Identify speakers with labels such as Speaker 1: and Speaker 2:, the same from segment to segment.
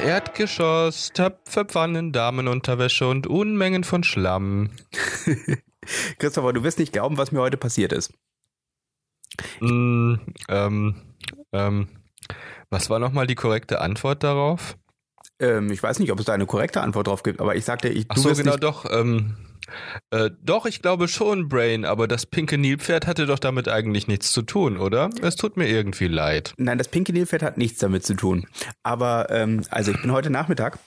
Speaker 1: Erdgeschoss, Töpfe, Pfannen, Damenunterwäsche und Unmengen von Schlamm.
Speaker 2: Christopher, du wirst nicht glauben, was mir heute passiert ist.
Speaker 1: Mm, ähm, ähm, was war nochmal die korrekte Antwort darauf?
Speaker 2: Ähm, ich weiß nicht, ob es da eine korrekte Antwort drauf gibt, aber ich sagte, ich
Speaker 1: Ach so,
Speaker 2: wirst
Speaker 1: genau,
Speaker 2: nicht,
Speaker 1: doch. Ähm, äh, doch, ich glaube schon, Brain, aber das pinke Nilpferd hatte doch damit eigentlich nichts zu tun, oder? Es tut mir irgendwie leid.
Speaker 2: Nein, das pinke Nilpferd hat nichts damit zu tun. Aber ähm, also ich bin heute Nachmittag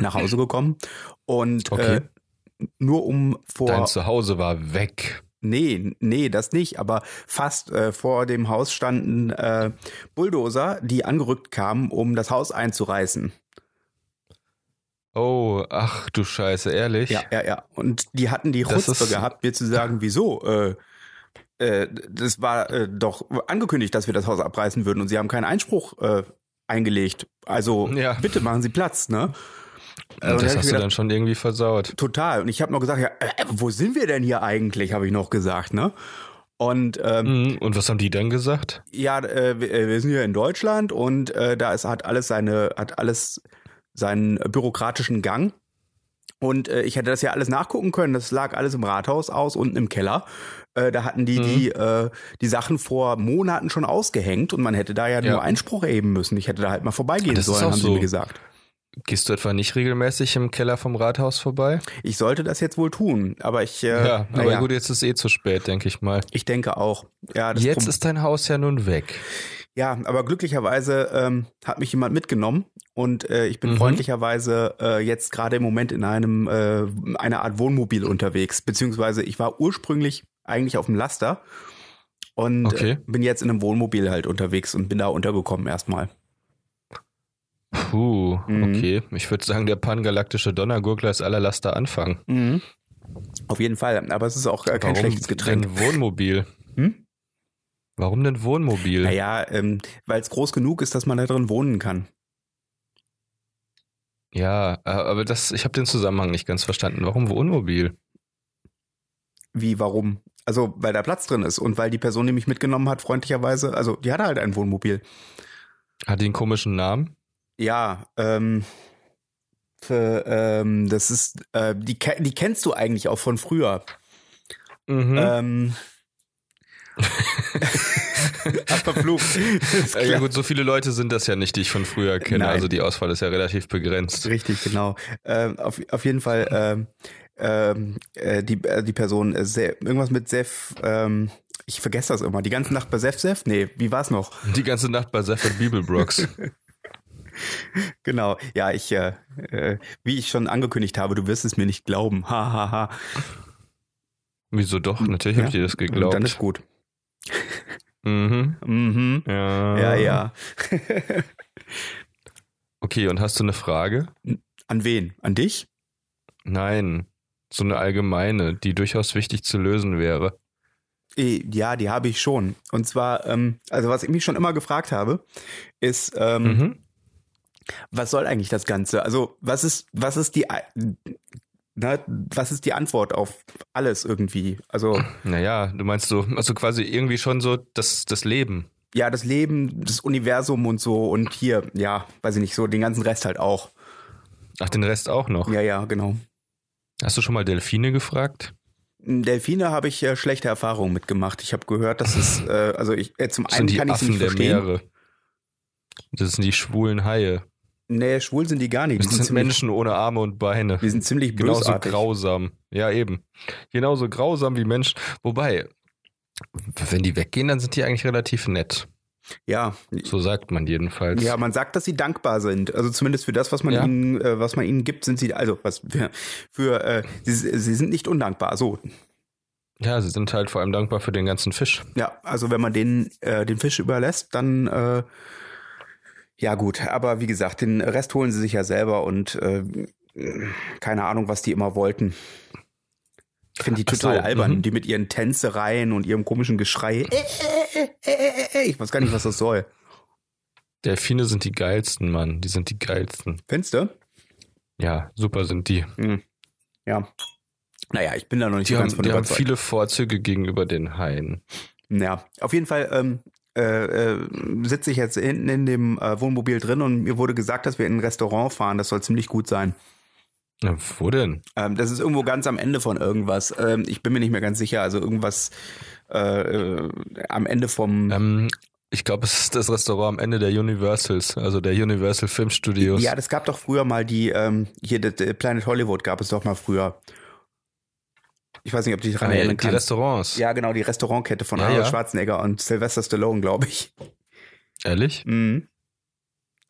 Speaker 2: nach Hause gekommen und
Speaker 1: Okay.
Speaker 2: äh, nur um vor
Speaker 1: Dein Zuhause war weg.
Speaker 2: Nee, nee, das nicht, aber fast äh, vor dem Haus standen äh, Bulldozer, die angerückt kamen, um das Haus einzureißen.
Speaker 1: Oh, ach du Scheiße, ehrlich?
Speaker 2: Ja, ja, ja. Und die hatten die
Speaker 1: Das
Speaker 2: Chutzpe
Speaker 1: ist-
Speaker 2: gehabt, mir zu sagen, wieso? Äh, äh, das war äh, doch angekündigt, dass wir das Haus abreißen würden und sie haben keinen Einspruch äh, eingelegt. Also
Speaker 1: Ja.
Speaker 2: bitte machen Sie Platz, ne? Äh, und
Speaker 1: das
Speaker 2: da hab ich
Speaker 1: hast
Speaker 2: mir
Speaker 1: du
Speaker 2: gedacht,
Speaker 1: dann schon irgendwie versaut.
Speaker 2: Total. Und ich habe noch gesagt, ja, äh, wo sind wir denn hier eigentlich, habe ich noch gesagt, ne? Und ähm,
Speaker 1: Mhm, Und was haben die dann gesagt?
Speaker 2: ja, äh, wir, äh, wir sind hier in Deutschland und äh, da ist, hat alles seine, hat alles seinen bürokratischen Gang. Und äh, ich hätte das ja alles nachgucken können. Das lag alles im Rathaus aus, unten im Keller. Äh, da hatten die
Speaker 1: Mhm.
Speaker 2: die, äh, die Sachen vor Monaten schon ausgehängt und man hätte da ja,
Speaker 1: Ja.
Speaker 2: nur Einspruch erheben müssen. Ich hätte da halt mal vorbeigehen
Speaker 1: Das ist
Speaker 2: sollen,
Speaker 1: auch
Speaker 2: haben sie
Speaker 1: so.
Speaker 2: mir gesagt.
Speaker 1: Gehst du etwa nicht regelmäßig im Keller vom Rathaus vorbei?
Speaker 2: Ich sollte das jetzt wohl tun, aber ich, äh,
Speaker 1: ja, aber
Speaker 2: naja,
Speaker 1: gut, jetzt ist eh zu spät, denke ich mal.
Speaker 2: ich denke auch. Ja, das
Speaker 1: Jetzt
Speaker 2: Problem-
Speaker 1: ist dein Haus ja nun weg.
Speaker 2: Ja, aber glücklicherweise ähm, hat mich jemand mitgenommen und äh, ich bin
Speaker 1: Mhm.
Speaker 2: freundlicherweise äh, jetzt gerade im Moment in einem äh, einer Art Wohnmobil unterwegs, beziehungsweise ich war ursprünglich eigentlich auf dem Laster und äh,
Speaker 1: Okay.
Speaker 2: bin jetzt in einem Wohnmobil halt unterwegs und bin da untergekommen erstmal.
Speaker 1: Puh,
Speaker 2: Mhm.
Speaker 1: okay. Ich würde sagen, der pangalaktische Donnergurgler ist aller Laster Anfang.
Speaker 2: Auf jeden Fall, aber es ist auch äh, kein
Speaker 1: Mhm. Warum
Speaker 2: schlechtes Getränk.
Speaker 1: Denn Wohnmobil.
Speaker 2: Hm?
Speaker 1: Warum denn Wohnmobil?
Speaker 2: Naja, ähm, weil es groß genug ist, dass man da drin wohnen kann.
Speaker 1: Ja, äh, aber das, ich habe den Zusammenhang nicht ganz verstanden. Warum Wohnmobil?
Speaker 2: Wie, warum? Also, weil da Platz drin ist und weil die Person, die mich mitgenommen hat, freundlicherweise, also die hatte halt ein Wohnmobil.
Speaker 1: Hat den komischen Namen?
Speaker 2: Ja, ähm, für, ähm, das ist, äh, die, ke- die kennst du eigentlich auch von früher.
Speaker 1: Mhm.
Speaker 2: Ähm, ach, verflucht. Ist
Speaker 1: Äh, ja
Speaker 2: klar.
Speaker 1: gut, so viele Leute sind das ja nicht, die ich von früher kenne.
Speaker 2: Nein.
Speaker 1: Also die Auswahl ist ja relativ begrenzt.
Speaker 2: Richtig, genau. Ähm, auf, auf jeden Fall, ähm, ähm, äh, die, äh, die Person, äh, sehr, irgendwas mit Sef, ähm, ich vergesse das immer. Die ganze Nacht bei Sef Sef? Nee, wie war's noch?
Speaker 1: Die ganze Nacht bei Seffert Bibelbrooks.
Speaker 2: Genau, ja, ich, äh, äh, wie ich schon angekündigt habe, du wirst es mir nicht glauben. Ha, ha, ha.
Speaker 1: Wieso doch? Natürlich hab
Speaker 2: Ja.
Speaker 1: ich dir das
Speaker 2: Dann ist
Speaker 1: geglaubt.
Speaker 2: gut.
Speaker 1: Mhm.
Speaker 2: Mhm.
Speaker 1: Ja.
Speaker 2: Ja, ja.
Speaker 1: Okay, und hast du eine Frage?
Speaker 2: An wen? An dich?
Speaker 1: Nein. So eine allgemeine, die durchaus wichtig zu lösen wäre.
Speaker 2: Eh, Ja, die habe ich schon. Und zwar, ähm, also was ich mich schon immer gefragt habe, ist, ähm,
Speaker 1: Mhm.
Speaker 2: was soll eigentlich das Ganze? Also was ist, was ist die, Ei- na, was ist die Antwort auf alles irgendwie? Also
Speaker 1: Naja, du meinst so, also quasi irgendwie schon so das, das Leben.
Speaker 2: ja, das Leben, das Universum und so und hier, ja, weiß ich nicht, so den ganzen Rest halt auch.
Speaker 1: Ach, den Rest auch noch.
Speaker 2: Ja, ja, genau.
Speaker 1: Hast du schon mal Delfine gefragt?
Speaker 2: Delfine habe ich äh, schlechte Erfahrungen mitgemacht. Ich habe gehört, dass es, äh, also ich, äh, zum
Speaker 1: Das
Speaker 2: einen
Speaker 1: sind die
Speaker 2: kann ich sie
Speaker 1: Affen
Speaker 2: nicht
Speaker 1: der
Speaker 2: verstehen.
Speaker 1: Meere. Das sind die schwulen Haie.
Speaker 2: Nee, schwul sind die gar nicht. Die
Speaker 1: Das sind
Speaker 2: ziemlich-
Speaker 1: Menschen ohne Arme und Beine.
Speaker 2: Die sind ziemlich
Speaker 1: Genauso
Speaker 2: bösartig.
Speaker 1: grausam. Ja, eben. Genauso grausam wie Menschen. Wobei, wenn die weggehen, dann sind die eigentlich relativ nett.
Speaker 2: Ja,
Speaker 1: So sagt man jedenfalls.
Speaker 2: ja, man sagt, dass sie dankbar sind. Also zumindest für das, was man
Speaker 1: Ja.
Speaker 2: ihnen, äh, was man ihnen gibt, sind sie also was für, für äh, sie, sie sind nicht undankbar. So
Speaker 1: ja, sie sind halt vor allem dankbar für den ganzen Fisch.
Speaker 2: ja, also wenn man den äh, den Fisch überlässt, dann äh, ja gut. Aber wie gesagt, den Rest holen sie sich ja selber und äh, keine Ahnung, was die immer wollten. Ich finde die
Speaker 1: Ach so,
Speaker 2: total albern,
Speaker 1: mhm.
Speaker 2: die mit ihren Tänzereien und ihrem komischen Geschrei. Äh, äh, äh, äh, äh, äh. Ich weiß gar nicht, was das soll.
Speaker 1: Delfine sind die geilsten, Mann. Die sind die geilsten.
Speaker 2: Findest du?
Speaker 1: Ja, super sind die.
Speaker 2: Ja. Naja, ich bin da noch nicht
Speaker 1: Die,
Speaker 2: so ganz
Speaker 1: haben,
Speaker 2: von
Speaker 1: die haben
Speaker 2: überzeugt.
Speaker 1: viele Vorzüge gegenüber den Haien.
Speaker 2: Ja, auf jeden Fall ähm, äh, äh, sitze ich jetzt hinten in dem äh, Wohnmobil drin und mir wurde gesagt, dass wir in ein Restaurant fahren. Das soll ziemlich gut sein.
Speaker 1: Na, wo denn?
Speaker 2: Ähm, das ist irgendwo ganz am Ende von irgendwas. Ähm, ich bin mir nicht mehr ganz sicher. Also irgendwas äh, äh, am Ende vom.
Speaker 1: Ähm, ich glaube, es ist das Restaurant am Ende der Universals, also der Universal Film Studios.
Speaker 2: Ja, das gab doch früher mal die, ähm, hier das, äh, Planet Hollywood gab es doch mal früher. Ich weiß nicht, ob du dich daran
Speaker 1: nee,
Speaker 2: erinnern
Speaker 1: Ah, Äh, die
Speaker 2: kannst.
Speaker 1: Restaurants.
Speaker 2: Ja, genau, die Restaurantkette von
Speaker 1: Ja,
Speaker 2: Arnold
Speaker 1: ja.
Speaker 2: Schwarzenegger und Sylvester Stallone, glaube ich.
Speaker 1: Ehrlich?
Speaker 2: Mhm.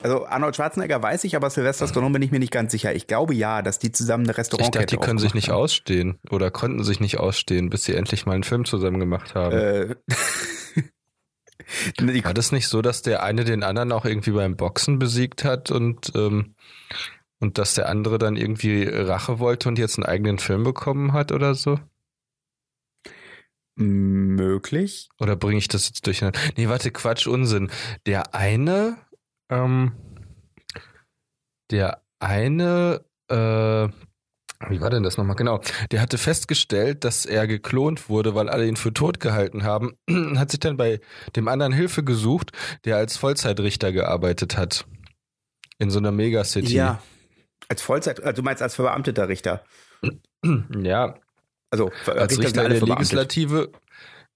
Speaker 2: Also Arnold Schwarzenegger weiß ich, aber Sylvester Stallone bin ich mir nicht ganz sicher. Ich glaube ja, dass die zusammen eine
Speaker 1: Mhm. Ich dachte,
Speaker 2: Restaurantkette
Speaker 1: die können sich nicht
Speaker 2: aufgemacht
Speaker 1: ausstehen oder konnten sich nicht ausstehen, bis sie endlich mal einen Film zusammen gemacht haben.
Speaker 2: haben. Äh, die,
Speaker 1: War das nicht so, dass der eine den anderen auch irgendwie beim Boxen besiegt hat und, ähm, und dass der andere dann irgendwie Rache wollte und jetzt einen eigenen Film bekommen hat oder so?
Speaker 2: möglich.
Speaker 1: Oder bringe ich das jetzt durcheinander? Nee, warte, Quatsch, Unsinn. Der eine, ähm, der eine, äh, wie war denn das nochmal? Genau. Der hatte festgestellt, dass er geklont wurde, weil alle ihn für tot gehalten haben. hat sich dann bei dem anderen Hilfe gesucht, der als Vollzeitrichter gearbeitet hat. In so einer Megacity.
Speaker 2: Ja. Als Vollzeit, also du meinst als verbeamteter Richter.
Speaker 1: Ja,
Speaker 2: Also Ver-
Speaker 1: als
Speaker 2: Richter sind
Speaker 1: Richter in
Speaker 2: alle
Speaker 1: der
Speaker 2: verbeamtet.
Speaker 1: Legislative,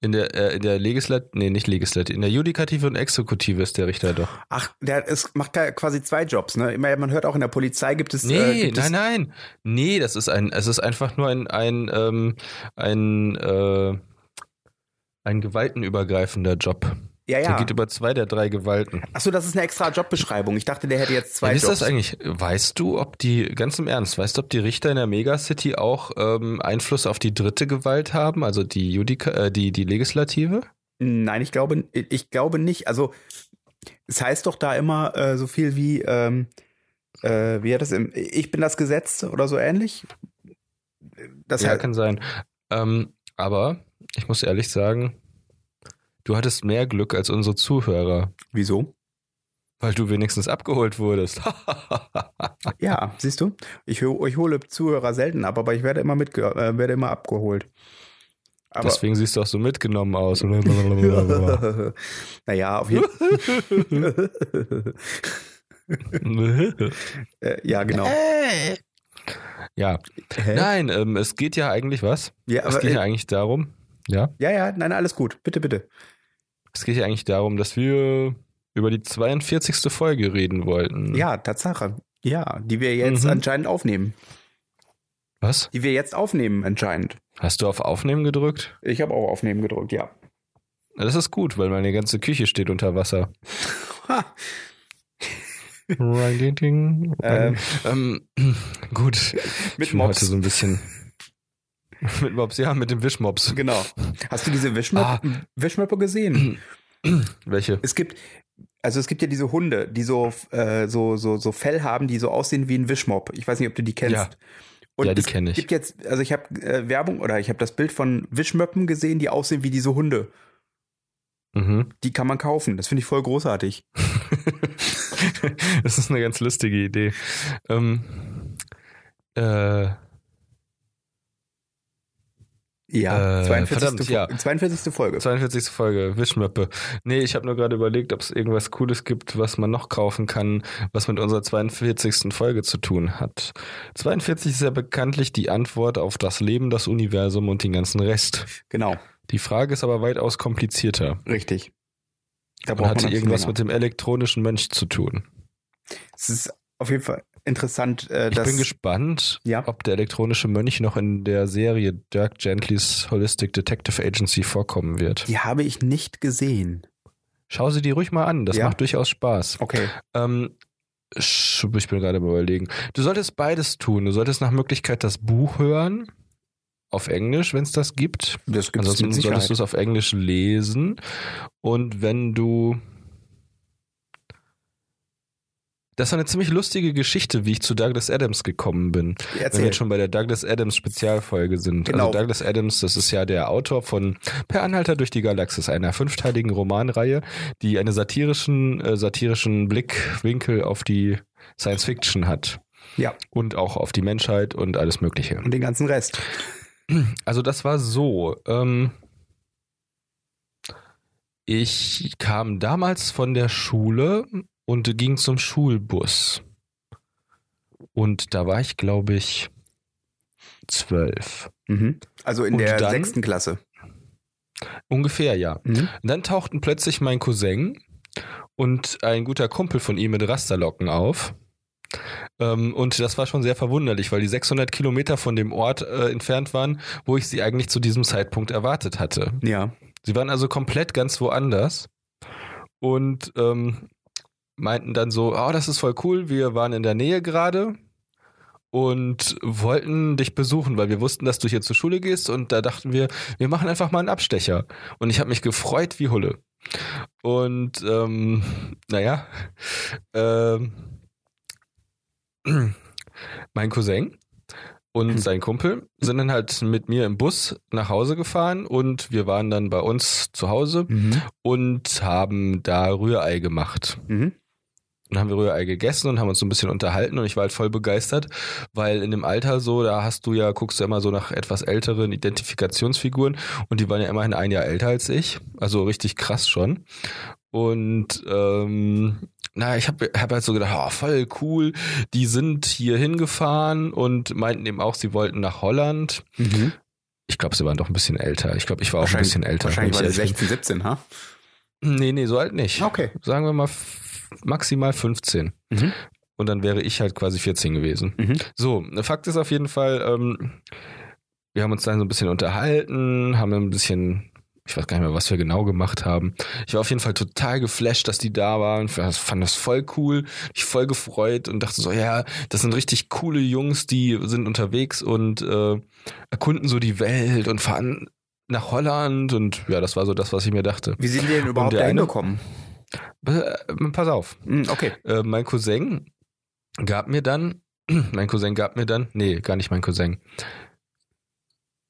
Speaker 1: in der, äh, in der Legislative, nee, nicht Legislative, in der Judikative und Exekutive ist der Richter doch.
Speaker 2: Ach, der ist, macht da quasi zwei Jobs, ne? Immer, man hört auch in der Polizei gibt es.
Speaker 1: Nee,
Speaker 2: äh, gibt
Speaker 1: nein,
Speaker 2: es,
Speaker 1: nein. Nee, das ist ein, es ist einfach nur ein, ein, ähm, ein, äh, ein gewaltenübergreifender Job.
Speaker 2: Ja,
Speaker 1: Der
Speaker 2: ja.
Speaker 1: geht um über zwei der drei Gewalten.
Speaker 2: Achso, das ist eine extra Jobbeschreibung. Ich dachte, der hätte jetzt zwei
Speaker 1: Wie ist
Speaker 2: Jobs.
Speaker 1: das eigentlich? Weißt du, ob die, ganz im Ernst, weißt du, ob die Richter in der Megacity auch ähm, Einfluss auf die dritte Gewalt haben, also die Judika, äh, die, die Legislative?
Speaker 2: Nein, ich glaube, ich glaube nicht. Also es heißt doch da immer äh, so viel wie, ähm, äh, wie hat das im, ich bin das Gesetz oder so ähnlich. Das
Speaker 1: ja,
Speaker 2: heißt,
Speaker 1: kann sein. Ähm, aber ich muss ehrlich sagen, du hattest mehr Glück als unsere Zuhörer,
Speaker 2: wieso?
Speaker 1: weil du wenigstens abgeholt wurdest.
Speaker 2: Ja, siehst du, ich, ho- ich hole Zuhörer selten ab, aber ich werde immer mitge äh, werde immer abgeholt. Aber
Speaker 1: Deswegen siehst du auch so mitgenommen aus.
Speaker 2: Äh. naja, auf jeden Fall. äh, ja, genau.
Speaker 1: ja,
Speaker 2: Hä?
Speaker 1: nein, ähm, es geht ja eigentlich was?
Speaker 2: ja,
Speaker 1: Es
Speaker 2: Äh? aber,
Speaker 1: geht ja
Speaker 2: äh,
Speaker 1: eigentlich darum, ja,
Speaker 2: ja, ja, nein, alles gut. Bitte, bitte.
Speaker 1: es geht ja eigentlich darum, dass wir über die 42. Folge reden wollten.
Speaker 2: Ja, Tatsache. Ja, die wir jetzt
Speaker 1: Hm. Mhm.
Speaker 2: anscheinend aufnehmen.
Speaker 1: Was?
Speaker 2: Die wir jetzt aufnehmen, anscheinend.
Speaker 1: Hast du auf Aufnehmen gedrückt?
Speaker 2: Ich habe auch aufnehmen gedrückt, ja.
Speaker 1: Na, Das ist gut, weil meine ganze Küche steht unter Wasser.
Speaker 2: Ha,
Speaker 1: Riding,
Speaker 2: Ähm.
Speaker 1: ähm, gut.
Speaker 2: mit
Speaker 1: ich bin heute
Speaker 2: Mops.
Speaker 1: so ein bisschen. mit Mops, ja, mit dem Wischmops.
Speaker 2: Genau. Hast du diese Wischmöp
Speaker 1: Ah.
Speaker 2: Wischmöppe gesehen?
Speaker 1: Welche?
Speaker 2: Es gibt, also es gibt ja diese Hunde, die so, äh, so, so, so Fell haben, die so aussehen wie ein Wischmopp. Ich weiß nicht, ob du die kennst.
Speaker 1: Ja.
Speaker 2: Und
Speaker 1: Ja, die
Speaker 2: es
Speaker 1: kenn ich.
Speaker 2: gibt jetzt, also ich habe äh, Werbung oder ich habe das Bild von Wischmöppen gesehen, die aussehen wie diese Hunde.
Speaker 1: Mhm.
Speaker 2: Die kann man kaufen. Das finde ich voll großartig.
Speaker 1: das ist eine ganz lustige Idee. Ähm, äh,
Speaker 2: Ja,
Speaker 1: Äh,
Speaker 2: 42.
Speaker 1: verdammt, ja.
Speaker 2: 42. Folge.
Speaker 1: 42. Folge, Wischmöppe. Nee, ich habe nur gerade überlegt, ob es irgendwas Cooles gibt, was man noch kaufen kann, was mit unserer 42. Folge zu tun hat. 42 ist ja bekanntlich die Antwort auf das Leben, das Universum und den ganzen Rest.
Speaker 2: Genau,
Speaker 1: Die Frage ist aber weitaus komplizierter.
Speaker 2: richtig. Da
Speaker 1: Und
Speaker 2: man
Speaker 1: hatte
Speaker 2: ein bisschen
Speaker 1: irgendwas
Speaker 2: länger.
Speaker 1: mit dem elektronischen Mensch zu tun.
Speaker 2: Es ist auf jeden Fall interessant, äh,
Speaker 1: Ich
Speaker 2: dass.
Speaker 1: bin gespannt,
Speaker 2: Ja.
Speaker 1: ob der elektronische Mönch noch in der Serie Dirk Gentlys Holistic Detective Agency vorkommen wird.
Speaker 2: die habe ich nicht gesehen.
Speaker 1: Schau sie dir ruhig mal an, das
Speaker 2: Ja. Oh.
Speaker 1: macht durchaus Spaß.
Speaker 2: Okay.
Speaker 1: Ähm, sch- ich bin gerade am überlegen. Du solltest beides tun. Du solltest nach Möglichkeit das Buch hören, auf Englisch, wenn es das gibt.
Speaker 2: Das gibt
Speaker 1: Ansonsten
Speaker 2: es mit
Speaker 1: solltest
Speaker 2: Sicherheit.
Speaker 1: du es auf Englisch lesen. Und wenn du. Das war eine ziemlich lustige Geschichte, wie ich zu Douglas Adams gekommen bin. Wenn wir
Speaker 2: Erzähl.
Speaker 1: jetzt schon bei der Douglas Adams Spezialfolge sind.
Speaker 2: Genau.
Speaker 1: Also Douglas Adams, das ist ja der Autor von Per Anhalter durch die Galaxis, einer fünfteiligen Romanreihe, die einen satirischen, äh, satirischen Blickwinkel auf die Science Fiction hat.
Speaker 2: Ja.
Speaker 1: Und auch auf die Menschheit und alles Mögliche.
Speaker 2: Und den ganzen Rest.
Speaker 1: Also das war so. Ähm, Ich kam damals von der Schule und ging zum Schulbus. Und da war ich, glaube ich, zwölf.
Speaker 2: Mhm. Also in
Speaker 1: Und
Speaker 2: der
Speaker 1: dann?
Speaker 2: sechsten Klasse.
Speaker 1: Ungefähr, ja.
Speaker 2: Mhm.
Speaker 1: Und dann tauchten plötzlich mein Cousin und ein guter Kumpel von ihm mit Rasterlocken auf. Ähm, und das war schon sehr verwunderlich, weil die 600 Kilometer von dem Ort äh, entfernt waren, wo ich sie eigentlich zu diesem Zeitpunkt erwartet hatte.
Speaker 2: Ja.
Speaker 1: Sie waren also komplett ganz woanders und ähm, meinten dann so, oh, das ist voll cool, wir waren in der Nähe gerade und wollten dich besuchen, weil wir wussten, dass du hier zur Schule gehst und da dachten wir, wir machen einfach mal einen Abstecher. Und ich habe mich gefreut wie Hulle. Und ähm, naja, ähm, mein Cousin und sein Kumpel sind dann halt mit mir im Bus nach Hause gefahren und wir waren dann bei uns zu Hause
Speaker 2: Mhm.
Speaker 1: und haben da Rührei gemacht.
Speaker 2: Mhm.
Speaker 1: Dann haben wir Rührei gegessen und haben uns so ein bisschen unterhalten und ich war halt voll begeistert, weil in dem Alter so, da hast du ja, guckst du immer so nach etwas älteren Identifikationsfiguren und die waren ja immerhin ein Jahr älter als ich. Also richtig krass schon. Und ähm, naja, ich habe hab halt so gedacht, oh, voll cool, die sind hier hingefahren und meinten eben auch, sie wollten nach Holland.
Speaker 2: Mhm.
Speaker 1: Ich glaube, sie waren doch ein bisschen älter. Ich glaube, ich war auch ein bisschen älter.
Speaker 2: Wahrscheinlich war
Speaker 1: wenn
Speaker 2: sie
Speaker 1: ich ehrlich
Speaker 2: 16, 17, ha?
Speaker 1: bin. Nee, nee, so alt nicht.
Speaker 2: Okay.
Speaker 1: Sagen wir mal f- maximal 15.
Speaker 2: Mhm.
Speaker 1: Und dann wäre ich halt quasi 14 gewesen.
Speaker 2: Mhm.
Speaker 1: So, Fakt ist auf jeden Fall, ähm, wir haben uns dann so ein bisschen unterhalten, haben ein bisschen, ich weiß gar nicht mehr, was wir genau gemacht haben. Ich war auf jeden Fall total geflasht, dass die da waren. Ich fand das voll cool, mich voll gefreut und dachte so, ja, das sind richtig coole Jungs, die sind unterwegs und äh, erkunden so die Welt und fahren nach Holland. Und ja, das war so das, was ich mir dachte.
Speaker 2: Wie sind die denn überhaupt
Speaker 1: der
Speaker 2: da
Speaker 1: eine?
Speaker 2: hingekommen?
Speaker 1: Äh, pass auf.
Speaker 2: Mhm, okay.
Speaker 1: äh, mein Cousin gab mir dann, mein Cousin gab mir dann, nee, gar nicht mein Cousin.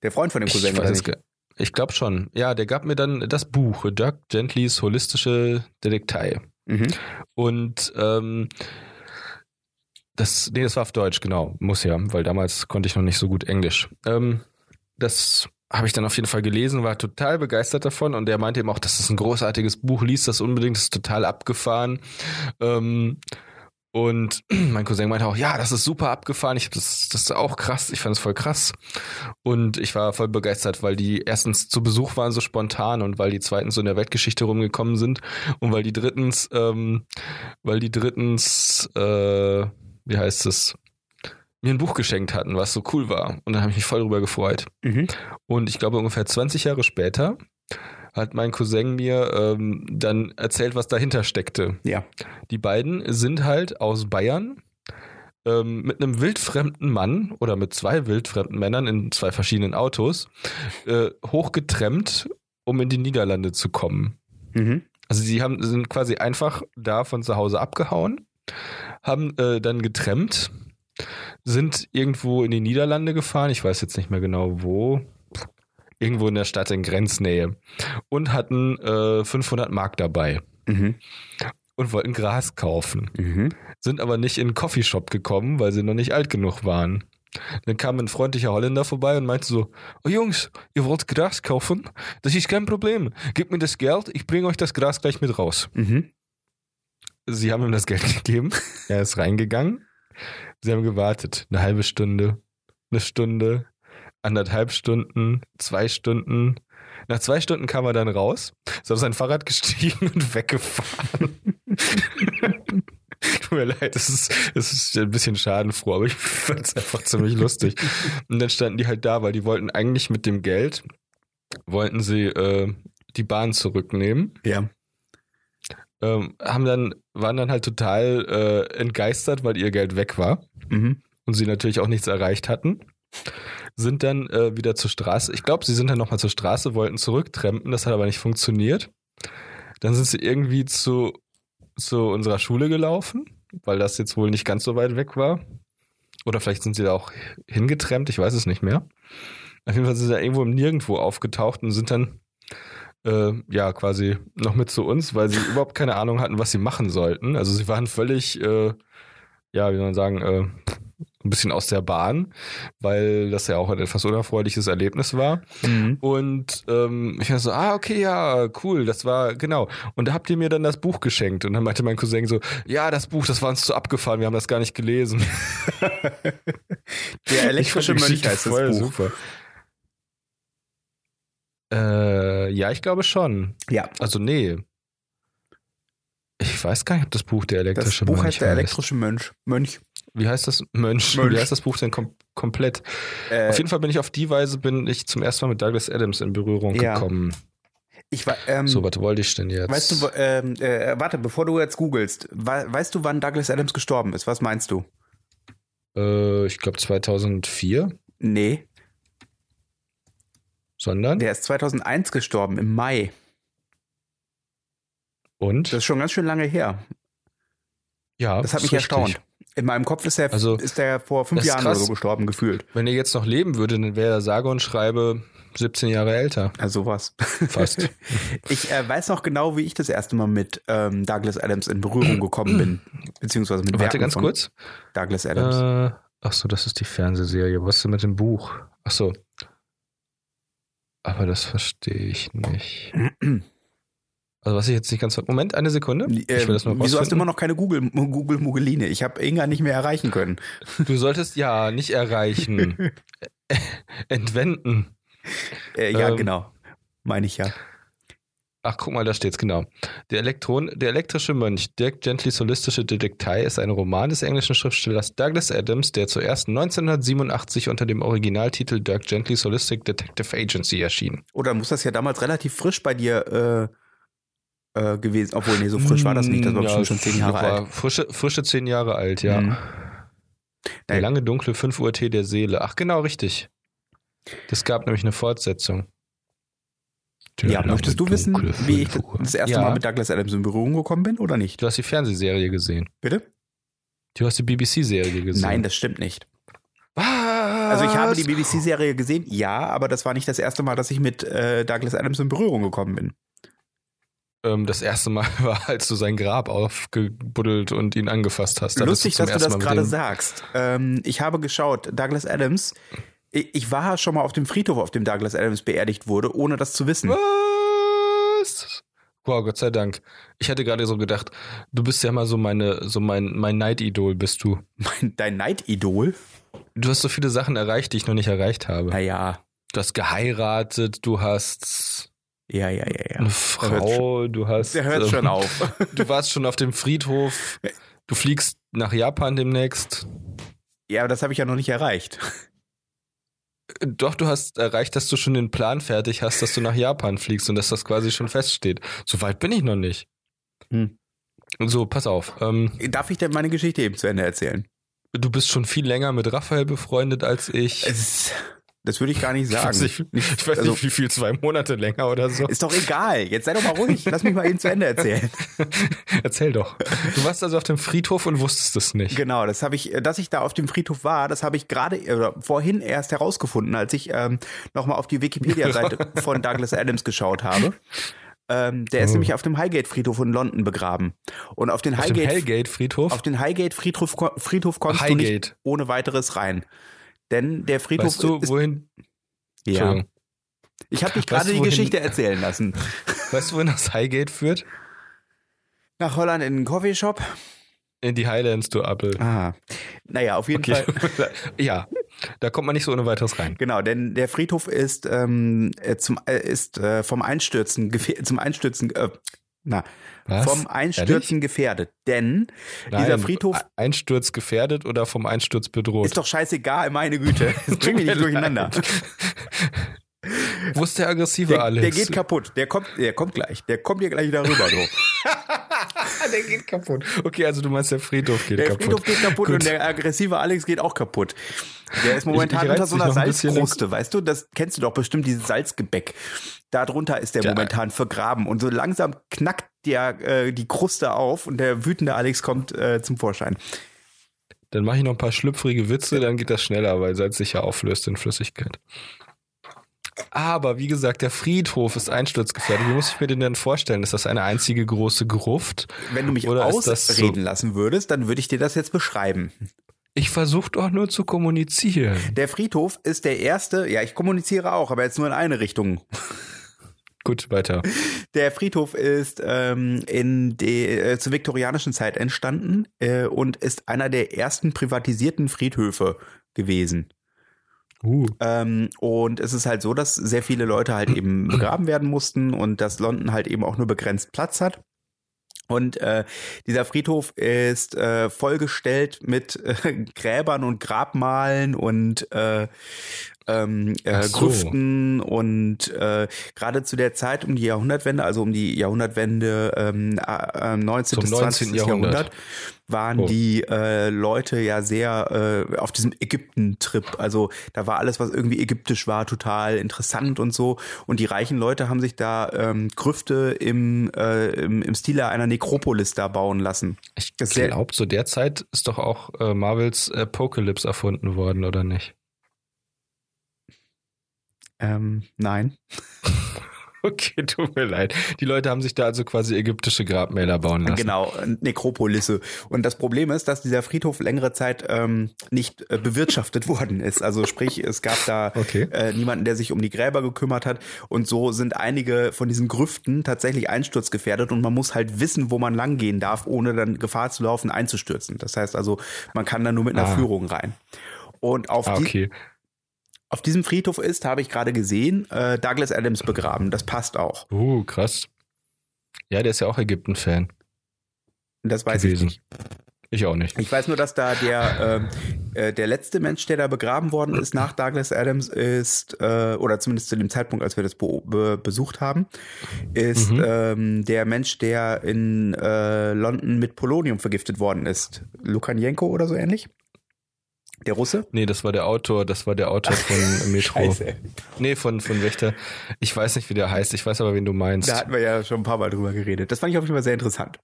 Speaker 2: Der Freund von dem Cousin,
Speaker 1: ich
Speaker 2: oder
Speaker 1: weiß es,
Speaker 2: nicht?
Speaker 1: ge- ich glaube schon. Ja, der gab mir dann das Buch, Doug Gentlys holistische Detektei.
Speaker 2: Mhm.
Speaker 1: Und ähm, das, nee, das war auf Deutsch, genau, muss ja, weil damals konnte ich noch nicht so gut Englisch. Ähm, das habe ich dann auf jeden Fall gelesen, war total begeistert davon und der meinte eben auch, das ist ein großartiges Buch, liest das unbedingt, das ist total abgefahren. Ähm, und mein Cousin meinte auch, ja, das ist super abgefahren, ich hab das, das ist auch krass, ich fand es voll krass. Und ich war voll begeistert, weil die erstens zu Besuch waren so spontan und weil die zweitens so in der Weltgeschichte rumgekommen sind und weil die drittens, ähm, weil die drittens, äh, wie heißt es, mir ein Buch geschenkt hatten, was so cool war. Und dann habe ich mich voll drüber gefreut.
Speaker 2: Mhm.
Speaker 1: Und ich glaube, ungefähr 20 Jahre später hat mein Cousin mir ähm, dann erzählt, was dahinter steckte.
Speaker 2: Ja.
Speaker 1: Die beiden sind halt aus Bayern ähm, mit einem wildfremden Mann oder mit zwei wildfremden Männern in zwei verschiedenen Autos äh, hochgetrennt, um in die Niederlande zu kommen.
Speaker 2: Mhm.
Speaker 1: Also sie haben, sind quasi einfach da von zu Hause abgehauen, haben äh, dann getrennt, sind irgendwo in die Niederlande gefahren, ich weiß jetzt nicht mehr genau wo, irgendwo in der Stadt in Grenznähe und hatten äh, 500 Mark dabei
Speaker 2: Mhm.
Speaker 1: und wollten Gras kaufen,
Speaker 2: Mhm.
Speaker 1: sind aber nicht in einen Coffeeshop gekommen, weil sie noch nicht alt genug waren. Dann kam ein freundlicher Holländer vorbei und meinte so, oh Jungs, ihr wollt Gras kaufen? Das ist kein Problem. Gebt mir das Geld, ich bringe euch das Gras gleich mit raus.
Speaker 2: Mhm.
Speaker 1: Sie haben ihm das Geld gegeben. Er ist reingegangen. Sie haben gewartet. Eine halbe Stunde, eine Stunde, anderthalb Stunden, zwei Stunden. Nach zwei Stunden kam er dann raus, ist auf sein Fahrrad gestiegen und weggefahren. Tut mir leid, es ist, es ist ein bisschen schadenfroh, aber ich fand es einfach ziemlich lustig. Und dann standen die halt da, weil die wollten eigentlich mit dem Geld, wollten sie äh, die Bahn zurücknehmen
Speaker 2: Ja.
Speaker 1: ähm, haben dann, waren dann halt total äh, entgeistert, weil ihr Geld weg war
Speaker 2: Mhm.
Speaker 1: und sie natürlich auch nichts erreicht hatten. Sind dann äh, wieder zur Straße. Ich glaube, sie sind dann nochmal zur Straße, wollten zurücktrempen, das hat aber nicht funktioniert. Dann sind sie irgendwie zu, zu unserer Schule gelaufen, weil das jetzt wohl nicht ganz so weit weg war. Oder vielleicht sind sie da auch hingetrennt, ich weiß es nicht mehr. Auf jeden Fall sind sie da irgendwo im Nirgendwo aufgetaucht und sind dann äh, ja quasi noch mit zu uns, weil sie überhaupt keine Ahnung hatten, was sie machen sollten. Also sie waren völlig, äh, ja, wie soll man sagen, äh, ein bisschen aus der Bahn, weil das ja auch ein etwas unerfreuliches Erlebnis war.
Speaker 2: Mhm.
Speaker 1: Und ähm, ich war so, ah, okay, ja, cool, das war, genau. Und da habt ihr mir dann das Buch geschenkt. Und dann meinte mein Cousin so, ja, das Buch, das war uns zu abgefahren, wir haben das gar nicht gelesen.
Speaker 2: Der
Speaker 1: Ich fand die
Speaker 2: elektrische Mönch
Speaker 1: Geschichte
Speaker 2: heißt das
Speaker 1: voll
Speaker 2: Buch.
Speaker 1: Super. Äh, ja, ich glaube schon.
Speaker 2: Ja,
Speaker 1: Also, nee. Ich weiß gar nicht, ob das Buch der
Speaker 2: das
Speaker 1: elektrische
Speaker 2: Buch
Speaker 1: Mönch
Speaker 2: heißt Der elektrische Mönch. Mönch.
Speaker 1: Wie heißt das? Mönch.
Speaker 2: Mönch.
Speaker 1: Wie heißt das Buch denn kom komplett?
Speaker 2: Äh,
Speaker 1: auf jeden Fall bin ich auf die Weise, bin ich zum ersten Mal mit Douglas Adams in Berührung
Speaker 2: Ja.
Speaker 1: gekommen.
Speaker 2: ich war, ähm,
Speaker 1: So, was wollte ich denn jetzt?
Speaker 2: Weißt du, wo- ähm, äh, warte, bevor du jetzt googelst, wa- weißt du, wann Douglas Adams gestorben ist? Was meinst du?
Speaker 1: äh, ich glaube 2004,
Speaker 2: Nee,
Speaker 1: sondern
Speaker 2: der ist 2001 gestorben, im Mai.
Speaker 1: und?
Speaker 2: Das ist schon ganz schön lange her.
Speaker 1: ja,
Speaker 2: Das hat
Speaker 1: ist
Speaker 2: mich
Speaker 1: richtig.
Speaker 2: erstaunt. In meinem Kopf ist er,
Speaker 1: Also,
Speaker 2: ist er vor fünf
Speaker 1: das ist
Speaker 2: Jahren oder
Speaker 1: krass.
Speaker 2: so gestorben, gefühlt.
Speaker 1: Wenn er jetzt noch leben würde, dann wäre er sage und schreibe 17 Jahre älter.
Speaker 2: Also sowas.
Speaker 1: Fast.
Speaker 2: Ich äh, weiß noch genau, wie ich das erste Mal mit ähm, Douglas Adams in Berührung gekommen bin. Beziehungsweise mit
Speaker 1: Warte
Speaker 2: Werken
Speaker 1: ganz
Speaker 2: von
Speaker 1: kurz.
Speaker 2: Douglas Adams.
Speaker 1: Äh, ach so, das ist die Fernsehserie. Was ist denn mit dem Buch? Ach so. Aber das verstehe ich nicht. Also was ich jetzt nicht ganz... ver- Moment, eine Sekunde.
Speaker 2: Äh,
Speaker 1: ich will das nur
Speaker 2: wieso hast du
Speaker 1: rausfinden.
Speaker 2: immer noch keine Google- Google-Mugeline? ich habe Inga nicht mehr erreichen können.
Speaker 1: Du solltest ja nicht erreichen. Entwenden.
Speaker 2: Äh, ja,
Speaker 1: Ähm,
Speaker 2: genau. Meine ich ja.
Speaker 1: Ach, guck mal, da steht's, genau. Der, Elektron, der elektrische Mönch, Dirk Gentlys solistische Detektei, ist ein Roman des englischen Schriftstellers Douglas Adams, der zuerst 1987 unter dem Originaltitel Dirk Gentlys Holistic Detective Agency erschien.
Speaker 2: Oder muss das ja damals relativ frisch bei dir äh, äh, gewesen? Obwohl, nee, so frisch war das nicht. Das war
Speaker 1: Hm, Ja,
Speaker 2: bestimmt schon zehn Jahre
Speaker 1: war
Speaker 2: alt.
Speaker 1: Frische, frische zehn Jahre alt, ja.
Speaker 2: Mhm.
Speaker 1: Der
Speaker 2: Nee.
Speaker 1: lange dunkle 5 Uhr Tee der Seele. Ach, genau, richtig. Das gab nämlich eine Fortsetzung. Der
Speaker 2: Ja,
Speaker 1: lange,
Speaker 2: möchtest du wissen,
Speaker 1: dunkle
Speaker 2: wie ich das,
Speaker 1: 5 Uhr.
Speaker 2: das erste
Speaker 1: Ja.
Speaker 2: Mal mit Douglas Adams in Berührung gekommen bin oder nicht?
Speaker 1: Du hast die Fernsehserie gesehen.
Speaker 2: Bitte?
Speaker 1: Du hast die BBC-Serie gesehen.
Speaker 2: Nein, das stimmt nicht.
Speaker 1: Was?
Speaker 2: Also ich habe die BBC-Serie gesehen, ja, aber das war nicht das erste Mal, dass ich mit äh, Douglas Adams in Berührung gekommen bin.
Speaker 1: Ähm, das erste Mal war, als du sein Grab aufgebuddelt und ihn angefasst hast. Da bist
Speaker 2: Lustig,
Speaker 1: zum
Speaker 2: dass
Speaker 1: ersten
Speaker 2: du das
Speaker 1: Mal mit
Speaker 2: gerade
Speaker 1: dem-
Speaker 2: sagst. Ähm, ich habe geschaut, Douglas Adams. Ich, ich war schon mal auf dem Friedhof, auf dem Douglas Adams beerdigt wurde, ohne das zu wissen.
Speaker 1: Was? Wow, Gott sei Dank. Ich hatte gerade so gedacht, du bist ja mal so meine, so mein, mein Neididol bist du.
Speaker 2: Mein, dein Neididol?
Speaker 1: Du hast so viele Sachen erreicht, die ich noch nicht erreicht habe.
Speaker 2: Naja,
Speaker 1: Du hast geheiratet, du hast
Speaker 2: ja, ja, ja, ja.
Speaker 1: eine
Speaker 2: hört's
Speaker 1: Frau, du hast.
Speaker 2: Der hört
Speaker 1: ähm,
Speaker 2: schon auf.
Speaker 1: Du warst schon auf dem Friedhof. Du fliegst nach Japan demnächst.
Speaker 2: Ja, aber das habe ich ja noch nicht erreicht.
Speaker 1: Doch, du hast erreicht, dass du schon den Plan fertig hast, dass du nach Japan fliegst und dass das quasi schon feststeht. So weit bin ich noch nicht.
Speaker 2: Hm.
Speaker 1: So, pass auf. Ähm,
Speaker 2: Darf ich denn meine Geschichte eben zu Ende erzählen?
Speaker 1: du bist schon viel länger mit Raphael befreundet als ich.
Speaker 2: Es- Das würde ich gar nicht
Speaker 1: Äh, Ich
Speaker 2: sagen.
Speaker 1: weiß nicht, ich weiß
Speaker 2: Also-
Speaker 1: nicht wie viel, zwei Monate länger oder so.
Speaker 2: Ist doch egal. Jetzt sei doch mal ruhig. Lass mich mal eben zu Ende erzählen.
Speaker 1: Erzähl doch. Du warst also auf dem Friedhof und wusstest es nicht.
Speaker 2: Genau, das habe ich, dass ich da auf dem Friedhof war, das habe ich gerade oder vorhin erst herausgefunden, als ich ähm, nochmal auf die Wikipedia-Seite von Douglas Adams geschaut habe. Ähm, der ist
Speaker 1: Oh.
Speaker 2: nämlich auf dem Highgate-Friedhof in London begraben. Und auf den
Speaker 1: Auf dem
Speaker 2: Highgate,
Speaker 1: Hellgate-Friedhof?
Speaker 2: auf den Highgate-Friedhof Friedhof kommst du nicht
Speaker 1: Highgate.
Speaker 2: ohne weiteres rein. Denn der Friedhof
Speaker 1: Weißt du,
Speaker 2: ist.
Speaker 1: wohin?
Speaker 2: ja.
Speaker 1: Entschuldigung.
Speaker 2: Ich habe dich
Speaker 1: Weißt
Speaker 2: gerade
Speaker 1: du,
Speaker 2: die
Speaker 1: wohin-
Speaker 2: Geschichte erzählen lassen.
Speaker 1: Weißt du, wohin das Highgate führt?
Speaker 2: Nach Holland in einen Coffeeshop.
Speaker 1: In die Highlands, du Appel.
Speaker 2: Ah. Naja, auf jeden
Speaker 1: Okay.
Speaker 2: Fall.
Speaker 1: ja, da kommt man nicht so ohne weiteres rein.
Speaker 2: Genau, denn der Friedhof ist, ähm, äh, zum, äh, ist äh, vom Einstürzen, gefähr- zum Einstürzen, äh, na,
Speaker 1: Was?
Speaker 2: vom Einstürzen gefährdet. Denn dieser
Speaker 1: Nein,
Speaker 2: Friedhof
Speaker 1: E- Einsturz gefährdet oder vom Einsturz bedroht?
Speaker 2: ist doch scheißegal, meine Güte. Das
Speaker 1: Tut
Speaker 2: bringt mich
Speaker 1: mir
Speaker 2: nicht durcheinander.
Speaker 1: leid. Wo ist der aggressive
Speaker 2: Der,
Speaker 1: Alex?
Speaker 2: der geht kaputt. Der kommt, der kommt gleich. Der kommt hier gleich wieder rüber, du.
Speaker 1: der geht kaputt. Okay, also du meinst, der Friedhof geht
Speaker 2: Der
Speaker 1: kaputt.
Speaker 2: Friedhof geht kaputt
Speaker 1: Gut.
Speaker 2: und der aggressive Alex geht auch kaputt. Der ist
Speaker 1: Ich-
Speaker 2: momentan
Speaker 1: ich reiz
Speaker 2: unter so einer
Speaker 1: mich noch ein bisschen
Speaker 2: Salzkruste, weißt du? Das kennst du doch bestimmt, dieses Salzgebäck. Darunter ist der,
Speaker 1: Der-
Speaker 2: momentan vergraben und so langsam knackt der, äh, die Kruste auf und der wütende Alex kommt äh, zum Vorschein.
Speaker 1: Dann mache ich noch ein paar schlüpfrige Witze, dann geht das schneller, weil Salz sich ja auflöst in Flüssigkeit. Aber wie gesagt, der Friedhof ist einsturzgefährdet. Wie muss ich mir den denn vorstellen? Ist das eine einzige große Gruft?
Speaker 2: Wenn du mich
Speaker 1: Oder ist das so-
Speaker 2: ausreden lassen würdest, dann würde ich dir das jetzt beschreiben.
Speaker 1: Ich versuche doch nur zu kommunizieren.
Speaker 2: Der Friedhof ist der erste, ja, ich kommuniziere auch, aber jetzt nur in eine Richtung.
Speaker 1: Gut, weiter.
Speaker 2: Der Friedhof ist ähm, in de, äh, zur viktorianischen Zeit entstanden äh, und ist einer der ersten privatisierten Friedhöfe gewesen.
Speaker 1: Uh.
Speaker 2: Ähm, und es ist halt so, dass sehr viele Leute halt eben begraben werden mussten und dass London halt eben auch nur begrenzt Platz hat. Und äh, dieser Friedhof ist äh, vollgestellt mit äh, Gräbern und Grabmalen und äh, ähm, äh,
Speaker 1: Ach so.
Speaker 2: Grüften und äh, gerade zu der Zeit um die Jahrhundertwende, also um die Jahrhundertwende ähm, äh, äh, 19. bis
Speaker 1: Zum
Speaker 2: 20.
Speaker 1: 19.
Speaker 2: Jahrhundert,
Speaker 1: Jahrhundert.
Speaker 2: waren
Speaker 1: Oh.
Speaker 2: die äh, Leute ja sehr äh, auf diesem Ägypten-Trip. Also da war alles, was irgendwie ägyptisch war, total interessant und so. Und die reichen Leute haben sich da ähm, Grüfte im, äh, im, im Stile einer Nekropolis da bauen lassen.
Speaker 1: Ich
Speaker 2: Das ist sehr-
Speaker 1: glaube, zu der Zeit ist doch auch äh, Marvels Apocalypse erfunden worden, oder nicht?
Speaker 2: Ähm, nein.
Speaker 1: Okay, tut mir leid. Die Leute haben sich da also quasi ägyptische Grabmäler bauen lassen.
Speaker 2: Genau, Nekropolisse. Und das Problem ist, dass dieser Friedhof längere Zeit ähm, nicht äh, bewirtschaftet worden ist. Also sprich, es gab da
Speaker 1: Okay.
Speaker 2: äh, niemanden, der sich um die Gräber gekümmert hat. Und so sind einige von diesen Grüften tatsächlich einsturzgefährdet und man muss halt wissen, wo man langgehen darf, ohne dann Gefahr zu laufen, einzustürzen. Das heißt also, man kann da nur mit einer
Speaker 1: Ah.
Speaker 2: Führung rein. Und auf,
Speaker 1: Ah,
Speaker 2: die,
Speaker 1: okay.
Speaker 2: auf diesem Friedhof ist, habe ich gerade gesehen, äh, Douglas Adams begraben. Das passt auch.
Speaker 1: Uh, krass. Ja, der ist ja auch Ägypten-Fan
Speaker 2: Das weiß ich
Speaker 1: gewesen.
Speaker 2: nicht.
Speaker 1: Ich, auch nicht.
Speaker 2: Ich weiß nur, dass da der, äh, äh, der letzte Mensch, der da begraben worden ist nach Douglas Adams, ist, äh, oder zumindest zu dem Zeitpunkt, als wir das beo- be besucht haben, ist
Speaker 1: Mhm.
Speaker 2: ähm, der Mensch, der in äh, London mit Polonium vergiftet worden ist. Lukanjenko oder so ähnlich? Der Russe?
Speaker 1: Nee, das war der Autor, das war der Autor von Metro.
Speaker 2: Scheiße.
Speaker 1: Nee, von, von Wächter. Ich weiß nicht, wie der heißt. Ich weiß aber, wen du meinst.
Speaker 2: Da hatten wir ja schon ein paar Mal drüber geredet. Das fand ich auf jeden Fall sehr interessant.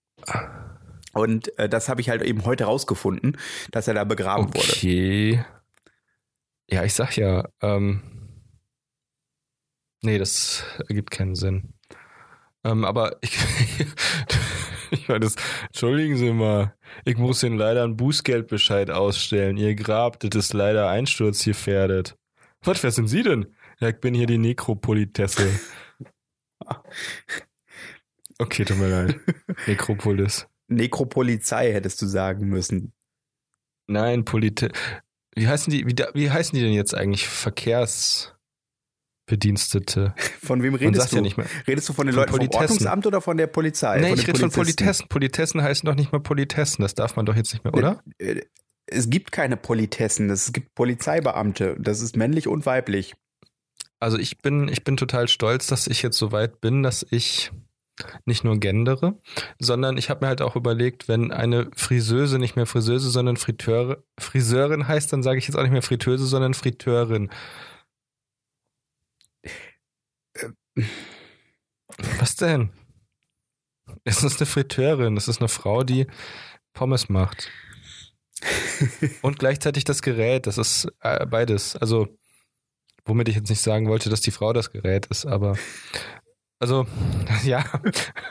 Speaker 2: Und äh, das habe ich halt eben heute rausgefunden, dass er da begraben wurde.
Speaker 1: okay. Ja, ich sag ja. Ähm, nee, das ergibt keinen Sinn. Ähm, aber ich, ich meine, das, entschuldigen Sie mal, ich muss Ihnen leider ein Bußgeldbescheid ausstellen. Ihr Grab, das ist leider einsturzgefährdet. Was, wer sind Sie denn? Ja, ich bin hier die Nekropolitesse. Okay, tut mir leid. Nekropolis.
Speaker 2: Nekropolizei hättest du sagen müssen.
Speaker 1: Nein, Polite. Wie heißen die, wie, da- wie heißen die denn jetzt eigentlich? Verkehrsbedienstete.
Speaker 2: Von wem
Speaker 1: Man
Speaker 2: redest
Speaker 1: sagt
Speaker 2: du?
Speaker 1: ja nicht mehr.
Speaker 2: Redest du von den
Speaker 1: Von
Speaker 2: Leuten vom
Speaker 1: Politessen.
Speaker 2: Ordnungsamt oder von der Polizei?
Speaker 1: Nee,
Speaker 2: von
Speaker 1: ich
Speaker 2: den
Speaker 1: rede von
Speaker 2: Polizisten?
Speaker 1: Politessen. Politessen heißen doch nicht mehr Politessen. Das darf man doch jetzt nicht mehr,
Speaker 2: Nee.
Speaker 1: oder?
Speaker 2: Äh, Es gibt keine Politessen, es gibt Polizeibeamte. Das ist männlich und weiblich.
Speaker 1: Also ich bin, ich bin total stolz, dass ich jetzt so weit bin, dass ich nicht nur gendere, sondern ich habe mir halt auch überlegt, wenn eine Friseuse nicht mehr Friseuse, sondern Friteure, Friseurin heißt, dann sage ich jetzt auch nicht mehr Friteuse, sondern Friteurin. Was denn? Es ist eine Friteurin, es ist eine Frau, die Pommes macht. Und gleichzeitig das Gerät, das ist äh, beides. Also womit ich jetzt nicht sagen wollte, dass die Frau das Gerät ist, aber also ja,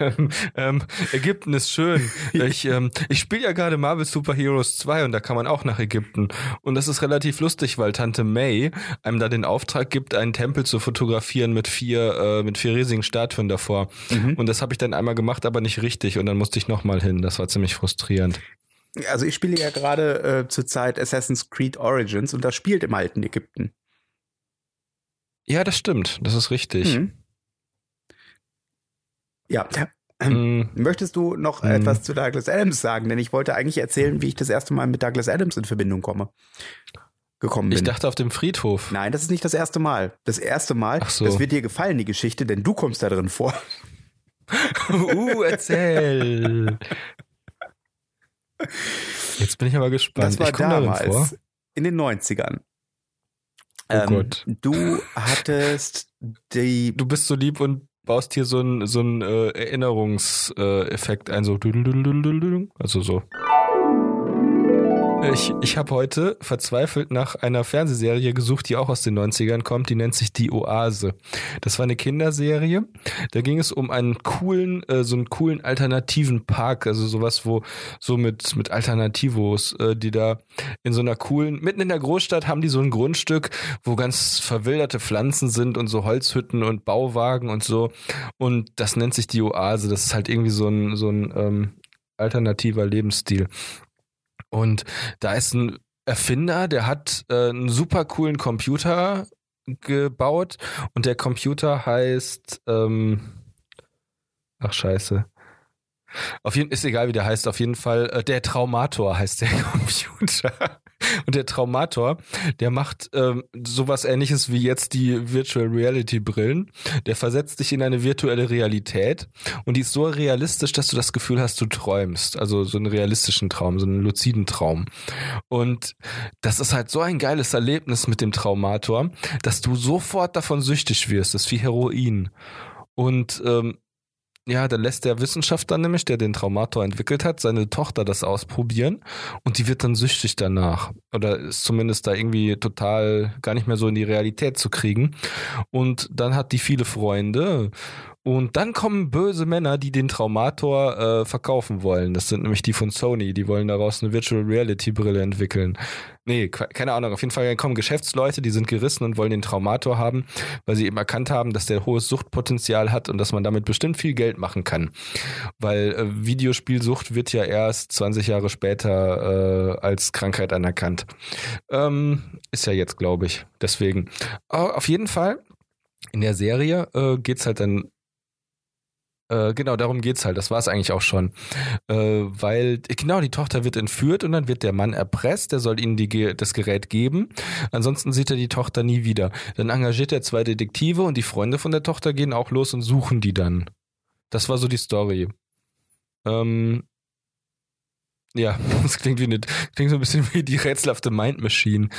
Speaker 1: ähm, ähm, Ägypten ist schön. Ich, ähm, ich spiele ja gerade Marvel Super Heroes 2 und da kann man auch nach Ägypten. Und das ist relativ lustig, weil Tante May einem da den Auftrag gibt, einen Tempel zu fotografieren mit vier, äh, mit vier riesigen Statuen davor. Und das habe ich dann einmal gemacht, aber nicht richtig. Und dann musste ich nochmal hin. Das war ziemlich frustrierend.
Speaker 2: Also ich spiele ja gerade äh, zurzeit Assassin's Creed Origins und das spielt im alten Ägypten.
Speaker 1: Ja, das stimmt. Das ist richtig.
Speaker 2: Mhm. Ja.
Speaker 1: Mm,
Speaker 2: Möchtest du noch
Speaker 1: Mhm.
Speaker 2: etwas zu Douglas Adams sagen? Denn ich wollte eigentlich erzählen, wie ich das erste Mal mit Douglas Adams in Verbindung komme. Gekommen bin.
Speaker 1: Ich dachte auf dem Friedhof.
Speaker 2: Nein, das ist nicht das erste Mal. Das erste Mal,
Speaker 1: Ach so.
Speaker 2: das wird dir gefallen, die Geschichte, denn du kommst da drin vor.
Speaker 1: Uh, erzähl. Jetzt bin ich aber gespannt.
Speaker 2: Das war
Speaker 1: ich komm darin vor.
Speaker 2: damals in den 90ern.
Speaker 1: Oh Gott.
Speaker 2: Du hattest die.
Speaker 1: Du bist so lieb und baust hier so einen so einen, äh, Erinnerungseffekt ein, so. düdelüdelüdelüdelüdel. Also so. Ich, ich habe heute verzweifelt nach einer Fernsehserie gesucht, die auch aus den 90ern kommt. Die nennt sich Die Oase. Das war eine Kinderserie. Da ging es um einen coolen, äh, so einen coolen alternativen Park. Also sowas, wo so mit, mit Alternativos, äh, die da in so einer coolen, mitten in der Großstadt haben die so ein Grundstück, wo ganz verwilderte Pflanzen sind und so Holzhütten und Bauwagen und so. Und das nennt sich die Oase. Das ist halt irgendwie so ein, so ein ähm, alternativer Lebensstil. Und da ist ein Erfinder, der hat äh, einen super coolen Computer gebaut und der Computer heißt, ähm, ach scheiße. Auf jeden, ist egal, wie der heißt, auf jeden Fall, äh, der Traumator heißt der Computer. Und der Traumator, der macht ähm, sowas ähnliches wie jetzt die Virtual Reality Brillen. Der versetzt dich in eine virtuelle Realität und die ist so realistisch, dass du das Gefühl hast, du träumst. Also so einen realistischen Traum, so einen luziden Traum. Und das ist halt so ein geiles Erlebnis mit dem Traumator, dass du sofort davon süchtig wirst. Das ist wie Heroin. Und ähm, ja, dann lässt der Wissenschaftler nämlich, der den Traumator entwickelt hat, seine Tochter das ausprobieren und die wird dann süchtig danach. Oder ist zumindest da irgendwie total gar nicht mehr so in die Realität zu kriegen. Und dann hat die viele Freunde und dann kommen böse Männer, die den Traumator äh, verkaufen wollen. Das sind nämlich die von Sony, die wollen daraus eine Virtual Reality Brille entwickeln. Nee, keine Ahnung, auf jeden Fall kommen Geschäftsleute, die sind gerissen und wollen den Traumator haben, weil sie eben erkannt haben, dass der hohes Suchtpotenzial hat und dass man damit bestimmt viel Geld machen kann. Weil äh, Videospielsucht wird ja erst 20 Jahre später äh, als Krankheit anerkannt. Ähm, ist ja jetzt, glaube ich. Deswegen. Aber auf jeden Fall, in der Serie äh, geht es halt dann. Äh, genau, darum geht's halt. Das war es eigentlich auch schon. Äh, weil, genau, die Tochter wird entführt und dann wird der Mann erpresst. Der soll ihnen die, das Gerät geben. Ansonsten sieht er die Tochter nie wieder. Dann engagiert er zwei Detektive und die Freunde von der Tochter gehen auch los und suchen die dann. Das war so die Story. Ähm, ja, das klingt wie eine, klingt so ein bisschen wie die rätselhafte Mind Machine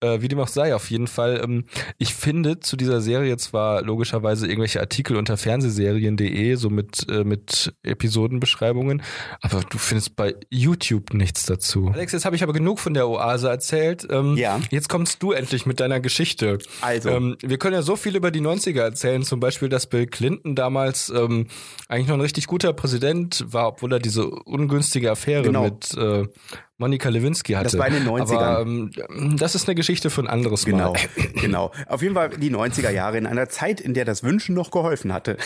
Speaker 1: Äh, wie dem auch sei, auf jeden Fall. ähm, ich finde zu dieser Serie zwar logischerweise irgendwelche Artikel unter fernsehserien.de, so mit, äh, mit Episodenbeschreibungen, aber du findest bei YouTube nichts dazu. Alex, jetzt habe ich aber genug von der Oase erzählt. Ähm,
Speaker 2: ja.
Speaker 1: Jetzt kommst du endlich mit deiner Geschichte. Ähm,
Speaker 2: Also.
Speaker 1: wir können ja so viel über die 90er erzählen, zum Beispiel, dass Bill Clinton damals ähm, eigentlich noch ein richtig guter Präsident war, obwohl er diese ungünstige Affäre
Speaker 2: Genau.
Speaker 1: mit äh, Monika Lewinsky hatte.
Speaker 2: war in den 90ern.
Speaker 1: Aber, ähm, das ist eine Geschichte für ein anderes
Speaker 2: Genau,
Speaker 1: Mal.
Speaker 2: genau. Auf jeden Fall die 90er Jahre in einer Zeit, in der das Wünschen noch geholfen hatte.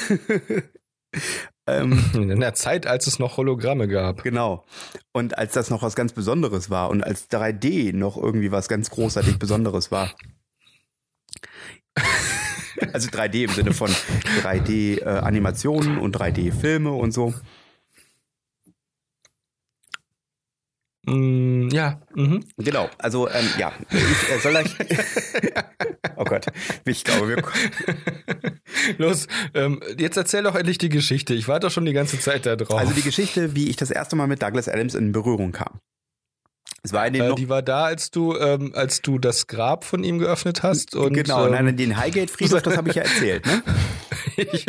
Speaker 2: ähm,
Speaker 1: In der Zeit, als es noch Hologramme gab.
Speaker 2: genau. Und als das noch was ganz Besonderes war und als 3D noch irgendwie was ganz großartig Besonderes war. Also 3D im Sinne von 3D-Animationen und 3D-Filme und so.
Speaker 1: Mm, ja. Mhm.
Speaker 2: Genau, also ähm, ja, ich, äh, soll ich. oh Gott, ich glaube, wir,
Speaker 1: Los, ähm, jetzt erzähl doch endlich die Geschichte. Ich warte doch schon die ganze Zeit da drauf.
Speaker 2: Also die Geschichte, wie ich das erste Mal mit Douglas Adams in Berührung kam. Es war in den
Speaker 1: äh,
Speaker 2: noch,
Speaker 1: die war da, als du, ähm, als du das Grab von ihm geöffnet hast. Und,
Speaker 2: genau,
Speaker 1: ähm,
Speaker 2: nein, nein, den Highgate-Friedhof, das habe ich ja erzählt. Ne?
Speaker 1: Ich-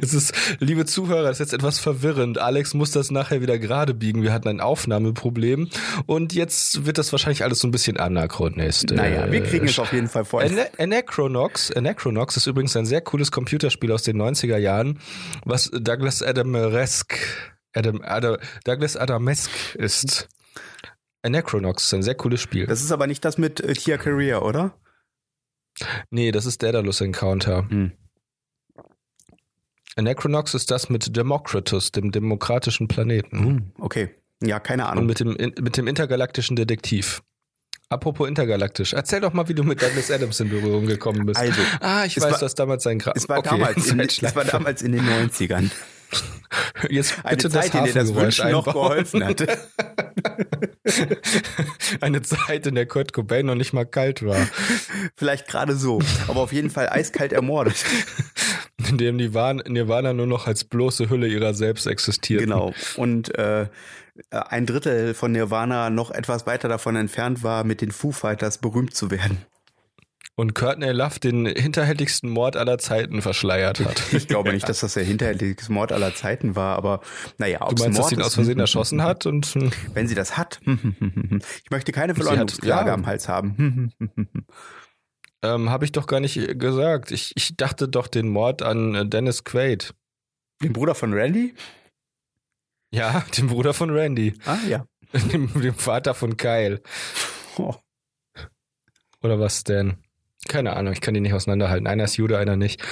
Speaker 1: Es ist, liebe Zuhörer, das ist jetzt etwas verwirrend. Alex muss das nachher wieder gerade biegen. Wir hatten ein Aufnahmeproblem und jetzt wird das wahrscheinlich alles so ein bisschen anachronistisch.
Speaker 2: Naja, wir kriegen
Speaker 1: äh,
Speaker 2: es auf jeden Fall voll.
Speaker 1: Ana- Anachronox, Anachronox ist übrigens ein sehr cooles Computerspiel aus den 90er Jahren, was Douglas Adameresk, Adam, Adam, Douglas Adamesk ist. Anachronox ist ein sehr cooles Spiel.
Speaker 2: Das ist aber nicht das mit äh, Tia Career, oder?
Speaker 1: nee, das ist Daedalus Encounter.
Speaker 2: Hm.
Speaker 1: Anachronox ist das mit Democritus, dem demokratischen Planeten.
Speaker 2: Hm. Okay, ja, keine
Speaker 1: Hm. Und
Speaker 2: Ahnung.
Speaker 1: mit dem, in, mit dem intergalaktischen Detektiv. Apropos intergalaktisch, erzähl doch mal, wie du mit Douglas Adams in Berührung gekommen bist.
Speaker 2: Also,
Speaker 1: ah, ich
Speaker 2: es
Speaker 1: weiß,
Speaker 2: war-
Speaker 1: du hast damals sein Grab.
Speaker 2: Es war, damals in, es war damals in den 90ern.
Speaker 1: Jetzt
Speaker 2: Eine
Speaker 1: bitte das
Speaker 2: Zeit, in der das
Speaker 1: Hafengeräusch
Speaker 2: Wünschen noch
Speaker 1: einbauen.
Speaker 2: geholfen hatte.
Speaker 1: Eine Zeit, in der Kurt Cobain noch nicht mal kalt war,
Speaker 2: Vielleicht gerade so, aber auf jeden Fall eiskalt ermordet.
Speaker 1: in dem Nirvana, Nirvana nur noch als bloße Hülle ihrer selbst existiert.
Speaker 2: Genau. Und äh, ein Drittel von Nirvana noch etwas weiter davon entfernt war, mit den Foo Fighters berühmt zu werden.
Speaker 1: und Courtney Love den hinterhältigsten Mord aller Zeiten verschleiert hat.
Speaker 2: Ich glaube nicht, dass das der hinterhältigste Mord aller Zeiten war, aber naja,
Speaker 1: Du
Speaker 2: ob's
Speaker 1: meinst, dass
Speaker 2: Mord
Speaker 1: sie ihn
Speaker 2: ist,
Speaker 1: aus Versehen erschossen hat und hm,
Speaker 2: Wenn sie das hat, Hm, ich möchte keine Verleumdungsklage
Speaker 1: ja.
Speaker 2: am Hals haben. Hm,
Speaker 1: ähm, habe ich doch gar nicht äh, gesagt. Ich, ich dachte doch den Mord an äh, Dennis Quaid.
Speaker 2: Den Bruder von Randy?
Speaker 1: Ja, dem Bruder von Randy,
Speaker 2: Ah, ja.
Speaker 1: dem, dem Vater von Kyle.
Speaker 2: Oh.
Speaker 1: Oder was denn? Keine Ahnung, ich kann die nicht auseinanderhalten. Einer ist Jude, einer nicht.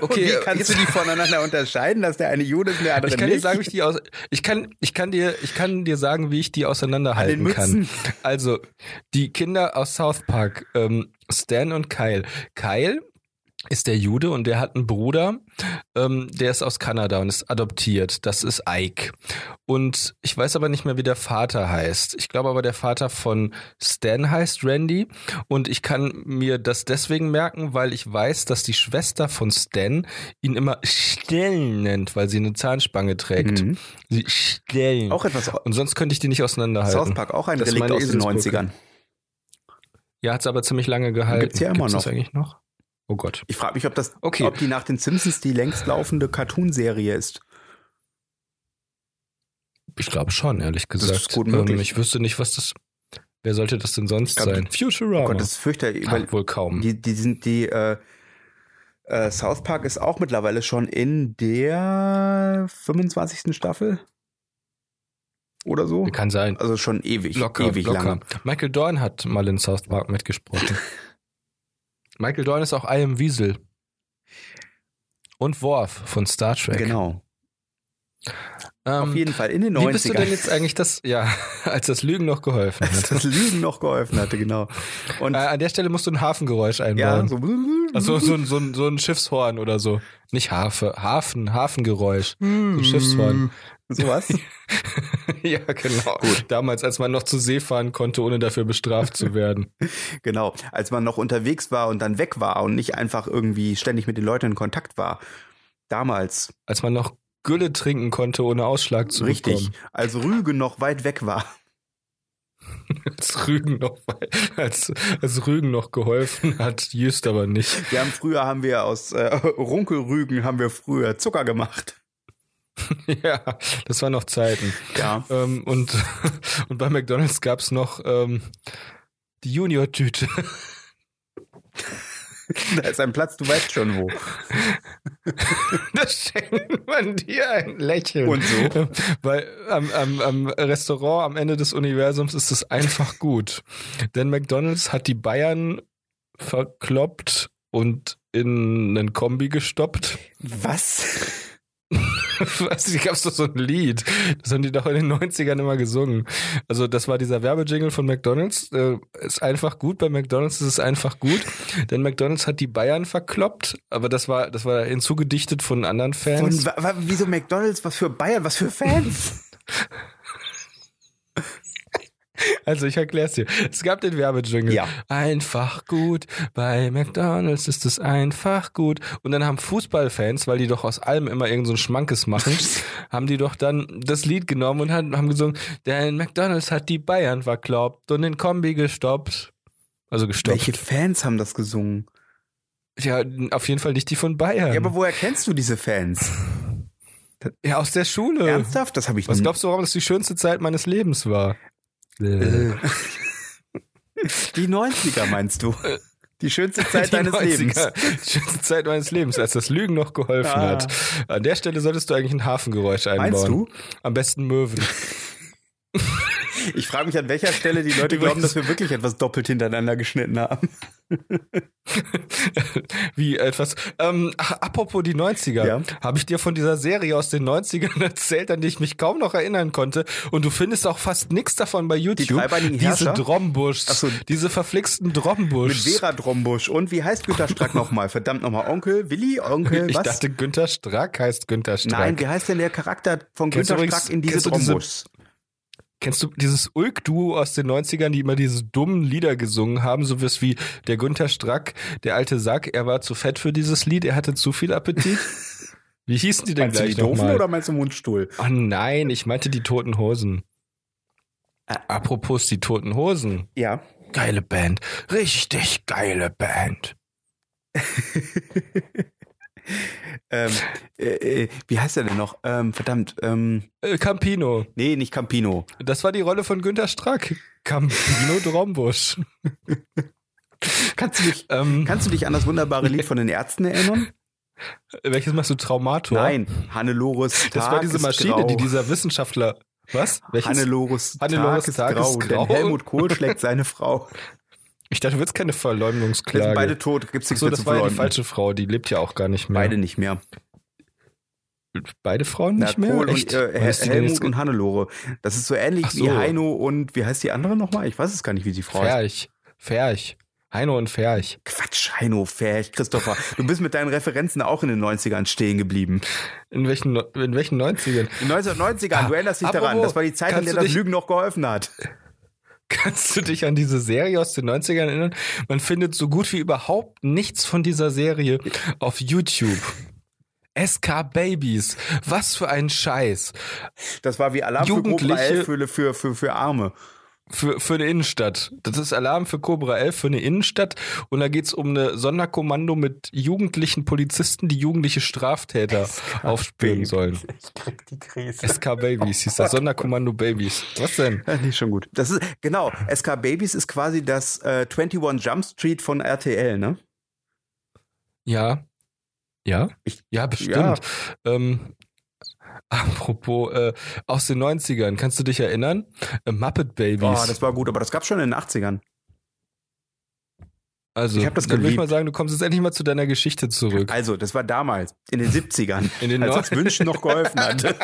Speaker 1: Okay, äh,
Speaker 2: Wie kannst
Speaker 1: jetzt-
Speaker 2: du die voneinander unterscheiden, dass der eine Jude ist und der andere
Speaker 1: Ich kann
Speaker 2: nicht?
Speaker 1: dir sagen, wie ich die aus ich kann ich kann dir ich kann dir sagen, wie ich die
Speaker 2: An den
Speaker 1: auseinanderhalten kann.
Speaker 2: Mützen.
Speaker 1: Also, die Kinder aus South Park, ähm, Stan und Kyle. Kyle ist der Jude und der hat einen Bruder, ähm, der ist aus Kanada und ist adoptiert. Das ist Ike. Und ich weiß aber nicht mehr, wie der Vater heißt. Ich glaube aber, der Vater von Stan heißt Randy. Und ich kann mir das deswegen merken, weil ich weiß, dass die Schwester von Stan ihn immer Stellen nennt, weil sie eine Zahnspange trägt.
Speaker 2: Mhm.
Speaker 1: Sie Stellen.
Speaker 2: Auch etwas
Speaker 1: und sonst könnte ich die nicht auseinanderhalten.
Speaker 2: South Park, auch ein
Speaker 1: Das ist
Speaker 2: Relikt
Speaker 1: meine
Speaker 2: aus den
Speaker 1: Eselsbrücke.
Speaker 2: 90ern.
Speaker 1: Ja, hat's aber ziemlich lange gehalten.
Speaker 2: Gibt's ja immer
Speaker 1: Gibt's Das
Speaker 2: noch.
Speaker 1: eigentlich noch? Oh Gott.
Speaker 2: Ich frage mich, ob das,
Speaker 1: Okay.
Speaker 2: ob die nach den Simpsons die längst laufende Cartoon-Serie ist.
Speaker 1: Ich glaube schon, ehrlich
Speaker 2: ist
Speaker 1: gesagt.
Speaker 2: gut möglich.
Speaker 1: Ähm, ich wüsste nicht, was das. Wer sollte das denn sonst
Speaker 2: glaub,
Speaker 1: sein? Futurama.
Speaker 2: Oh Gott, das ist fürchterlich.
Speaker 1: Ach,
Speaker 2: Weil
Speaker 1: wohl kaum.
Speaker 2: die, die sind die äh, äh, South Park ist auch mittlerweile schon in der 25. Staffel oder so.
Speaker 1: Kann sein.
Speaker 2: Also schon ewig,
Speaker 1: Locker,
Speaker 2: ewig
Speaker 1: locker.
Speaker 2: lang.
Speaker 1: Michael Dorn hat mal in South Park mitgesprochen. Michael Dorn ist auch I am Wiesel. Und Worf von Star Trek.
Speaker 2: Genau.
Speaker 1: Ähm,
Speaker 2: Auf jeden Fall in den
Speaker 1: wie bist du denn
Speaker 2: 90ern.
Speaker 1: jetzt eigentlich das, ja, als das Lügen noch geholfen hat?
Speaker 2: Als das Lügen noch geholfen hatte, genau. Und
Speaker 1: Äh, an der Stelle musst du ein Hafengeräusch einbauen.
Speaker 2: ja, so,
Speaker 1: Also so, ein- so, ein- so ein Schiffshorn oder so. Nicht Harfe, Hafen, Hafengeräusch.
Speaker 2: ein
Speaker 1: Schiffshorn.
Speaker 2: Sowas.
Speaker 1: ja, genau. Damals, als man noch zur See fahren konnte, ohne dafür bestraft zu werden.
Speaker 2: Genau, als man noch unterwegs war und dann weg war und nicht einfach irgendwie ständig mit den Leuten in Kontakt war. Damals,
Speaker 1: Als man noch Gülle trinken konnte, ohne Ausschlag zu
Speaker 2: richtig,
Speaker 1: bekommen.
Speaker 2: als Rügen noch weit weg war.
Speaker 1: Als Rügen noch, als, als Rügen noch geholfen hat, jüst aber nicht.
Speaker 2: Wir haben früher haben wir aus äh, Runkelrügen haben wir früher Zucker gemacht.
Speaker 1: ja, das waren noch Zeiten.
Speaker 2: Ja.
Speaker 1: Ähm, und, und bei McDonalds gab es noch ähm, die Junior-Tüte.
Speaker 2: Da ist ein Platz, du weißt schon wo.
Speaker 1: Da schenkt man dir ein Lächeln.
Speaker 2: Und so.
Speaker 1: Weil am, am, am Restaurant am Ende des Universums ist es einfach gut. Denn McDonalds hat die Bayern verkloppt und in einen Kombi gestoppt.
Speaker 2: Was?
Speaker 1: Weißt du, gab es doch so ein Lied. Das haben die doch in den 90ern immer gesungen. Also, das war dieser Werbejingle von McDonalds. Äh, ist einfach gut. Bei McDonalds ist es einfach gut. Denn McDonalds hat die Bayern verkloppt. Aber das war, das war hinzugedichtet von anderen Fans.
Speaker 2: Und wa wa wieso McDonalds? Was für Bayern? Was für Fans?
Speaker 1: Also ich erklär's dir. Es gab den Werbejingle.
Speaker 2: Ja.
Speaker 1: Einfach gut. Bei McDonalds ist es einfach gut. Und dann haben Fußballfans, weil die doch aus allem immer irgend so ein Schmankes machen, haben die doch dann das Lied genommen und haben, haben gesungen, denn McDonalds hat die Bayern verkloppt und den Kombi gestoppt. Also gestoppt.
Speaker 2: Welche Fans haben das gesungen?
Speaker 1: Ja, auf jeden Fall nicht die von Bayern.
Speaker 2: Ja, aber woher kennst du diese Fans?
Speaker 1: Ja, aus der
Speaker 2: Äh.
Speaker 1: Schule.
Speaker 2: Ernsthaft? Das habe ich
Speaker 1: Was
Speaker 2: nie-
Speaker 1: glaubst du, warum das die schönste Zeit meines Lebens war?
Speaker 2: Äh. Die 90er meinst du? Äh. Die schönste Zeit
Speaker 1: Die
Speaker 2: deines
Speaker 1: 90er.
Speaker 2: Lebens.
Speaker 1: Die schönste Zeit meines Lebens, als das Lügen noch geholfen
Speaker 2: Ah.
Speaker 1: hat. An der Stelle solltest du eigentlich ein Hafengeräusch einbauen.
Speaker 2: Meinst du?
Speaker 1: Am besten Möwen.
Speaker 2: Ich frage mich, an welcher Stelle die Leute
Speaker 1: Übrigens-
Speaker 2: glauben, dass wir wirklich etwas doppelt hintereinander geschnitten haben.
Speaker 1: Wie etwas. Ähm, ach, apropos die 90er.
Speaker 2: Ja.
Speaker 1: Habe ich dir von dieser Serie aus den 90ern erzählt, an die ich mich kaum noch erinnern konnte. Und du findest auch fast nichts davon bei YouTube.
Speaker 2: dreibeinigen
Speaker 1: diese
Speaker 2: Herrscher?
Speaker 1: Drombuschs.
Speaker 2: Ach so.
Speaker 1: Diese verflixten
Speaker 2: Mit
Speaker 1: Drombuschs.
Speaker 2: Vera Drombusch und wie heißt Günter Strack nochmal? Verdammt nochmal, Onkel, Willi, Onkel,
Speaker 1: ich
Speaker 2: was?
Speaker 1: dachte, Günther Strack heißt Günther Strack.
Speaker 2: Nein, wie heißt denn der Charakter von
Speaker 1: Kennst
Speaker 2: Günter
Speaker 1: du übrigens-
Speaker 2: Strack in diese
Speaker 1: kennst du diese-
Speaker 2: Drombuschs?
Speaker 1: Kennst du dieses Ulk-Duo aus den 90ern, die immer diese dummen Lieder gesungen haben? So was wie der Günther Strack, der alte Sack, er war zu fett für dieses Lied, er hatte zu viel Appetit. Wie hießen die denn
Speaker 2: Meinst du die
Speaker 1: gleich
Speaker 2: Doofen oder
Speaker 1: nochmal?
Speaker 2: meinst du Mundstuhl?
Speaker 1: Oh nein, ich meinte die Toten Hosen.
Speaker 2: Ä-
Speaker 1: Apropos die Toten Hosen.
Speaker 2: Ja.
Speaker 1: geile Band. Richtig geile Band.
Speaker 2: ähm, äh, äh, wie heißt er denn noch? Ähm, verdammt. Ähm,
Speaker 1: Äh, Campino.
Speaker 2: nee, nicht Campino.
Speaker 1: Das war die Rolle von Günter Strack. Campino Drombusch.
Speaker 2: Kannst du dich,
Speaker 1: Ähm,
Speaker 2: kannst du dich an das wunderbare Lied von den Ärzten erinnern?
Speaker 1: welches machst du? Traumator?
Speaker 2: Nein, Hannelores Tag
Speaker 1: Das war diese
Speaker 2: ist
Speaker 1: Maschine,
Speaker 2: grau.
Speaker 1: die dieser Wissenschaftler. Was? Welches?
Speaker 2: Hannelores,
Speaker 1: Hannelores
Speaker 2: Tag, ist,
Speaker 1: Tag
Speaker 2: grau,
Speaker 1: ist grau.
Speaker 2: denn Helmut Kohl schlägt seine Frau.
Speaker 1: Ich dachte, du willst keine
Speaker 2: Wir sind
Speaker 1: Verleumdungsklage.
Speaker 2: beide tot, gibt's nichts
Speaker 1: so,
Speaker 2: mehr
Speaker 1: das
Speaker 2: zu
Speaker 1: war ja die
Speaker 2: verleumden.
Speaker 1: falsche Frau, die lebt ja auch gar nicht mehr.
Speaker 2: Beide nicht mehr.
Speaker 1: Beide Frauen
Speaker 2: Na,
Speaker 1: nicht mehr?
Speaker 2: Kohl
Speaker 1: Echt?
Speaker 2: und äh,
Speaker 1: Wann ist die
Speaker 2: Hel-
Speaker 1: denn jetzt
Speaker 2: Helmut
Speaker 1: ge-
Speaker 2: und Hannelore. Das ist so ähnlich
Speaker 1: Ach
Speaker 2: wie
Speaker 1: so.
Speaker 2: Heino und wie heißt die andere nochmal? Ich weiß es gar nicht, wie die Frau heißt.
Speaker 1: Ferch. Ferch. Heino und Ferch.
Speaker 2: Quatsch, Heino, Ferch, Christopher. Du bist mit deinen Referenzen auch in den 90ern stehen geblieben.
Speaker 1: In welchen, in welchen 90ern?
Speaker 2: In den 1990ern, du erinnerst dich
Speaker 1: Ah, apropos,
Speaker 2: daran. Das war die Zeit, in
Speaker 1: kannst
Speaker 2: der
Speaker 1: du
Speaker 2: das
Speaker 1: dich-
Speaker 2: Lügen noch geholfen hat.
Speaker 1: Kannst du dich an diese Serie aus den 90ern erinnern? Man findet so gut wie überhaupt nichts von dieser Serie auf YouTube. SK Babies. Was für ein Scheiß.
Speaker 2: Das war wie Alarm für Cobra
Speaker 1: Jugendliche-
Speaker 2: 11 für, für, für, für Arme.
Speaker 1: Für, für eine Innenstadt. Das ist Alarm für Cobra 11 für eine Innenstadt. Und da geht's um eine Sonderkommando mit jugendlichen Polizisten, die jugendliche Straftäter aufspüren sollen.
Speaker 2: Ich krieg die Krise.
Speaker 1: SK Babies
Speaker 2: Oh
Speaker 1: hieß das. Sonderkommando Babies. Was denn?
Speaker 2: Das ist schon gut. Das ist, genau, SK Babies ist quasi das äh, 21 Jump Street von RTL, ne?
Speaker 1: Ja. Ja?
Speaker 2: Ich-
Speaker 1: ja, bestimmt. Ähm, apropos, äh, aus den 90ern, kannst du dich erinnern? Äh, Muppet Babies.
Speaker 2: Boah, das war gut, aber das gab's schon in den 80ern.
Speaker 1: also,
Speaker 2: ich hab das
Speaker 1: dann würde ich
Speaker 2: geliebt.
Speaker 1: mal sagen, du kommst jetzt endlich mal zu deiner Geschichte zurück.
Speaker 2: Also, das war damals, in den 70ern.
Speaker 1: In den
Speaker 2: als
Speaker 1: Neu-
Speaker 2: das Wünschen noch geholfen hatte.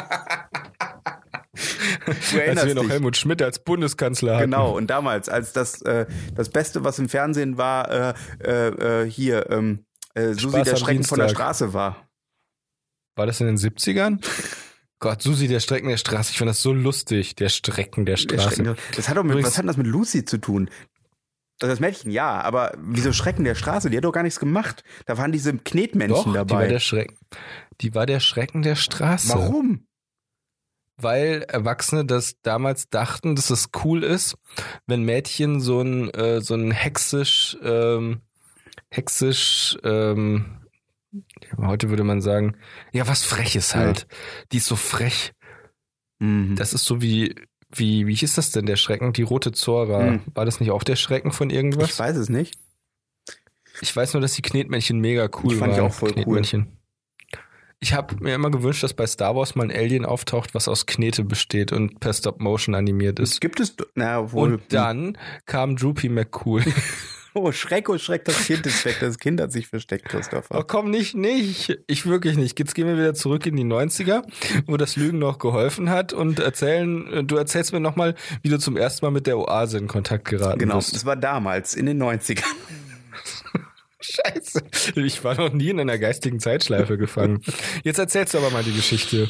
Speaker 2: Du
Speaker 1: als
Speaker 2: erinnerst
Speaker 1: wir noch
Speaker 2: dich.
Speaker 1: Helmut Schmidt als Bundeskanzler hatten.
Speaker 2: Genau, und damals, als das, äh, das Beste, was im Fernsehen war, äh, äh, hier, ähm, äh, Susi
Speaker 1: Spaß
Speaker 2: der
Speaker 1: am
Speaker 2: Schrecken von der
Speaker 1: Dienstag.
Speaker 2: Straße war.
Speaker 1: War das in den 70ern? Gott, Susi, der Strecken der Straße. Ich fand das so lustig. Der Strecken der
Speaker 2: Der
Speaker 1: Straße.
Speaker 2: Schrecken, das hat doch mit,
Speaker 1: Übrigens-
Speaker 2: was hat denn das mit Lucy zu tun? Also Das Mädchen, ja, aber wieso Schrecken der Straße? Die hat doch gar nichts gemacht. Da waren diese
Speaker 1: Doch,
Speaker 2: Knetmännchen
Speaker 1: die war der
Speaker 2: dabei.
Speaker 1: Schrecken. Die war der Schrecken der Straße.
Speaker 2: Warum?
Speaker 1: weil Erwachsene das damals dachten, dass es cool ist, wenn Mädchen so ein äh, so ein hexisch ähm, hexisch ähm, heute würde man sagen ja was freches halt, die ist so frech.
Speaker 2: Mhm.
Speaker 1: Das ist so wie wie wie hieß das denn der Schrecken? Die rote Zora
Speaker 2: Mhm.
Speaker 1: war das nicht auch der Schrecken von irgendwas?
Speaker 2: Ich weiß es nicht.
Speaker 1: Ich weiß nur, dass die Knetmännchen mega cool
Speaker 2: Die
Speaker 1: waren.
Speaker 2: fand ich auch voll cool.
Speaker 1: Knetmännchen. Ich habe mir immer gewünscht, dass bei Star Wars mal ein Alien auftaucht, was aus Knete besteht und per Stop Motion animiert ist.
Speaker 2: Gibt es, na wohl.
Speaker 1: Und dann kam Droopy McCool.
Speaker 2: Oh, Schreck, oh Schreck, das Kind ist weg. Das Kind hat sich versteckt,
Speaker 1: Oh
Speaker 2: Christopher.
Speaker 1: komm, nicht, nicht. Ich wirklich nicht. Jetzt gehen wir wieder zurück in die 90er, wo das Lügen noch geholfen hat und erzählen, du erzählst mir nochmal, wie du zum ersten Mal mit der Oase in Kontakt geraten
Speaker 2: Genau,
Speaker 1: bist.
Speaker 2: das war damals, in den 90ern.
Speaker 1: Scheiße. Ich war noch nie in einer geistigen Zeitschleife gefangen. Jetzt erzählst du aber mal die Geschichte.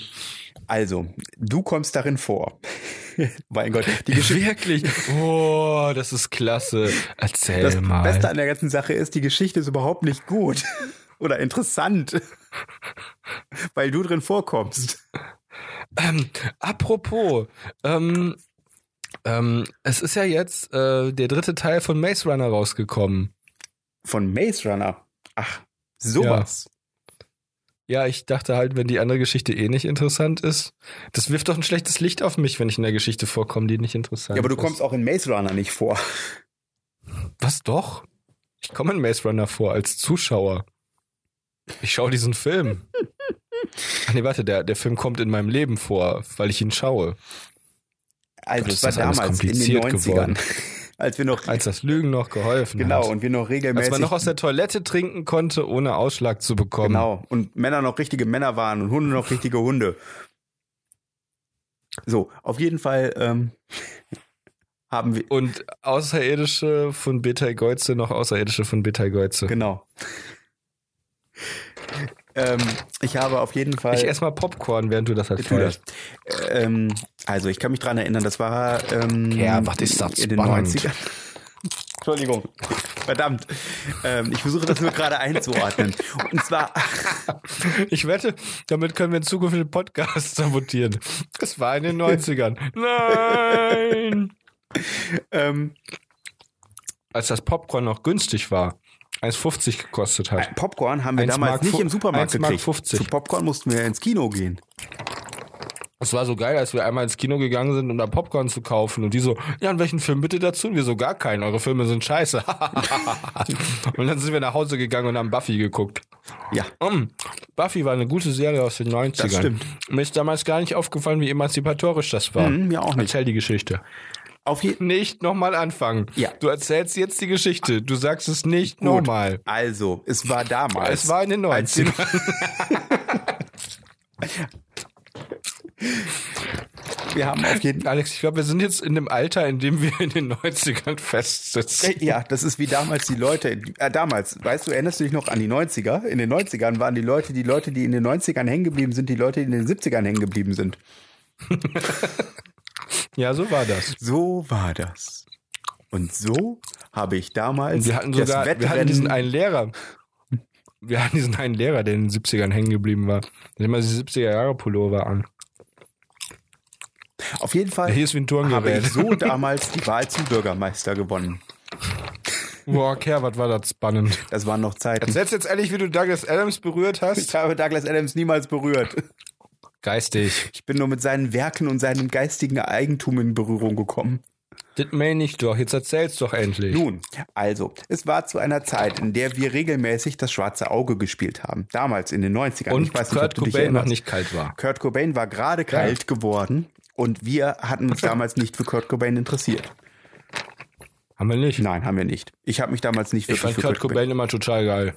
Speaker 2: Also, du kommst darin vor. mein Gott, die Geschichte.
Speaker 1: Wirklich? Oh, das ist klasse. Erzähl
Speaker 2: Das
Speaker 1: mal.
Speaker 2: Beste an der ganzen Sache ist, die Geschichte ist überhaupt nicht gut oder interessant, weil du drin vorkommst.
Speaker 1: Ähm, apropos, ähm, ähm, es ist ja jetzt äh, der dritte Teil von Maze Runner rausgekommen.
Speaker 2: Von Maze Runner. Ach, sowas.
Speaker 1: Ja, ich dachte halt, wenn die andere Geschichte eh nicht interessant ist, das wirft doch ein schlechtes Licht auf mich, wenn ich in der Geschichte vorkomme, die nicht interessant
Speaker 2: Ja,
Speaker 1: ist.
Speaker 2: aber du kommst auch in Maze Runner nicht vor.
Speaker 1: Was doch? Ich komme in Maze Runner vor als Zuschauer. Ich schaue diesen Film. Ach nee, warte, der, der Film kommt in meinem Leben vor, weil ich ihn schaue.
Speaker 2: Also,
Speaker 1: Gott,
Speaker 2: es
Speaker 1: ist
Speaker 2: war
Speaker 1: das alles
Speaker 2: damals in den
Speaker 1: kompliziert
Speaker 2: 90ern,
Speaker 1: geworden.
Speaker 2: als wir noch
Speaker 1: Als das Lügen noch geholfen hat.
Speaker 2: genau und wir noch
Speaker 1: Als
Speaker 2: regelmäßig
Speaker 1: man noch aus der Toilette trinken konnte, ohne Ausschlag zu bekommen.
Speaker 2: Genau. Und Männer noch richtige Männer waren und Hunde noch richtige Hunde. So, auf jeden Fall ähm, haben wir.
Speaker 1: Und Außerirdische von Betelgeuse noch Außerirdische von Betelgeuse.
Speaker 2: Genau. ähm, ich habe auf jeden Fall.
Speaker 1: Ich esse mal Popcorn, während du das halt
Speaker 2: Tu das.
Speaker 1: erzählst.
Speaker 2: Ähm, also, ich kann mich dran erinnern, das war ähm,
Speaker 1: Ja, was ist das
Speaker 2: in den
Speaker 1: spannend.
Speaker 2: 90ern. Entschuldigung. Verdammt. Ähm, ich versuche das nur gerade einzuordnen. Und zwar
Speaker 1: Ich wette, damit können wir in Zukunft den Podcast sabotieren. Das war in den 90ern. Nein!
Speaker 2: Ähm,
Speaker 1: als das Popcorn noch günstig war, 1,50 gekostet hat.
Speaker 2: Ein Popcorn haben wir
Speaker 1: 1
Speaker 2: damals
Speaker 1: Mark
Speaker 2: nicht
Speaker 1: fu-
Speaker 2: im Supermarkt
Speaker 1: 1 Mark
Speaker 2: gekriegt.
Speaker 1: 50.
Speaker 2: Zu Popcorn mussten wir ins Kino gehen.
Speaker 1: Es war so geil, als wir einmal ins Kino gegangen sind, um da Popcorn zu kaufen. Und die so, ja, und welchen Film bitte dazu? Und wir so, gar keinen. Eure Filme sind scheiße. und dann sind wir nach Hause gegangen und haben Buffy geguckt.
Speaker 2: Ja.
Speaker 1: Mm, Buffy war eine gute Serie aus den 90ern.
Speaker 2: Das stimmt.
Speaker 1: Mir ist damals gar nicht aufgefallen, wie emanzipatorisch das war.
Speaker 2: Mhm, mir auch nicht.
Speaker 1: Erzähl die Geschichte.
Speaker 2: Auf jeden
Speaker 1: Nicht nochmal anfangen.
Speaker 2: Ja.
Speaker 1: Du erzählst jetzt die Geschichte. Du sagst es nicht nochmal.
Speaker 2: Also, es war damals.
Speaker 1: Es war in den
Speaker 2: als die-
Speaker 1: 90ern.
Speaker 2: Wir haben auf jeden
Speaker 1: Alex, ich glaube, wir sind jetzt in dem Alter, in dem wir in den 90ern festsitzen.
Speaker 2: Ja, das ist wie damals die Leute, äh, damals, weißt du, erinnerst du dich noch an die 90er? In den 90ern waren die Leute, die Leute, die in den 90ern hängen geblieben sind, die Leute, die in den 70ern hängen geblieben sind.
Speaker 1: Ja, so war das.
Speaker 2: So war das. Und so habe ich damals
Speaker 1: Wir hatten sogar
Speaker 2: das
Speaker 1: wir hatten diesen
Speaker 2: Wettrennen.
Speaker 1: einen Lehrer. Wir hatten diesen einen Lehrer, der in den 70ern hängen geblieben war. Der hat immer diese 70er-Jahre-Pullover an.
Speaker 2: Auf jeden Fall
Speaker 1: Der hier ist wie ein
Speaker 2: habe
Speaker 1: Turngerät.
Speaker 2: ich so damals die Wahl zum Bürgermeister gewonnen.
Speaker 1: Boah, Kerr, was war das spannend.
Speaker 2: Das waren noch Zeiten.
Speaker 1: Setz jetzt ehrlich, wie du Douglas Adams berührt hast.
Speaker 2: Ich habe Douglas Adams niemals berührt.
Speaker 1: Geistig.
Speaker 2: Ich bin nur mit seinen Werken und seinem geistigen Eigentum in Berührung gekommen.
Speaker 1: Das meine ich doch. Jetzt erzähl's doch endlich.
Speaker 2: Nun, also, es war zu einer Zeit, in der wir regelmäßig das schwarze Auge gespielt haben. Damals in den 90ern.
Speaker 1: Und
Speaker 2: ich weiß nicht, ob
Speaker 1: Kurt
Speaker 2: du dich
Speaker 1: Cobain noch
Speaker 2: erinnerst.
Speaker 1: nicht kalt war.
Speaker 2: Kurt Cobain war gerade kalt geworden und wir hatten uns damals nicht für Kurt Cobain interessiert.
Speaker 1: Haben wir nicht.
Speaker 2: Nein, haben wir nicht. Ich habe mich damals nicht
Speaker 1: ich
Speaker 2: wirklich
Speaker 1: fand
Speaker 2: für
Speaker 1: Kurt Cobain immer total geil.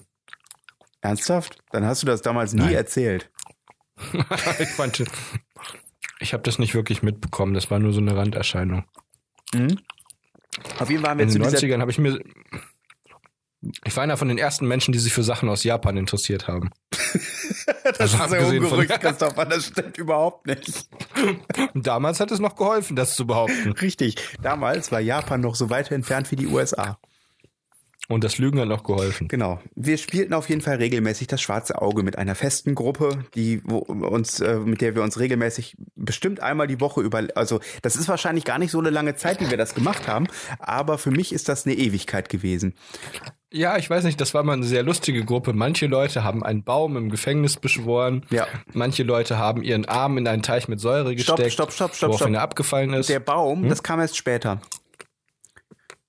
Speaker 2: Ernsthaft? Dann hast du das damals nie erzählt.
Speaker 1: ich fand... Ich habe das nicht wirklich mitbekommen. Das war nur so eine Randerscheinung.
Speaker 2: Auf jeden Fall haben wir
Speaker 1: In
Speaker 2: zu
Speaker 1: den
Speaker 2: dieser
Speaker 1: 90ern habe ich mir. Ich war einer von den ersten Menschen, die sich für Sachen aus Japan interessiert haben.
Speaker 2: Das
Speaker 1: Also
Speaker 2: ist ja
Speaker 1: abgesehen von-
Speaker 2: ungerückt, Christopher. Das stimmt überhaupt nicht.
Speaker 1: Und damals hat es noch geholfen, das zu behaupten.
Speaker 2: Richtig. Damals war Japan noch so weit entfernt wie die USA.
Speaker 1: Und das Lügen hat noch geholfen.
Speaker 2: Genau. Wir spielten auf jeden Fall regelmäßig das schwarze Auge mit einer festen Gruppe, die wo, uns, äh, mit der wir uns regelmäßig bestimmt einmal die Woche über. Also das ist wahrscheinlich gar nicht so eine lange Zeit, wie wir das gemacht haben, aber für mich ist das eine Ewigkeit gewesen.
Speaker 1: Ja, ich weiß nicht, das war mal eine sehr lustige Gruppe. Manche Leute haben einen Baum im Gefängnis beschworen.
Speaker 2: Ja.
Speaker 1: Manche Leute haben ihren Arm in einen Teich mit Säure
Speaker 2: Stopp,
Speaker 1: gesteckt.
Speaker 2: stopp, stopp, stopp,
Speaker 1: Woraufhin
Speaker 2: stopp.
Speaker 1: er abgefallen ist.
Speaker 2: Der Baum, das kam erst später.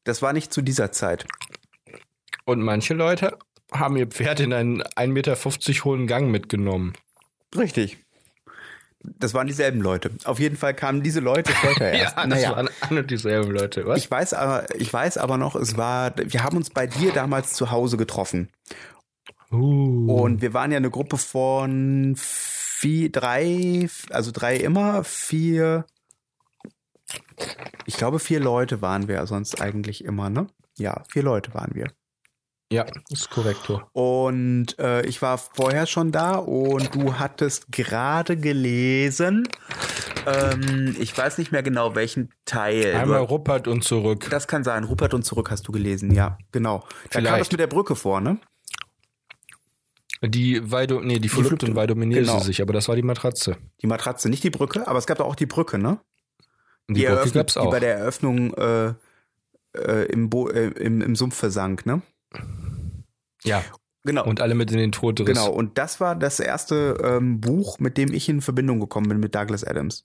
Speaker 2: Das war nicht zu dieser Zeit.
Speaker 1: Und manche Leute haben ihr Pferd in einen 1,50 Meter hohen Gang mitgenommen.
Speaker 2: Richtig. Das waren dieselben Leute. Auf jeden Fall kamen diese Leute später erst.
Speaker 1: Also das waren an und dieselben Leute, was?
Speaker 2: Ich weiß aber, ich weiß aber noch, es war, wir haben uns bei dir damals zu Hause getroffen.
Speaker 1: uh.
Speaker 2: Und wir waren ja eine Gruppe von vier, drei, also drei immer, vier, ich glaube vier Leute waren wir sonst eigentlich immer, ne? Ja, vier Leute waren wir.
Speaker 1: Ja, ist korrekt. Tor.
Speaker 2: Und äh, ich war vorher schon da und du hattest gerade gelesen, ähm, ich weiß nicht mehr genau welchen Teil.
Speaker 1: Einmal
Speaker 2: Du-
Speaker 1: Ruppert und zurück.
Speaker 2: Das kann sein. Rupert und zurück hast du gelesen, ja, genau. Da kam
Speaker 1: Vielleicht.
Speaker 2: das mit der Brücke vor, ne?
Speaker 1: Die Weido, nee, die verlobte
Speaker 2: Verlobte,
Speaker 1: und Weidominierte
Speaker 2: genau.
Speaker 1: sich, aber das war die Matratze.
Speaker 2: Die Matratze, nicht die Brücke, aber es gab doch auch die Brücke, ne?
Speaker 1: Und
Speaker 2: Die,
Speaker 1: die Brücke
Speaker 2: eröffnet,
Speaker 1: gab's
Speaker 2: die
Speaker 1: auch.
Speaker 2: bei der Eröffnung äh, äh, im, Bo äh, im, im Sumpf versank, ne?
Speaker 1: ja,
Speaker 2: Genau.
Speaker 1: und alle mit in den Todriss.
Speaker 2: genau. Und das war das erste ähm, Buch, mit dem ich in Verbindung gekommen bin mit Douglas Adams.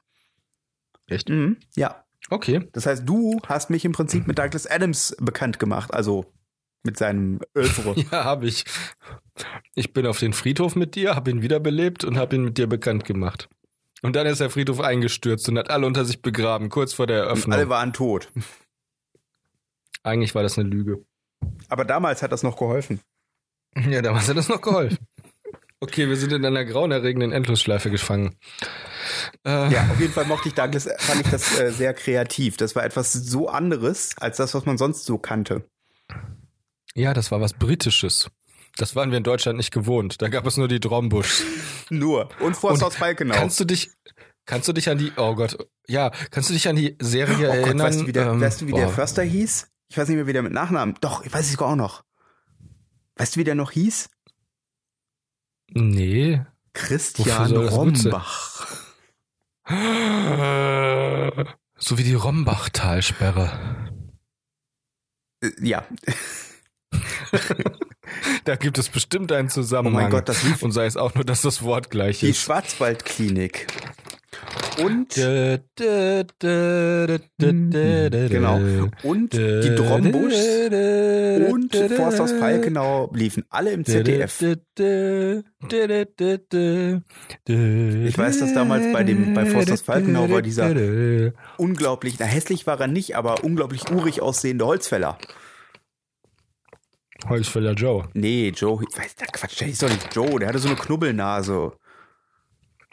Speaker 1: Echt?
Speaker 2: Mhm. Ja.
Speaker 1: Okay.
Speaker 2: Das heißt, du hast mich im Prinzip mit Douglas Adams bekannt gemacht, also mit seinem Övre.
Speaker 1: Ja, habe ich. Ich bin auf den Friedhof mit dir, habe ihn wiederbelebt und habe ihn mit dir bekannt gemacht. Und dann ist der Friedhof eingestürzt und hat alle unter sich begraben, kurz vor der
Speaker 2: Und
Speaker 1: Eröffnung.
Speaker 2: alle waren tot.
Speaker 1: Eigentlich war das eine Lüge.
Speaker 2: Aber damals hat das noch geholfen.
Speaker 1: Ja, damals hat das noch geholfen. Okay, wir sind in einer grauenerregenden Endlosschleife gefangen. Äh,
Speaker 2: Ja, auf jeden Fall mochte ich Douglas, fand ich das äh, sehr kreativ. Das war etwas so anderes als das, was man sonst so kannte.
Speaker 1: ja, das war was Britisches. Das waren wir in Deutschland nicht gewohnt. Da gab es nur die Drombusch.
Speaker 2: Nur. Und Forst
Speaker 1: Und
Speaker 2: aus Falkenau.
Speaker 1: Kannst du dich, kannst du dich an die, oh Gott, ja, kannst du dich an die Serie
Speaker 2: Oh Gott,
Speaker 1: erinnern?
Speaker 2: weißt du, wie der,
Speaker 1: Ähm,
Speaker 2: weißt du, wie der
Speaker 1: boah,
Speaker 2: Förster hieß? Ich weiß nicht mehr, wie der mit Nachnamen. Doch, ich weiß es sogar auch noch. Weißt du, wie der noch hieß?
Speaker 1: Nee. Wofür
Speaker 2: Christian
Speaker 1: soll das gut sein?
Speaker 2: Rombach.
Speaker 1: So wie die Rombachtalsperre.
Speaker 2: Äh, ja.
Speaker 1: Oh Da gibt es bestimmt einen Zusammenhang.
Speaker 2: Oh mein Gott, das lief-
Speaker 1: Und sei es auch nur, dass das Wort gleich
Speaker 2: Die
Speaker 1: ist.
Speaker 2: Schwarzwaldklinik. Und
Speaker 1: Genau.
Speaker 2: genau. Und die Drombusch und Forsthaus Falkenau liefen alle im ZDF.
Speaker 1: Ich
Speaker 2: weiß, dass damals bei dem- bei Forsthaus Falkenau war dieser- Unglaublich, na hässlich war er nicht, aber unglaublich urig aussehende Holzfäller.
Speaker 1: Holzfäller Joe.
Speaker 2: Nee, Joe, weiß, da Quatsch, der hieß doch nicht Joe, der hatte so eine Knubbelnase.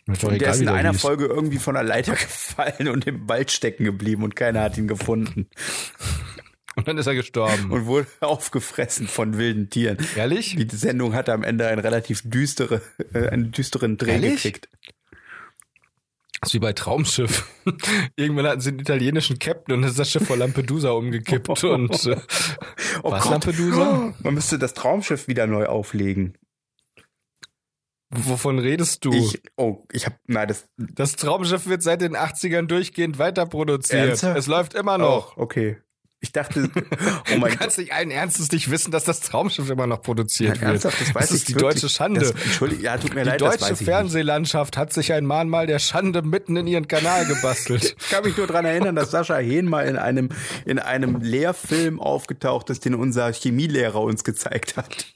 Speaker 1: Ist doch
Speaker 2: Und der
Speaker 1: egal,
Speaker 2: ist
Speaker 1: wie
Speaker 2: in einer
Speaker 1: hieß.
Speaker 2: Folge irgendwie von einer Leiter gefallen und im Wald stecken geblieben und keiner hat ihn gefunden.
Speaker 1: Und dann ist er gestorben.
Speaker 2: Und wurde aufgefressen von wilden Tieren.
Speaker 1: Ehrlich?
Speaker 2: Die Sendung hatte am Ende einen relativ düstere, äh, einen düsteren Dreh
Speaker 1: Ehrlich?
Speaker 2: gekriegt.
Speaker 1: Das ist wie bei Traumschiff. Irgendwann hatten sie einen italienischen Captain und dann ist das Schiff vor Lampedusa umgekippt. Und äh,
Speaker 2: Oh
Speaker 1: Was,
Speaker 2: Gott.
Speaker 1: Lampedusa?
Speaker 2: Man müsste das Traumschiff wieder neu auflegen.
Speaker 1: wovon redest du?
Speaker 2: Ich, oh, ich habe, nein, das
Speaker 1: Das Traumschiff wird seit den 80ern durchgehend weiter produziert.
Speaker 2: Ernsthaft?
Speaker 1: Es läuft immer noch.
Speaker 2: Oh, okay. Ich dachte, oh
Speaker 1: du
Speaker 2: mein Gott.
Speaker 1: kannst nicht allen Ernstes nicht wissen, dass das Traumschiff immer noch produziert
Speaker 2: Nein,
Speaker 1: wird.
Speaker 2: ernsthaft, das weiß
Speaker 1: das ist
Speaker 2: ich
Speaker 1: die
Speaker 2: wirklich.
Speaker 1: deutsche Schande.
Speaker 2: Das, Entschuldigung, ja, tut mir
Speaker 1: die
Speaker 2: leid, das
Speaker 1: deutsche
Speaker 2: weiß ich
Speaker 1: Fernsehlandschaft hat sich ein Mahnmal der Schande mitten in ihren Kanal gebastelt.
Speaker 2: nicht. Ich kann mich nur daran erinnern, dass Sascha Hehn mal in einem, in einem Lehrfilm aufgetaucht ist, den unser Chemielehrer uns gezeigt hat.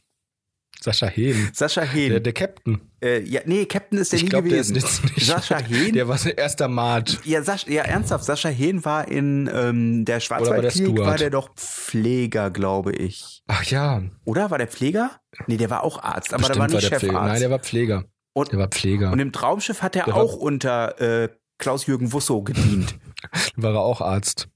Speaker 1: Sascha Hehn,
Speaker 2: Sascha Hehn.
Speaker 1: der, der Captain.
Speaker 2: äh, ja, nee, Captain ist der
Speaker 1: Ich
Speaker 2: nie
Speaker 1: glaube, der ist
Speaker 2: gewesen.
Speaker 1: jetzt nicht.
Speaker 2: Sascha Hehn
Speaker 1: Der war sein erster Mart.
Speaker 2: Ja, Sasch, ja, ernsthaft, Sascha Hehn war in ähm, der Schwarzwaldklinik,
Speaker 1: Stuart?
Speaker 2: war der doch Pfleger, glaube ich.
Speaker 1: Ach ja,
Speaker 2: Oder? War der Pfleger? Nee, der war auch Arzt, aber
Speaker 1: bestimmt
Speaker 2: der war nicht
Speaker 1: der
Speaker 2: Chefarzt.
Speaker 1: Pfleger. Nein, der war Pfleger.
Speaker 2: Und-
Speaker 1: der war Pfleger.
Speaker 2: Und im Traumschiff hat er
Speaker 1: Der war-
Speaker 2: auch unter äh, Klaus-Jürgen Wusso gedient.
Speaker 1: war er auch Arzt.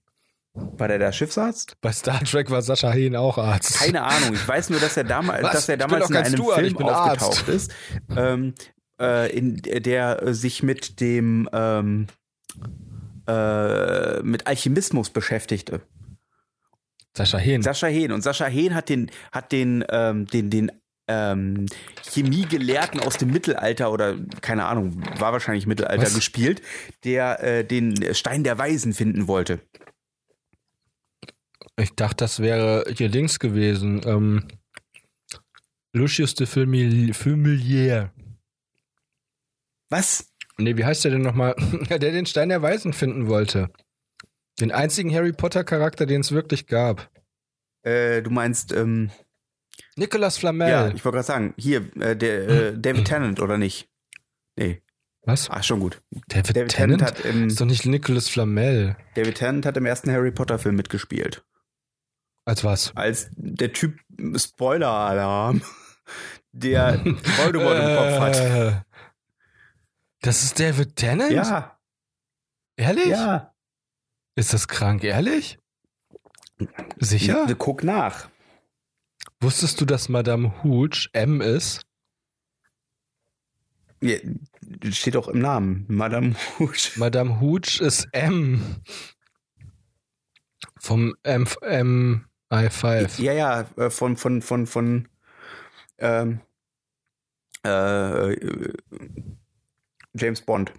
Speaker 2: War der der Schiffsarzt?
Speaker 1: Bei Star Trek war Sascha Hehn auch Arzt.
Speaker 2: Keine Ahnung. Ich weiß nur, dass er damals,
Speaker 1: Was?
Speaker 2: dass er
Speaker 1: Ich bin
Speaker 2: damals
Speaker 1: doch
Speaker 2: in
Speaker 1: kein
Speaker 2: einem
Speaker 1: Stuart, ich
Speaker 2: Film
Speaker 1: bin Arzt.
Speaker 2: aufgetaucht ist, ähm, äh, in der äh, sich mit dem ähm, äh, mit Alchemismus beschäftigte.
Speaker 1: Sascha Hehn.
Speaker 2: Sascha Hehn. Und Sascha Hehn hat den, hat den, ähm, den, den ähm, Chemiegelehrten aus dem Mittelalter oder keine Ahnung, war wahrscheinlich Mittelalter
Speaker 1: Was?
Speaker 2: gespielt, der äh, den Stein der Weisen finden wollte.
Speaker 1: Ich dachte, das wäre hier links gewesen. Ähm, Lucius de Fumil- Fumilier.
Speaker 2: Was?
Speaker 1: Nee, wie heißt der denn nochmal? der den Stein der Weisen finden wollte. Den einzigen Harry Potter-Charakter, den es wirklich gab.
Speaker 2: Äh, du meinst, ähm,
Speaker 1: Nicolas Flamel.
Speaker 2: ja, ich wollte gerade sagen, hier, äh, der äh, David Tennant, oder nicht? Nee.
Speaker 1: Was?
Speaker 2: Ach, schon gut.
Speaker 1: David,
Speaker 2: David
Speaker 1: Tennant?
Speaker 2: Tennant, hat im,
Speaker 1: Ist doch nicht Nicolas Flamel.
Speaker 2: David Tennant hat im ersten Harry Potter Film mitgespielt.
Speaker 1: Als was?
Speaker 2: Als der Typ Spoiler-Alarm, der Voldemort im Kopf hat.
Speaker 1: Äh, Das ist David Tennant?
Speaker 2: Ja,
Speaker 1: Ehrlich?
Speaker 2: Ja.
Speaker 1: Ist das krank? Ehrlich? Sicher?
Speaker 2: Ja. Guck nach.
Speaker 1: Wusstest du, dass Madame Hooch M ist?
Speaker 2: Ja, steht auch im Namen. Madame Hooch.
Speaker 1: Madame Hooch ist M. Vom M, M I5.
Speaker 2: Ja, ja, äh, von, von, von, von, ähm, äh, äh, James Bond.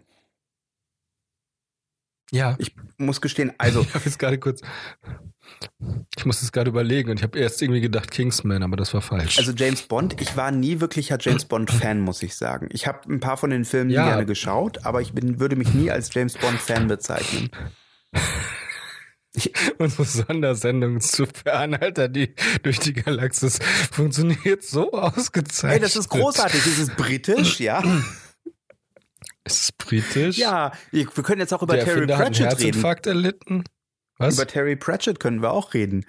Speaker 1: Ja.
Speaker 2: Ich muss gestehen, also,
Speaker 1: Ich habe jetzt gerade kurz. Ich muss es gerade überlegen und ich habe erst irgendwie gedacht Kingsman, aber das war falsch.
Speaker 2: also James Bond, ich war nie wirklicher James Bond-Fan, muss ich sagen. Ich habe ein paar von den Filmen
Speaker 1: Ja.
Speaker 2: gerne geschaut, aber ich bin, würde mich nie als James Bond-Fan bezeichnen.
Speaker 1: Unsere Sondersendung zu Fernhalter, die durch die Galaxis funktioniert so ausgezeichnet.
Speaker 2: Ey, das ist großartig. Das ist britisch, ja.
Speaker 1: Ist es britisch?
Speaker 2: Ja, wir können jetzt auch über
Speaker 1: Der
Speaker 2: Terry
Speaker 1: Erfinder hat einen
Speaker 2: Pratchett reden.
Speaker 1: Herzinfarkt erlitten. Was?
Speaker 2: Über Terry Pratchett können wir auch reden.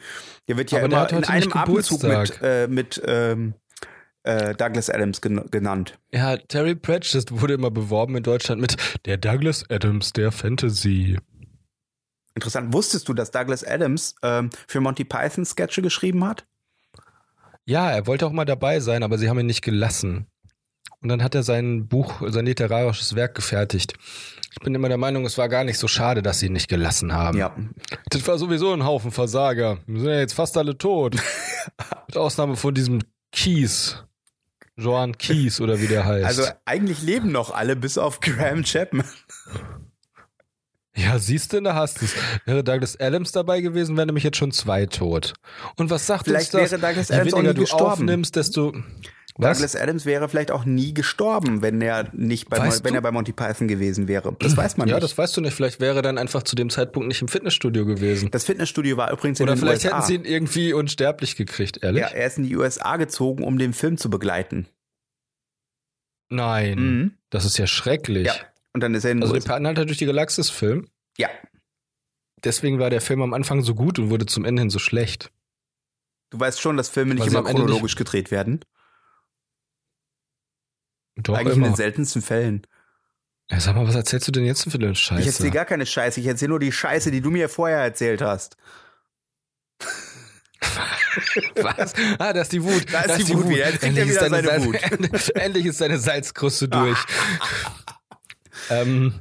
Speaker 2: Der wird ja
Speaker 1: Aber der
Speaker 2: immer
Speaker 1: hat
Speaker 2: in
Speaker 1: heute
Speaker 2: einem
Speaker 1: nicht
Speaker 2: Abendzug mit,
Speaker 1: Geburtstag.
Speaker 2: äh, mit ähm, äh, Douglas Adams gen genannt.
Speaker 1: Ja, Terry Pratchett wurde immer beworben in Deutschland mit der Douglas Adams der Fantasy.
Speaker 2: Interessant. Wusstest du, dass Douglas Adams ähm, für Monty Python Sketche geschrieben hat?
Speaker 1: Ja, er wollte auch mal dabei sein, aber sie haben ihn nicht gelassen. Und dann hat er sein Buch, sein literarisches Werk gefertigt. Ich bin immer der Meinung, es war gar nicht so schade, dass sie ihn nicht gelassen haben.
Speaker 2: Ja.
Speaker 1: Das war sowieso ein Haufen Versager. Wir sind ja jetzt fast alle tot. Mit Ausnahme von diesem Kies. Joan Kies oder wie der heißt.
Speaker 2: Also eigentlich leben noch alle, bis auf Graham Chapman.
Speaker 1: Ja, siehst du, da hast du's. Wäre Douglas Adams dabei gewesen, wären nämlich jetzt schon zwei tot. Und was sagt
Speaker 2: Vielleicht
Speaker 1: uns das?
Speaker 2: wäre Douglas
Speaker 1: Je
Speaker 2: Adams auch
Speaker 1: weniger
Speaker 2: nie
Speaker 1: du
Speaker 2: gestorben.
Speaker 1: aufnimmst, desto. Was?
Speaker 2: Douglas Adams wäre vielleicht auch nie gestorben, wenn er nicht bei,
Speaker 1: Weißt
Speaker 2: wenn
Speaker 1: du?
Speaker 2: er bei Monty Python gewesen wäre. Das weiß man
Speaker 1: ja,
Speaker 2: nicht.
Speaker 1: das weißt du nicht. Vielleicht wäre er dann einfach zu dem Zeitpunkt nicht im Fitnessstudio gewesen.
Speaker 2: Das Fitnessstudio war übrigens in
Speaker 1: Oder
Speaker 2: den
Speaker 1: vielleicht
Speaker 2: USA.
Speaker 1: hätten sie ihn irgendwie unsterblich gekriegt, ehrlich?
Speaker 2: ja, er ist in die USA gezogen, um den Film zu begleiten.
Speaker 1: Nein,
Speaker 2: Mhm.
Speaker 1: das ist ja schrecklich.
Speaker 2: Ja. Und dann Hm. ist er in
Speaker 1: Genau. Also den
Speaker 2: USA.
Speaker 1: Per Anhalter durch die Galaxis-Film.
Speaker 2: Ja.
Speaker 1: Deswegen war der Film am Anfang so gut und wurde zum Ende hin so schlecht.
Speaker 2: Du weißt schon, dass Filme nicht
Speaker 1: Weil sie
Speaker 2: immer
Speaker 1: am Ende nicht-
Speaker 2: chronologisch gedreht werden.
Speaker 1: Doch
Speaker 2: Eigentlich in
Speaker 1: immer.
Speaker 2: den seltensten Fällen.
Speaker 1: Ja, sag mal, was erzählst du denn jetzt für eine
Speaker 2: Ich
Speaker 1: Scheiße?
Speaker 2: erzähle gar keine Scheiße. Ich erzähle nur die Scheiße, die du mir vorher erzählt hast.
Speaker 1: Was? Ah, da ist die Wut.
Speaker 2: Da ist die Wut wieder. Jetzt kriegt er wieder
Speaker 1: deine
Speaker 2: seine
Speaker 1: Salz- Endlich ist deine Salzkruste durch. ähm,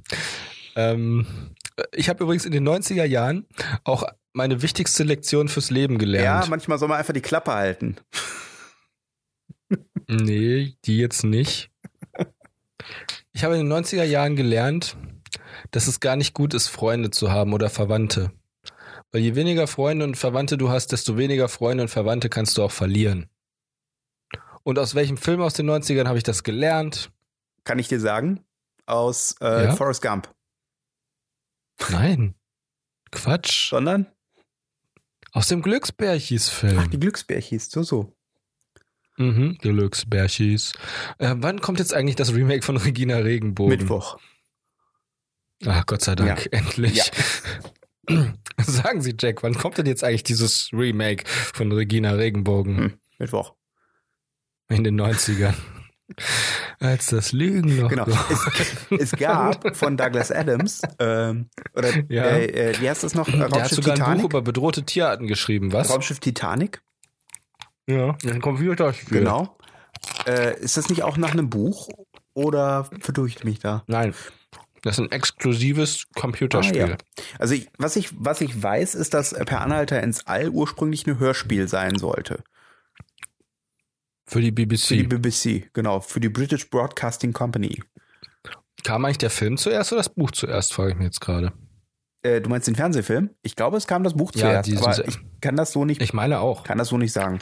Speaker 1: ähm, ich habe übrigens in den 90er Jahren auch meine wichtigste Lektion fürs Leben
Speaker 2: Ja,
Speaker 1: gelernt.
Speaker 2: manchmal soll man einfach die Klappe halten.
Speaker 1: nee, die jetzt nicht. Ich habe in den 90er Jahren gelernt, dass es gar nicht gut ist, Freunde zu haben oder Verwandte. Weil je weniger Freunde und Verwandte du hast, desto weniger Freunde und Verwandte kannst du auch verlieren. Und aus welchem Film aus den 90ern habe ich das gelernt?
Speaker 2: Kann ich dir sagen? Aus äh,
Speaker 1: Ja?
Speaker 2: Forrest Gump.
Speaker 1: Nein. Quatsch.
Speaker 2: Sondern?
Speaker 1: Aus dem
Speaker 2: Ach,
Speaker 1: Glücksbärchis-Film.
Speaker 2: die Glücksbärchis. So, so.
Speaker 1: Mhm, Glücksbärchis. Äh, wann kommt jetzt eigentlich das Remake von Regina Regenbogen?
Speaker 2: Mittwoch.
Speaker 1: Ach, Gott sei Dank, endlich. Sagen Sie, Jack, wann kommt denn jetzt eigentlich dieses Remake von Regina Regenbogen
Speaker 2: Hm. Mittwoch.
Speaker 1: in den 90ern? Als das Lügen noch.
Speaker 2: Genau. Es, es gab von Douglas Adams, ähm, oder
Speaker 1: Ja.
Speaker 2: äh, äh, wie heißt das noch? Äh,
Speaker 1: Der hat
Speaker 2: Raumschiff
Speaker 1: sogar ein Buch
Speaker 2: Titanic.
Speaker 1: über bedrohte Tierarten geschrieben, was?
Speaker 2: Raumschiff Titanic,
Speaker 1: ja, ein Computerspiel.
Speaker 2: genau. Äh, ist das nicht auch nach einem Buch? Oder verdurche ich mich da?
Speaker 1: Nein, das ist ein exklusives Computerspiel.
Speaker 2: Ah, ja. Also ich, was, ich, was ich weiß, ist, dass äh, Per Anhalter ins All ursprünglich ein Hörspiel sein sollte.
Speaker 1: Für die BBC.
Speaker 2: Für die BBC, genau, für die British Broadcasting Company.
Speaker 1: Kam eigentlich der Film zuerst oder das Buch zuerst, frage ich mich jetzt gerade.
Speaker 2: Äh, du meinst den Fernsehfilm? Ich glaube, es kam das Buch
Speaker 1: Ja,
Speaker 2: zuerst,
Speaker 1: die sind
Speaker 2: aber
Speaker 1: sehr-
Speaker 2: ich kann das so nicht
Speaker 1: Ich meine auch.
Speaker 2: Kann das so nicht sagen.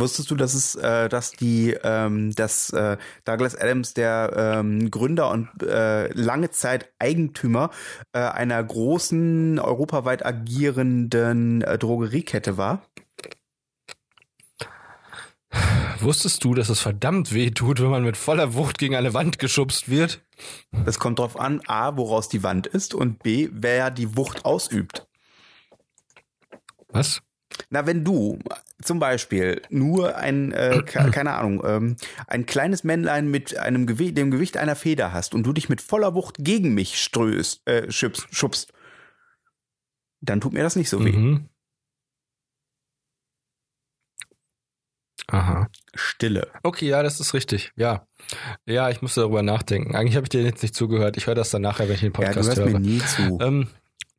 Speaker 2: Wusstest du, dass es, äh, dass die, ähm, dass äh, Douglas Adams der ähm, Gründer und äh, lange Zeit Eigentümer äh, einer großen europaweit agierenden äh, Drogeriekette war?
Speaker 1: Wusstest du, dass es verdammt weh tut, wenn man mit voller Wucht gegen eine Wand geschubst wird?
Speaker 2: Das kommt drauf an, a, woraus die Wand ist und b, wer die Wucht ausübt.
Speaker 1: Was?
Speaker 2: Na, wenn du zum Beispiel nur ein, äh, ke- keine Ahnung, ähm, ein kleines Männlein mit einem Gewicht, dem Gewicht einer Feder hast und du dich mit voller Wucht gegen mich ströst, äh, schubst, schubst, dann tut mir das nicht so weh.
Speaker 1: Mhm. Aha.
Speaker 2: Stille.
Speaker 1: Okay, ja, das ist richtig. Ja. Ja, ich musste darüber nachdenken. Eigentlich habe ich dir jetzt nicht zugehört. Ich höre das dann nachher, wenn ich den
Speaker 2: Ja, du
Speaker 1: Podcast
Speaker 2: hörst mir
Speaker 1: höre.
Speaker 2: nie zu.
Speaker 1: Ähm,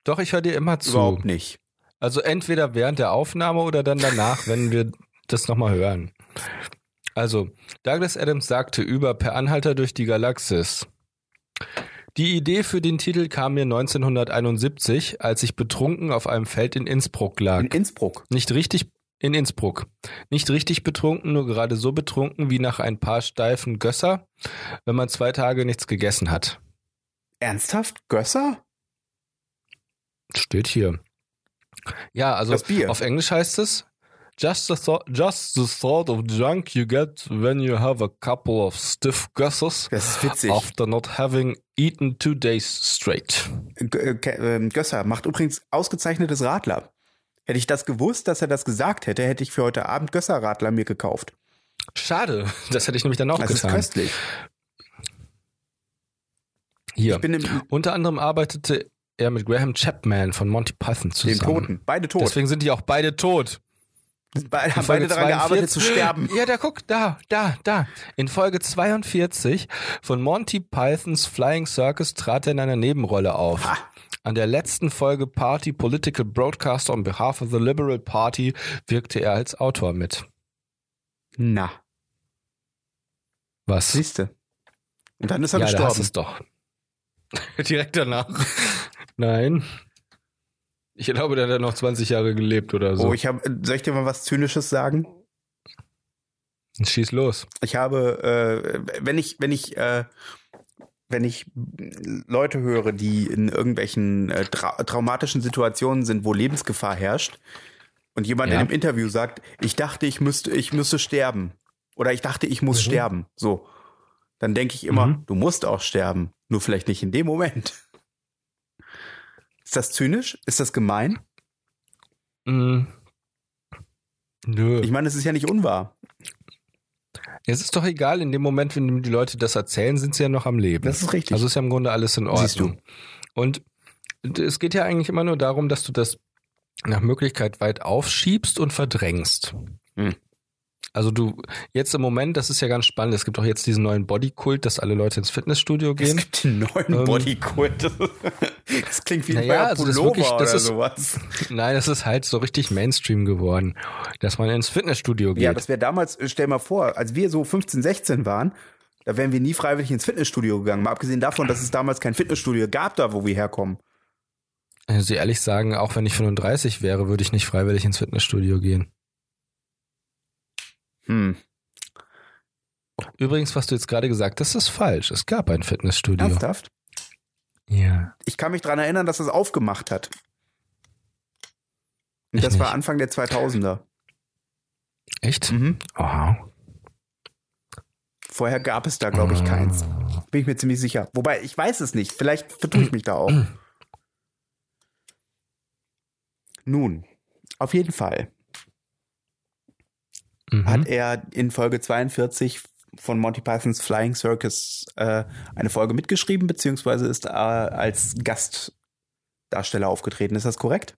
Speaker 1: doch, ich höre dir immer zu.
Speaker 2: Überhaupt nicht.
Speaker 1: Also entweder während der Aufnahme oder dann danach, wenn wir das nochmal hören. Also, Douglas Adams sagte über Per Anhalter durch die Galaxis. Die Idee für den Titel kam mir 1971, als ich betrunken auf einem Feld in Innsbruck lag.
Speaker 2: In Innsbruck.
Speaker 1: Nicht richtig in Innsbruck. Nicht richtig betrunken, nur gerade so betrunken wie nach ein paar steifen Gösser, wenn man zwei Tage nichts gegessen hat.
Speaker 2: Ernsthaft? Gösser?
Speaker 1: Steht hier. Ja, also
Speaker 2: das Bier.
Speaker 1: Auf Englisch heißt es just the, thought, just the thought of drunk you get when you have a couple of stiff gusses
Speaker 2: Das ist witzig.
Speaker 1: after not having eaten two days straight.
Speaker 2: G- äh, Ke- ähm, Gösser macht übrigens ausgezeichnetes Radler. Hätte ich das gewusst, dass er das gesagt hätte, hätte ich für heute Abend Gösser-Radler mir gekauft.
Speaker 1: Schade, das hätte ich nämlich dann auch
Speaker 2: Das ist
Speaker 1: getan.
Speaker 2: köstlich.
Speaker 1: Hier.
Speaker 2: Ich bin im,
Speaker 1: Unter anderem arbeitete er mit Graham Chapman von Monty Python
Speaker 2: Den
Speaker 1: zusammen.
Speaker 2: Toten. Beide tot.
Speaker 1: Deswegen sind die auch beide tot.
Speaker 2: Beide, haben
Speaker 1: Folge
Speaker 2: beide daran gearbeitet
Speaker 1: 42.
Speaker 2: zu sterben.
Speaker 1: Ja, da guck, da, da, da. In Folge 42 von Monty Pythons Flying Circus trat er in einer Nebenrolle auf.
Speaker 2: Ah.
Speaker 1: An der letzten Folge Party Political Broadcast on behalf of the Liberal Party wirkte er als Autor mit.
Speaker 2: Na,
Speaker 1: Was?
Speaker 2: siehste. Und dann ist er
Speaker 1: ja, da hast
Speaker 2: gestorben.
Speaker 1: es doch. Direkt danach. Nein. Ich glaube, der hat ja noch 20 Jahre gelebt oder so.
Speaker 2: Oh, ich habe, soll ich dir mal was Zynisches sagen?
Speaker 1: Schieß los.
Speaker 2: Ich habe, äh, wenn ich, wenn ich, äh, wenn ich Leute höre, die in irgendwelchen äh, tra traumatischen Situationen sind, wo Lebensgefahr herrscht, und jemand
Speaker 1: Ja.
Speaker 2: in einem Interview sagt, ich dachte, ich müsste, ich müsste sterben. Oder ich dachte, ich muss
Speaker 1: Mhm.
Speaker 2: sterben. So. Dann denke ich immer,
Speaker 1: Mhm.
Speaker 2: du musst auch sterben. Nur vielleicht nicht in dem Moment. Ist das zynisch? Ist das gemein?
Speaker 1: Mm. Nö.
Speaker 2: Ich meine, es ist ja nicht unwahr.
Speaker 1: es ist doch egal, in dem Moment, wenn die Leute das erzählen, sind sie ja noch am Leben.
Speaker 2: Das ist richtig.
Speaker 1: Also ist ja im Grunde alles in Ordnung.
Speaker 2: Siehst du.
Speaker 1: Und es geht ja eigentlich immer nur darum, dass du das nach Möglichkeit weit aufschiebst und verdrängst.
Speaker 2: Hm.
Speaker 1: Also du, jetzt im Moment, das ist ja ganz spannend, es gibt auch jetzt diesen neuen Bodykult, dass alle Leute ins Fitnessstudio
Speaker 2: es
Speaker 1: gehen.
Speaker 2: gibt den neuen
Speaker 1: Ähm,
Speaker 2: Bodykult. Das klingt wie ein
Speaker 1: Naja,
Speaker 2: neuer
Speaker 1: also das ist
Speaker 2: Pullover
Speaker 1: wirklich- das
Speaker 2: oder
Speaker 1: ist-
Speaker 2: sowas.
Speaker 1: Nein, das ist halt so richtig Mainstream geworden, dass man ins Fitnessstudio geht.
Speaker 2: Ja, das wäre damals, äh, stell mal vor, als wir so 15, 16 waren, da wären wir nie freiwillig ins Fitnessstudio gegangen. Mal abgesehen davon, dass es damals kein Fitnessstudio gab, da wo wir herkommen.
Speaker 1: Also Sie ehrlich sagen, auch wenn ich 35 wäre, würde ich nicht freiwillig ins Fitnessstudio gehen.
Speaker 2: Hm.
Speaker 1: Übrigens, was du jetzt gerade gesagt hast, ist falsch. Es gab ein Fitnessstudio.
Speaker 2: Ernsthaft?
Speaker 1: Ja.
Speaker 2: Ich kann mich daran erinnern, dass das aufgemacht hat. Und
Speaker 1: Ich
Speaker 2: das war
Speaker 1: nicht.
Speaker 2: Anfang der 2000er.
Speaker 1: Echt?
Speaker 2: Mhm.
Speaker 1: Oha.
Speaker 2: Vorher gab es da, glaube ich, keins. Bin ich mir ziemlich sicher. Wobei, ich weiß es nicht. Vielleicht vertue ich mich da auch. Nun, auf jeden Fall. hat
Speaker 1: Mhm.
Speaker 2: er in Folge 42 von Monty Pythons Flying Circus äh, eine Folge mitgeschrieben, beziehungsweise ist äh, als Gastdarsteller aufgetreten. Ist das korrekt?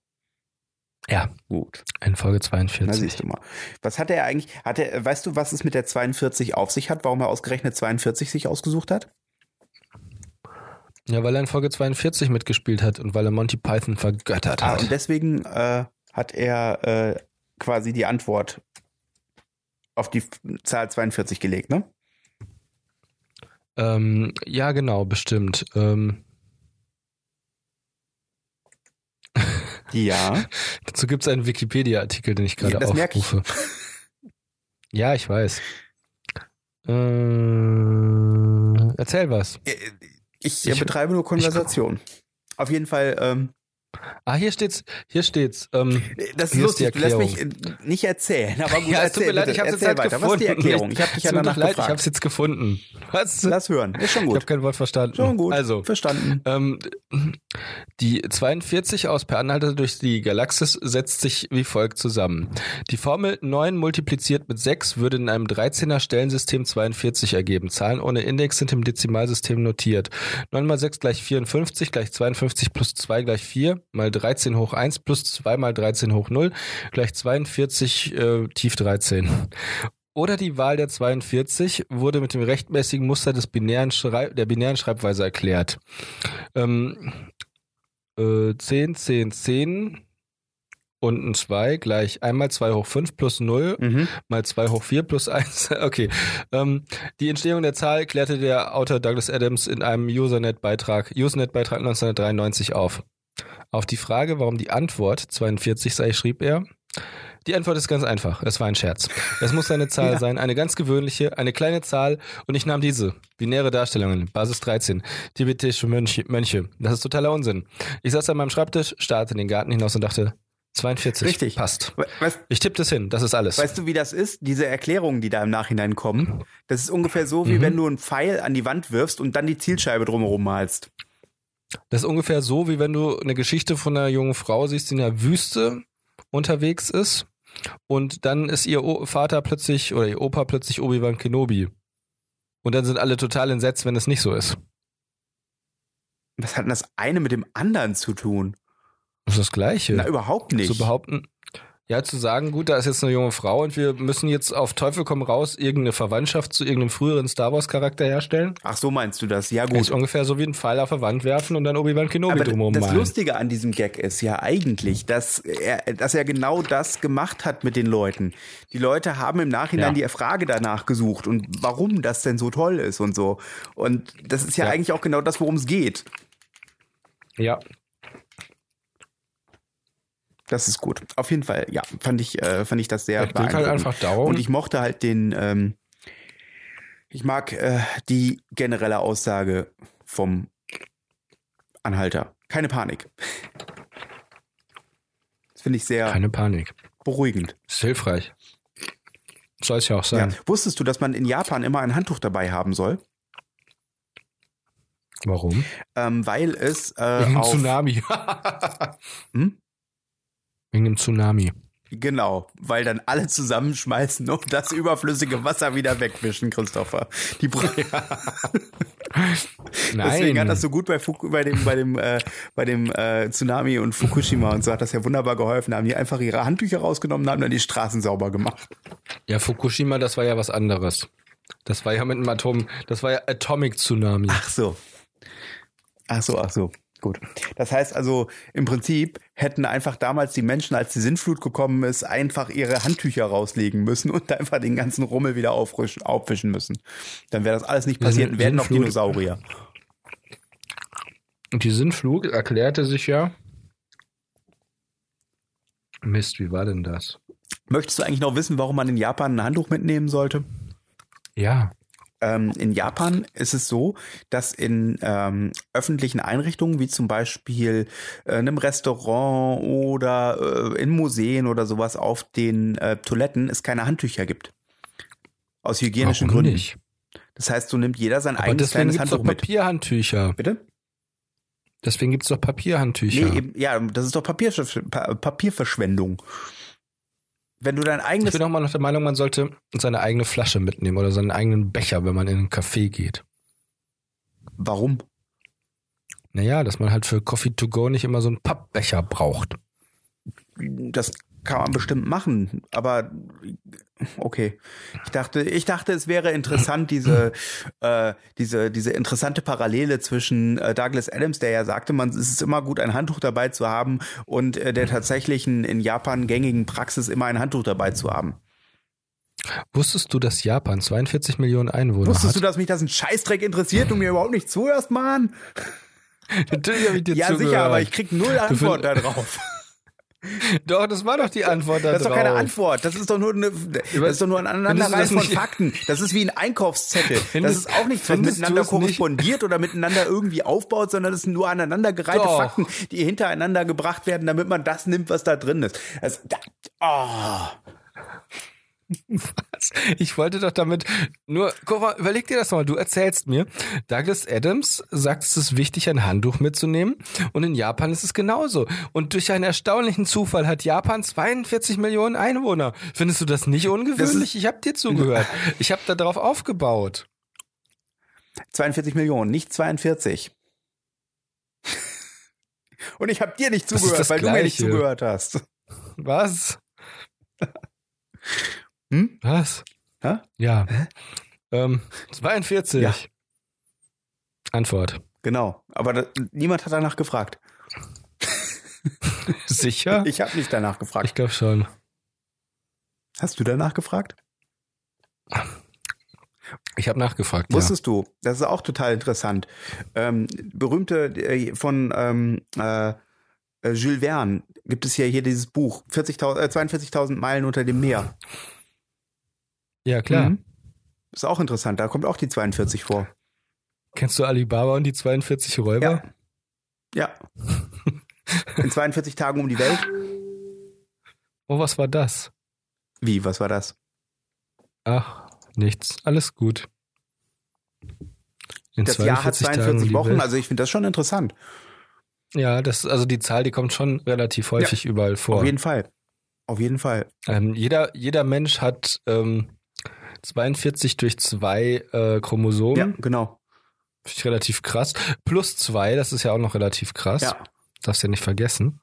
Speaker 1: Ja,
Speaker 2: Gut.
Speaker 1: in Folge
Speaker 2: Na,
Speaker 1: 42.
Speaker 2: siehst du mal. Was hat er eigentlich? Hat er, weißt du, was es mit der 42 auf sich hat? Warum er ausgerechnet 42 sich ausgesucht hat?
Speaker 1: Ja, weil er in Folge 42 mitgespielt hat und weil er Monty Python vergöttert
Speaker 2: Ah,
Speaker 1: hat.
Speaker 2: und deswegen äh, hat er äh, quasi die Antwort auf die F- Zahl 42 gelegt, ne?
Speaker 1: ähm, ja, genau, bestimmt. Ähm,
Speaker 2: Ja.
Speaker 1: dazu gibt es einen Wikipedia-Artikel, den ich gerade
Speaker 2: Ja, das merk ich.
Speaker 1: aufrufe. ja, ich weiß. Äh, erzähl was.
Speaker 2: Äh, Ich,
Speaker 1: Ich-
Speaker 2: betreibe nur Konversation. auf jeden Fall ähm,
Speaker 1: Ah, hier steht's, hier steht's. Ähm,
Speaker 2: Das ist
Speaker 1: Hier ist
Speaker 2: lustig,
Speaker 1: die
Speaker 2: du lässt mich äh, nicht erzählen, aber gut,
Speaker 1: ja, es
Speaker 2: erzähl,
Speaker 1: tut mir leid,
Speaker 2: bitte.
Speaker 1: ich hab's jetzt
Speaker 2: erzähl
Speaker 1: halt
Speaker 2: weiter.
Speaker 1: gefunden.
Speaker 2: Was ist die Erklärung? Ich habe
Speaker 1: es
Speaker 2: dich ja
Speaker 1: tut mir
Speaker 2: danach
Speaker 1: leid, ich
Speaker 2: gefragt.
Speaker 1: hab's jetzt gefunden. Was?
Speaker 2: Lass hören, ist schon
Speaker 1: Ich habe
Speaker 2: gut.
Speaker 1: kein Wort verstanden.
Speaker 2: Schon gut,
Speaker 1: Also,
Speaker 2: verstanden.
Speaker 1: ähm, die 42 aus Per Anhalter durch die Galaxis setzt sich wie folgt zusammen. Die Formel 9 multipliziert mit 6 würde in einem 13er Stellensystem 42 ergeben. Zahlen ohne Index sind im Dezimalsystem notiert. 9 mal 6 gleich 54 gleich 52 plus 2 gleich 4 mal 13 hoch 1 plus 2 mal 13 hoch 0 gleich 42 äh, tief 13. Oder die Wahl der 42 wurde mit dem rechtmäßigen Muster des binären Schrei der binären Schreibweise erklärt. Ähm, äh, 10, 10, 10 und ein 2 gleich einmal 2 hoch 5 plus 0
Speaker 2: Mhm.
Speaker 1: mal 2 hoch 4 plus 1. Okay. Ähm, die Entstehung der Zahl klärte der Autor Douglas Adams in einem Usenet-Beitrag, Usenet-Beitrag 1993 auf. Auf die Frage, warum die Antwort 42 sei, schrieb er. Die Antwort ist ganz einfach. Es war ein Scherz. Es muss eine Zahl
Speaker 2: Ja.
Speaker 1: sein, eine ganz gewöhnliche, eine kleine Zahl. Und ich nahm diese. Binäre Darstellungen. Basis 13. Tibetische Mönche. Mönche. Das ist totaler Unsinn. Ich saß an meinem Schreibtisch, starrte in den Garten hinaus und dachte, 42
Speaker 2: Richtig.
Speaker 1: passt.
Speaker 2: We- Weißt,
Speaker 1: Ich tippe das hin. Das ist alles.
Speaker 2: weißt du, wie das ist? Diese Erklärungen, die da im Nachhinein kommen, das ist ungefähr so, wie
Speaker 1: Mhm.
Speaker 2: wenn du einen Pfeil an die Wand wirfst und dann die Zielscheibe drumherum malst.
Speaker 1: Das ist ungefähr so, wie wenn du eine Geschichte von einer jungen Frau siehst, die in der Wüste unterwegs ist und dann ist ihr o Vater plötzlich oder ihr Opa plötzlich Obi-Wan Kenobi. Und dann sind alle total entsetzt, wenn es nicht so ist.
Speaker 2: Was hat denn das eine mit dem anderen zu tun?
Speaker 1: Das ist das Gleiche.
Speaker 2: Na, überhaupt nicht.
Speaker 1: Zu behaupten, ja, zu sagen, gut, da ist jetzt eine junge Frau und wir müssen jetzt auf Teufel komm raus irgendeine Verwandtschaft zu irgendeinem früheren Star Wars Charakter herstellen.
Speaker 2: Ach, so meinst du das? Ja,
Speaker 1: Ist
Speaker 2: gut.
Speaker 1: ungefähr so wie einen Pfeil auf der Wand werfen und dann Obi-Wan Kenobi
Speaker 2: Aber
Speaker 1: drumherum
Speaker 2: das
Speaker 1: malen.
Speaker 2: Lustige an diesem Gag ist ja eigentlich, dass er, dass er genau das gemacht hat mit den Leuten. Die Leute haben im Nachhinein
Speaker 1: Ja.
Speaker 2: die Frage danach gesucht und warum das denn so toll ist und so. Und das ist ja,
Speaker 1: Ja.
Speaker 2: eigentlich auch genau das, worum es geht.
Speaker 1: Ja,
Speaker 2: Das ist gut. Auf jeden Fall, ja, fand ich, äh, fand ich das sehr
Speaker 1: das geht halt
Speaker 2: beeindruckend.
Speaker 1: einfach dauern.
Speaker 2: Und ich mochte halt den, ähm, ich mag äh, die generelle Aussage vom Anhalter. Keine Panik. Das finde ich sehr
Speaker 1: Keine Panik.
Speaker 2: beruhigend.
Speaker 1: Ist hilfreich. Soll es ja auch
Speaker 2: Ja.
Speaker 1: sein.
Speaker 2: Wusstest du, dass man in Japan immer ein Handtuch dabei haben soll?
Speaker 1: Warum?
Speaker 2: Ähm, weil es äh,
Speaker 1: Wegen dem
Speaker 2: auf,
Speaker 1: Tsunami.
Speaker 2: Hm?
Speaker 1: Wegen dem Tsunami.
Speaker 2: genau, weil dann alle zusammenschmeißen und das überflüssige Wasser wieder wegwischen, Christopher. Die bra-
Speaker 1: Nein.
Speaker 2: Deswegen hat das so gut bei, Fuku, bei dem, bei dem, äh, bei dem äh, Tsunami und Fukushima und so hat das ja wunderbar geholfen. Da haben die einfach ihre Handtücher rausgenommen und haben dann die Straßen sauber gemacht.
Speaker 1: ja, Fukushima, das war ja was anderes. Das war ja mit einem Atom, das war ja Atomic Tsunami.
Speaker 2: Ach so. Ach so, ach so. Gut. Das heißt also, im Prinzip hätten einfach damals die Menschen, als die Sintflut gekommen ist, einfach ihre Handtücher rauslegen müssen und einfach den ganzen Rummel wieder aufrisch- aufwischen müssen. Dann wäre das alles nicht passiert und wären noch
Speaker 1: Sintflut.
Speaker 2: Dinosaurier.
Speaker 1: Und die Sinnflug erklärte sich ja. Mist, wie war denn das?
Speaker 2: Möchtest du eigentlich noch wissen, warum man in Japan ein Handtuch mitnehmen sollte?
Speaker 1: Ja.
Speaker 2: Ähm, in Japan ist es so, dass in ähm, öffentlichen Einrichtungen wie zum Beispiel äh, einem Restaurant oder äh, in Museen oder sowas auf den äh, Toiletten es keine Handtücher gibt. Aus hygienischen
Speaker 1: Warum
Speaker 2: Gründen.
Speaker 1: nicht?
Speaker 2: Das heißt, so nimmt jeder sein
Speaker 1: Aber
Speaker 2: eigenes
Speaker 1: deswegen
Speaker 2: kleines
Speaker 1: gibt es doch
Speaker 2: Handtuch mit.
Speaker 1: Papierhandtücher.
Speaker 2: Bitte?
Speaker 1: Deswegen gibt es doch Papierhandtücher.
Speaker 2: Nee, eben, ja, das ist doch Papierversch- Pa- Papierverschwendung. Wenn du dein
Speaker 1: ich
Speaker 2: eigenes
Speaker 1: bin auch mal noch der Meinung, man sollte seine eigene Flasche mitnehmen oder seinen eigenen Becher, wenn man in einen Café geht.
Speaker 2: Warum?
Speaker 1: Naja, dass man halt für Coffee to go nicht immer so einen Pappbecher braucht.
Speaker 2: das kann man bestimmt machen, aber okay. Ich dachte, ich dachte, es wäre interessant, diese, äh, diese, diese interessante Parallele zwischen äh, Douglas Adams, der ja sagte, man es ist immer gut, ein Handtuch dabei zu haben und äh, der tatsächlichen in Japan gängigen Praxis immer ein Handtuch dabei zu haben.
Speaker 1: Wusstest du, dass Japan 42 Millionen Einwohner
Speaker 2: Wusstest du,
Speaker 1: hat?
Speaker 2: dass mich das ein Scheißdreck interessiert und mir überhaupt nicht zuhörst, Mann?
Speaker 1: Natürlich habe ich dir
Speaker 2: Ja,
Speaker 1: zugehört.
Speaker 2: sicher, aber ich krieg null Antwort
Speaker 1: find-
Speaker 2: darauf.
Speaker 1: Doch, das war doch die Antwort da
Speaker 2: Das ist doch keine
Speaker 1: drauf.
Speaker 2: Antwort. Das ist doch nur eine, das ist doch nur ein
Speaker 1: Findest
Speaker 2: Aneinanderreihen
Speaker 1: du
Speaker 2: von
Speaker 1: das nicht-
Speaker 2: Fakten. Das ist wie ein Einkaufszettel.
Speaker 1: Findest-
Speaker 2: das ist auch nichts, was
Speaker 1: findest du
Speaker 2: miteinander
Speaker 1: es nicht?
Speaker 2: korrespondiert oder miteinander irgendwie aufbaut, sondern das sind nur aneinandergereihte
Speaker 1: Doch.
Speaker 2: Fakten, die hintereinander gebracht werden, damit man das nimmt, was da drin ist. Das, da, oh.
Speaker 1: Was? Ich wollte doch damit nur, guck mal, überleg dir das mal, du erzählst mir, Douglas Adams sagt, es ist wichtig, ein Handtuch mitzunehmen und in Japan ist es genauso. Und durch einen erstaunlichen Zufall hat Japan 42 Millionen Einwohner. Findest du das nicht ungewöhnlich? ich habe dir zugehört. Ich habe darauf aufgebaut.
Speaker 2: 42 Millionen, nicht 42. Und ich habe dir nicht
Speaker 1: Das ist
Speaker 2: zugehört,
Speaker 1: das
Speaker 2: weil du mir nicht
Speaker 1: Gleiche.
Speaker 2: zugehört hast.
Speaker 1: Was?
Speaker 2: Hm?
Speaker 1: Was?
Speaker 2: Hä?
Speaker 1: Ja. Ähm, 42.
Speaker 2: Ja.
Speaker 1: Antwort.
Speaker 2: Genau. Aber da, niemand hat danach gefragt.
Speaker 1: Sicher?
Speaker 2: Ich habe nicht danach
Speaker 1: Ich
Speaker 2: gefragt.
Speaker 1: glaube schon.
Speaker 2: Hast du danach gefragt?
Speaker 1: Ich habe nachgefragt. ja.
Speaker 2: Wusstest du, das ist auch total interessant. Ähm, berühmte äh, von ähm, äh, äh, Jules Verne gibt es ja hier dieses Buch 40.000, äh, 42.000 Meilen unter dem Meer.
Speaker 1: ja, klar.
Speaker 2: Mhm. Ist auch interessant, da kommt auch die 42 vor.
Speaker 1: Kennst du Alibaba und die 42 Räuber?
Speaker 2: Ja. In 42 Tagen um die Welt?
Speaker 1: Oh, was war das?
Speaker 2: Wie, was war das?
Speaker 1: Ach, nichts. Alles gut. In
Speaker 2: Das Jahr hat
Speaker 1: 42 Tagen um
Speaker 2: 42
Speaker 1: die
Speaker 2: Wochen,
Speaker 1: Welt.
Speaker 2: also ich finde das schon interessant.
Speaker 1: ja, das, also die Zahl, die kommt schon relativ häufig überall vor.
Speaker 2: Auf jeden Fall. Auf jeden Fall.
Speaker 1: ähm, jeder, jeder Mensch hat ähm, 42 durch zwei äh, Chromosomen.
Speaker 2: Ja,
Speaker 1: Finde
Speaker 2: genau.
Speaker 1: ich relativ krass. Plus zwei, das ist ja auch noch relativ krass.
Speaker 2: Ja.
Speaker 1: Darfst ja nicht vergessen.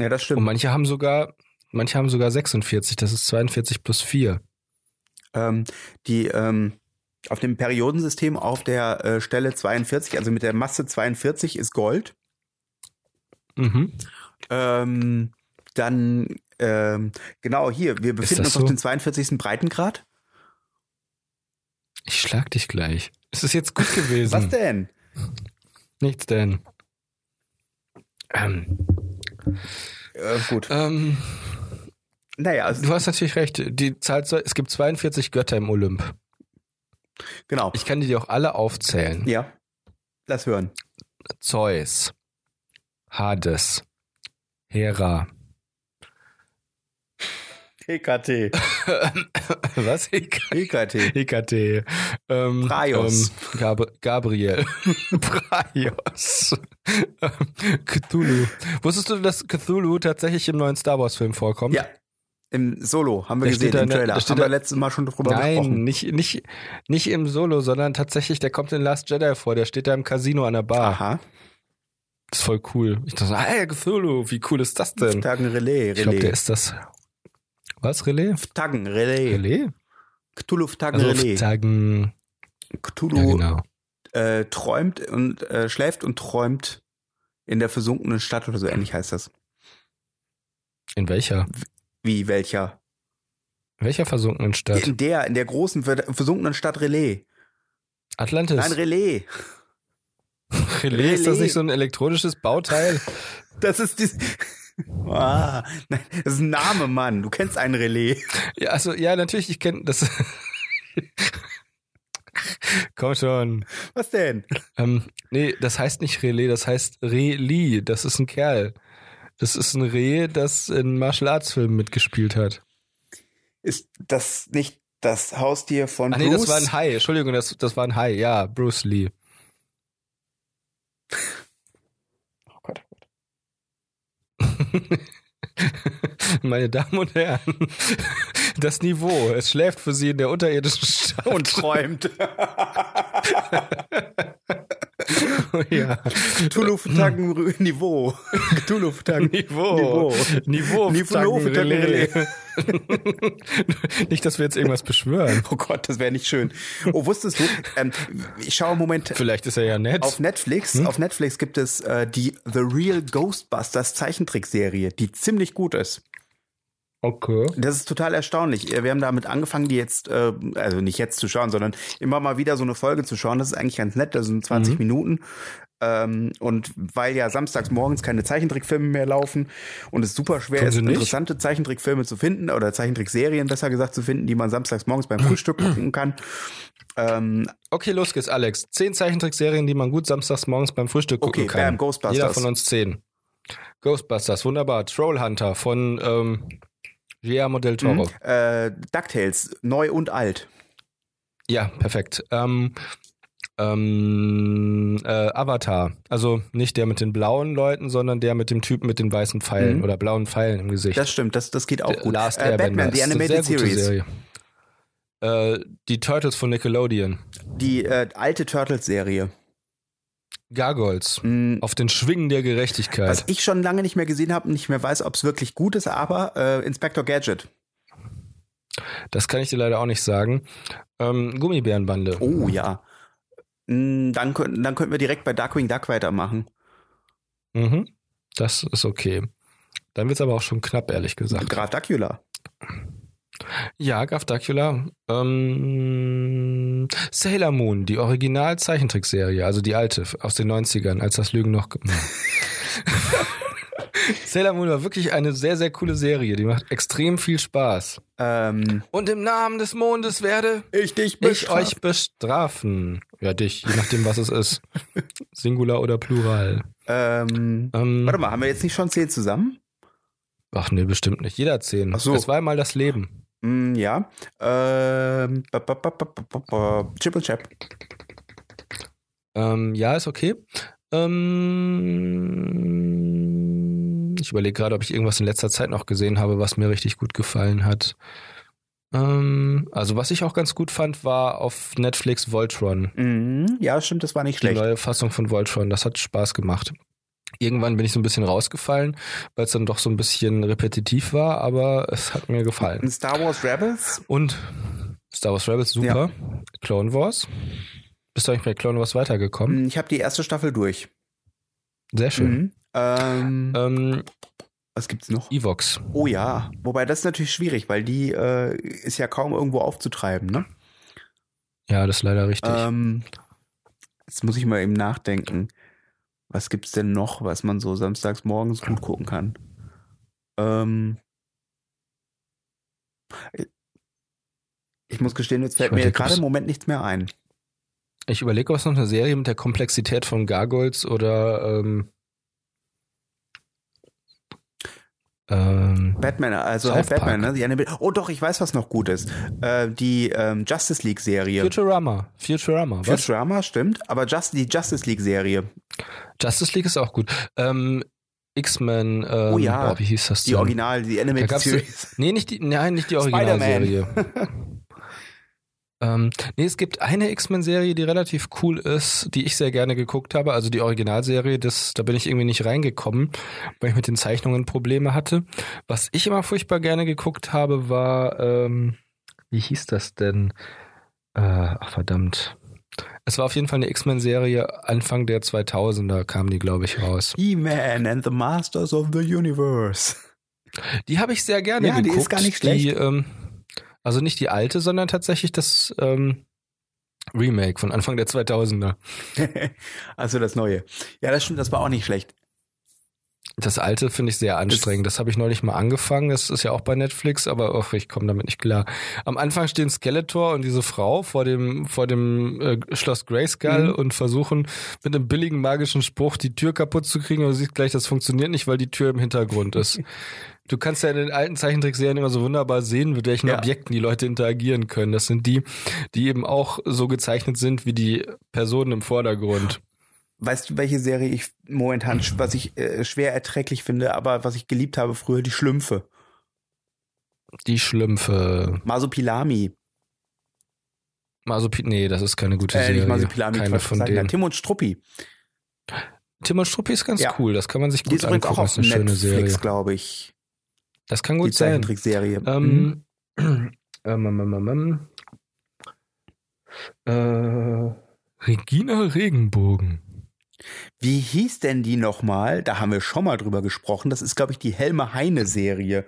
Speaker 2: ja, das
Speaker 1: Und
Speaker 2: stimmt.
Speaker 1: manche haben sogar manche haben sogar 46, das ist 42 plus 4.
Speaker 2: Ähm, die ähm, auf dem Periodensystem auf der äh, Stelle 42, also mit der Masse 42 ist Gold.
Speaker 1: Mhm.
Speaker 2: Ähm, dann ähm, genau hier, wir befinden uns
Speaker 1: das so?
Speaker 2: auf
Speaker 1: Hm.
Speaker 2: dem 42. Breitengrad.
Speaker 1: Ich schlag dich gleich. Es ist jetzt gut gewesen.
Speaker 2: Was denn?
Speaker 1: Nichts denn. Ähm,
Speaker 2: Äh, gut.
Speaker 1: ähm,
Speaker 2: Naja, also, es-
Speaker 1: du hast natürlich recht. Die Zahl, es gibt 42 Götter im Olymp.
Speaker 2: genau.
Speaker 1: Ich kann die dir auch alle aufzählen.
Speaker 2: Ja. Lass hören.
Speaker 1: Zeus, Hades, Hera.
Speaker 2: TKT.
Speaker 1: Was?
Speaker 2: TKT.
Speaker 1: EKT. Ähm,
Speaker 2: Praios.
Speaker 1: Ähm, Gab Gabriel. Praios. Ähm, Cthulhu. Wusstest du, dass Cthulhu tatsächlich im neuen Star Wars-Film vorkommt?
Speaker 2: Ja. Im Solo haben wir
Speaker 1: Da
Speaker 2: gesehen,
Speaker 1: steht da
Speaker 2: im
Speaker 1: ne-
Speaker 2: Trailer.
Speaker 1: da steht
Speaker 2: haben wir
Speaker 1: da-
Speaker 2: letztes Mal schon drüber
Speaker 1: Nein,
Speaker 2: gesprochen.
Speaker 1: nicht, nicht, nicht im Solo, sondern tatsächlich, der kommt in Last Jedi vor, der steht da im Casino an der Bar.
Speaker 2: Aha.
Speaker 1: Das ist voll cool. Ich dachte, so, hey, Cthulhu, wie cool ist das denn?
Speaker 2: Tagen Relais,
Speaker 1: Ich glaube, der
Speaker 2: Relais.
Speaker 1: ist das. Was, Relais?
Speaker 2: Tagen Relais.
Speaker 1: Relais?
Speaker 2: Cthulhu Tagen
Speaker 1: Also,
Speaker 2: Relais.
Speaker 1: Tagen.
Speaker 2: Cthulhu
Speaker 1: Ja, genau.
Speaker 2: äh, träumt und äh, schläft und träumt in der versunkenen Stadt oder so ähnlich heißt das.
Speaker 1: In welcher?
Speaker 2: Wie welcher?
Speaker 1: In welcher versunkenen Stadt?
Speaker 2: In der, in der großen ver- versunkenen Stadt Relais.
Speaker 1: Atlantis.
Speaker 2: Nein, Relais.
Speaker 1: Relais, ist das
Speaker 2: Relais.
Speaker 1: nicht so ein elektronisches Bauteil?
Speaker 2: Das ist dies. Ah, nein, das ist ein Name, Mann. Du kennst einen Relais.
Speaker 1: ja, also ja, natürlich, ich kenne das. Komm schon.
Speaker 2: Was denn?
Speaker 1: Ähm, nee, das heißt nicht Relais, das heißt Reli. Das ist ein Kerl. Das ist ein Reh, das in Martial Arts Filmen mitgespielt hat.
Speaker 2: Ist das nicht das Haustier von
Speaker 1: Ah nee,
Speaker 2: Bruce?
Speaker 1: das war ein Hai. Entschuldigung, das, das war ein Hai. Ja, Bruce Lee.
Speaker 2: oh Gott. oh
Speaker 1: Meine Damen und Herren, das Niveau. Es schläft für Sie in der unterirdischen Stadt.
Speaker 2: Und träumt.
Speaker 1: ja.
Speaker 2: Tuluftagen-Niveau. Tuluftagen.
Speaker 1: Niveau. Niveau.
Speaker 2: Niveau
Speaker 1: Tanken
Speaker 2: Tanken
Speaker 1: Relais. Nicht, dass wir jetzt irgendwas beschwören.
Speaker 2: Oh Gott, das wäre nicht schön. Oh, wusstest du? Ähm, ich schaue im Moment
Speaker 1: Vielleicht ist er ja nett.
Speaker 2: auf Netflix.
Speaker 1: Hm?
Speaker 2: Auf Netflix gibt es äh, die The Real Ghostbusters Zeichentrickserie, die ziemlich gut ist.
Speaker 1: okay.
Speaker 2: Das ist total erstaunlich. Äh, Wir haben damit angefangen, die jetzt, äh, also nicht jetzt zu schauen, sondern immer mal wieder so eine Folge zu schauen. Das ist eigentlich ganz nett. Das sind 20
Speaker 1: Mhm.
Speaker 2: Minuten. Ähm, und weil ja samstags morgens keine Zeichentrickfilme mehr laufen und es super schwer
Speaker 1: Tun
Speaker 2: ist,
Speaker 1: sie nicht?
Speaker 2: interessante Zeichentrickfilme zu finden oder Zeichentrickserien besser gesagt zu finden, die man samstags morgens beim Frühstück gucken kann. Ähm,
Speaker 1: Okay, los geht's, Alex. Zehn Zeichentrickserien, die man gut samstags morgens beim Frühstück gucken
Speaker 2: Okay,
Speaker 1: kann.
Speaker 2: bam, Ghostbusters.
Speaker 1: Jeder von uns zehn. Ghostbusters, wunderbar. Trollhunter von ähm, Guillermo del Toro.
Speaker 2: äh, DuckTales, neu und alt.
Speaker 1: Ja, perfekt. Ähm, ähm, äh, Avatar. Also nicht der mit den blauen Leuten, sondern der mit dem Typen mit den weißen Pfeilen
Speaker 2: Mhm.
Speaker 1: oder blauen Pfeilen im Gesicht.
Speaker 2: Das stimmt, das, das geht auch gut.
Speaker 1: Last
Speaker 2: äh,
Speaker 1: Airbender.
Speaker 2: Batman, die
Speaker 1: Ist eine
Speaker 2: Animated
Speaker 1: sehr gute
Speaker 2: Series.
Speaker 1: Serie. Äh, die Turtles von Nickelodeon.
Speaker 2: Die äh, alte Turtles-Serie.
Speaker 1: Gargoyles.
Speaker 2: Mm,
Speaker 1: Auf den Schwingen der Gerechtigkeit.
Speaker 2: Was ich schon lange nicht mehr gesehen habe und nicht mehr weiß, ob es wirklich gut ist, aber äh, Inspector Gadget.
Speaker 1: Das kann ich dir leider auch nicht sagen. Ähm, Gummibärenbande.
Speaker 2: Oh ja. Mm, Dann, könnten- dann könnten wir direkt bei Darkwing Duck weitermachen.
Speaker 1: Mhm. Das ist okay. Dann wird's aber auch schon knapp, ehrlich gesagt.
Speaker 2: Graf Dracula.
Speaker 1: Ja, Graf Dracula. Ähm, Sailor Moon, die Original-Zeichentrickserie, also die alte f- aus den 90ern, als das Lügen noch. ge- Hm. Sailor Moon war wirklich eine sehr, sehr coole Serie. Die macht extrem viel Spaß.
Speaker 2: Ähm,
Speaker 1: Und im Namen des Mondes werde
Speaker 2: ich dich
Speaker 1: ich euch bestrafen. Ja, dich, je nachdem, was es ist. Singular oder Plural.
Speaker 2: Ähm,
Speaker 1: Ähm,
Speaker 2: warte mal, haben wir jetzt nicht schon zehn zusammen?
Speaker 1: Ach nee, bestimmt nicht. Jeder zehn.
Speaker 2: Ach so.
Speaker 1: Das war mal das Leben.
Speaker 2: Mm, ja. Ähm, ba- ba- ba- ba- ba- ba- ba- Chip und Chap.
Speaker 1: Ähm, ja, ist okay. Ähm, ich überlege gerade, ob ich irgendwas in letzter Zeit noch gesehen habe, was mir richtig gut gefallen hat. Ähm, also was ich auch ganz gut fand, war auf Netflix Voltron.
Speaker 2: Mm, ja, stimmt, das war nicht
Speaker 1: Die
Speaker 2: schlecht.
Speaker 1: neue Fassung von Voltron. Das hat Spaß gemacht. Irgendwann bin ich so ein bisschen rausgefallen, weil es dann doch so ein bisschen repetitiv war, aber es hat mir gefallen.
Speaker 2: In Star Wars Rebels?
Speaker 1: Und Star Wars Rebels, super. Clone Wars. Bist du eigentlich bei Clone Wars weitergekommen?
Speaker 2: Mm, Ich habe die erste Staffel durch.
Speaker 1: Sehr schön.
Speaker 2: Mhm. Ähm,
Speaker 1: Ähm,
Speaker 2: was gibt's noch?
Speaker 1: Evox.
Speaker 2: Oh ja, wobei das ist natürlich schwierig, weil die äh, ist ja kaum irgendwo aufzutreiben, ne?
Speaker 1: Ja, das ist leider richtig.
Speaker 2: Ähm, jetzt muss ich mal eben nachdenken. Was gibt's denn noch, was man so samstags morgens gut gucken kann? Ähm, äh, ich muss gestehen, jetzt fällt
Speaker 1: Ich
Speaker 2: mir
Speaker 1: überleg,
Speaker 2: gerade
Speaker 1: ob's-
Speaker 2: im Moment nichts mehr ein.
Speaker 1: Ich überlege, ob es noch eine Serie mit der Komplexität von Gargoyles oder ähm, ähm,
Speaker 2: Batman, also
Speaker 1: South
Speaker 2: halt
Speaker 1: Park.
Speaker 2: Batman, ne? Die eine, oh doch, ich weiß, was noch gut ist. Äh, die ähm, Justice League-Serie.
Speaker 1: Futurama. Futurama, was?
Speaker 2: Futurama, stimmt, aber just, die Justice League-Serie,
Speaker 1: Justice League ist auch gut. Ähm, X-Men, ähm,
Speaker 2: Oh ja,
Speaker 1: boah, wie hieß das
Speaker 2: die
Speaker 1: denn?
Speaker 2: Original, die
Speaker 1: Da
Speaker 2: Animated
Speaker 1: gab's-
Speaker 2: Series.
Speaker 1: Nee, nicht die, nein, nicht die
Speaker 2: Spider-Man.
Speaker 1: Originalserie. ähm, nee, es gibt eine X-Men-Serie, die relativ cool ist, die ich sehr gerne geguckt habe. Also die Originalserie, das, da bin ich irgendwie nicht reingekommen, weil ich mit den Zeichnungen Probleme hatte. Was ich immer furchtbar gerne geguckt habe, war, ähm, wie hieß das denn? Äh, ach verdammt. Es war auf jeden Fall eine X-Men-Serie, Anfang der 2000er kam die, glaube ich, raus.
Speaker 2: He-Man and the Masters of the Universe.
Speaker 1: Die habe ich sehr gerne
Speaker 2: Ja, die
Speaker 1: geguckt.
Speaker 2: ist gar nicht
Speaker 1: Die,
Speaker 2: schlecht.
Speaker 1: ähm, also nicht die alte, sondern tatsächlich das ähm, Remake von Anfang der 2000er.
Speaker 2: also das Neue. Ja, das stimmt, das war auch nicht schlecht.
Speaker 1: Das alte finde ich sehr anstrengend. Das habe ich neulich mal angefangen. Das ist ja auch bei Netflix, aber och, ich komme damit nicht klar. Am Anfang stehen Skeletor und diese Frau vor dem, vor dem äh, Schloss Grayskull
Speaker 2: Mhm.
Speaker 1: und versuchen mit einem billigen magischen Spruch die Tür kaputt zu kriegen. Und du siehst gleich, das funktioniert nicht, weil die Tür im Hintergrund ist. Du kannst ja in den alten Zeichentrickserien immer so wunderbar sehen, mit welchen
Speaker 2: Ja.
Speaker 1: Objekten die Leute interagieren können. Das sind die, die eben auch so gezeichnet sind wie die Personen im Vordergrund.
Speaker 2: Weißt du, welche Serie ich momentan, sch- was ich äh, schwer erträglich finde, aber was ich geliebt habe früher, die Schlümpfe.
Speaker 1: Die Schlümpfe.
Speaker 2: Masopilami.
Speaker 1: Masupi nee, das ist keine gute
Speaker 2: Äh,
Speaker 1: Serie.
Speaker 2: nicht Masopilami,
Speaker 1: keine
Speaker 2: Quatsch,
Speaker 1: von
Speaker 2: was sag ich da?
Speaker 1: denen.
Speaker 2: Tim und Struppi.
Speaker 1: Tim und Struppi ist ganz
Speaker 2: Ja.
Speaker 1: cool. Das kann man sich
Speaker 2: Die
Speaker 1: gut
Speaker 2: ist übrigens
Speaker 1: angucken.
Speaker 2: auch
Speaker 1: Das
Speaker 2: auf
Speaker 1: ist eine schöne
Speaker 2: Netflix,
Speaker 1: Serie.
Speaker 2: glaube ich.
Speaker 1: Das kann
Speaker 2: Die
Speaker 1: gut sein.
Speaker 2: Zeichentrickserie. Mhm.
Speaker 1: Ähm, ähm, ähm, ähm, ähm, ähm. Äh, Regina Regenbogen.
Speaker 2: Wie hieß denn die nochmal? Da haben wir schon mal drüber gesprochen. Das ist, glaube ich, die Helme Heine-Serie.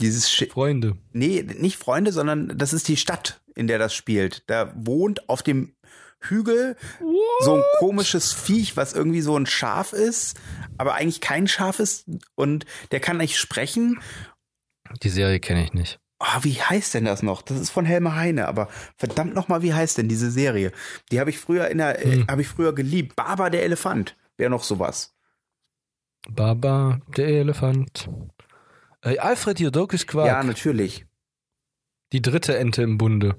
Speaker 2: Dieses Sch
Speaker 1: Freunde.
Speaker 2: Nee, nicht Freunde, sondern das ist die Stadt, in der das spielt. Da wohnt auf dem Hügel so ein komisches Viech, was irgendwie so ein Schaf ist, aber eigentlich kein Schaf ist und der kann nicht sprechen.
Speaker 1: Die Serie kenne ich nicht.
Speaker 2: Ah, wie heißt denn das noch? Das ist von Helme Heine, aber verdammt noch mal, wie heißt denn diese Serie? Die habe ich früher in der äh,
Speaker 1: Hm.
Speaker 2: habe ich früher geliebt. Baba der Elefant. Wäre noch sowas.
Speaker 1: Baba, der Elefant. Äh, Alfred Jodokis Quark.
Speaker 2: Ja, ne- natürlich.
Speaker 1: die dritte Ente im Bunde.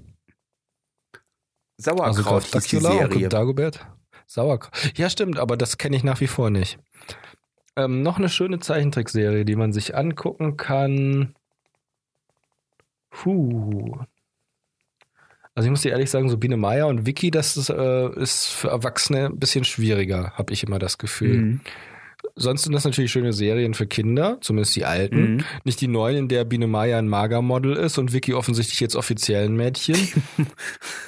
Speaker 1: Also
Speaker 2: Sauerkraut
Speaker 1: Graf
Speaker 2: hieß die
Speaker 1: Dracula
Speaker 2: Serie.
Speaker 1: und Dagobert. Sauerkraut. Ja, stimmt, aber das kenne ich nach wie vor nicht. Ähm, noch eine schöne Zeichentrickserie, die man sich angucken kann. Puh. Also ich muss dir ehrlich sagen, so Biene Meier und Vicky, das ist, äh, ist für Erwachsene ein bisschen schwieriger, habe ich immer das Gefühl.
Speaker 2: Mhm.
Speaker 1: Sonst sind das natürlich schöne Serien für Kinder, zumindest die alten.
Speaker 2: Mhm.
Speaker 1: Nicht die neuen, in der Biene Meier ein Magermodel ist und Vicky offensichtlich jetzt offiziell ein Mädchen.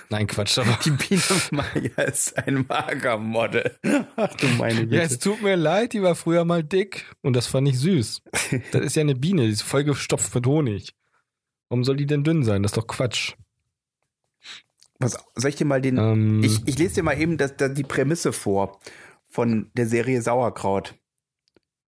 Speaker 1: Nein, Quatsch, aber
Speaker 2: Die Biene Maya ist ein Magermodel. Ach du meine Güte.
Speaker 1: Ja, es tut mir leid, die war früher mal dick und das fand ich süß. Das ist ja eine Biene, die ist vollgestopft mit Honig. Warum soll die denn dünn sein? Das ist doch Quatsch.
Speaker 2: Pass, auf, soll ich dir mal den.
Speaker 1: Ähm,
Speaker 2: Ich, ich lese dir mal eben das, das, die Prämisse vor von der Serie Sauerkraut.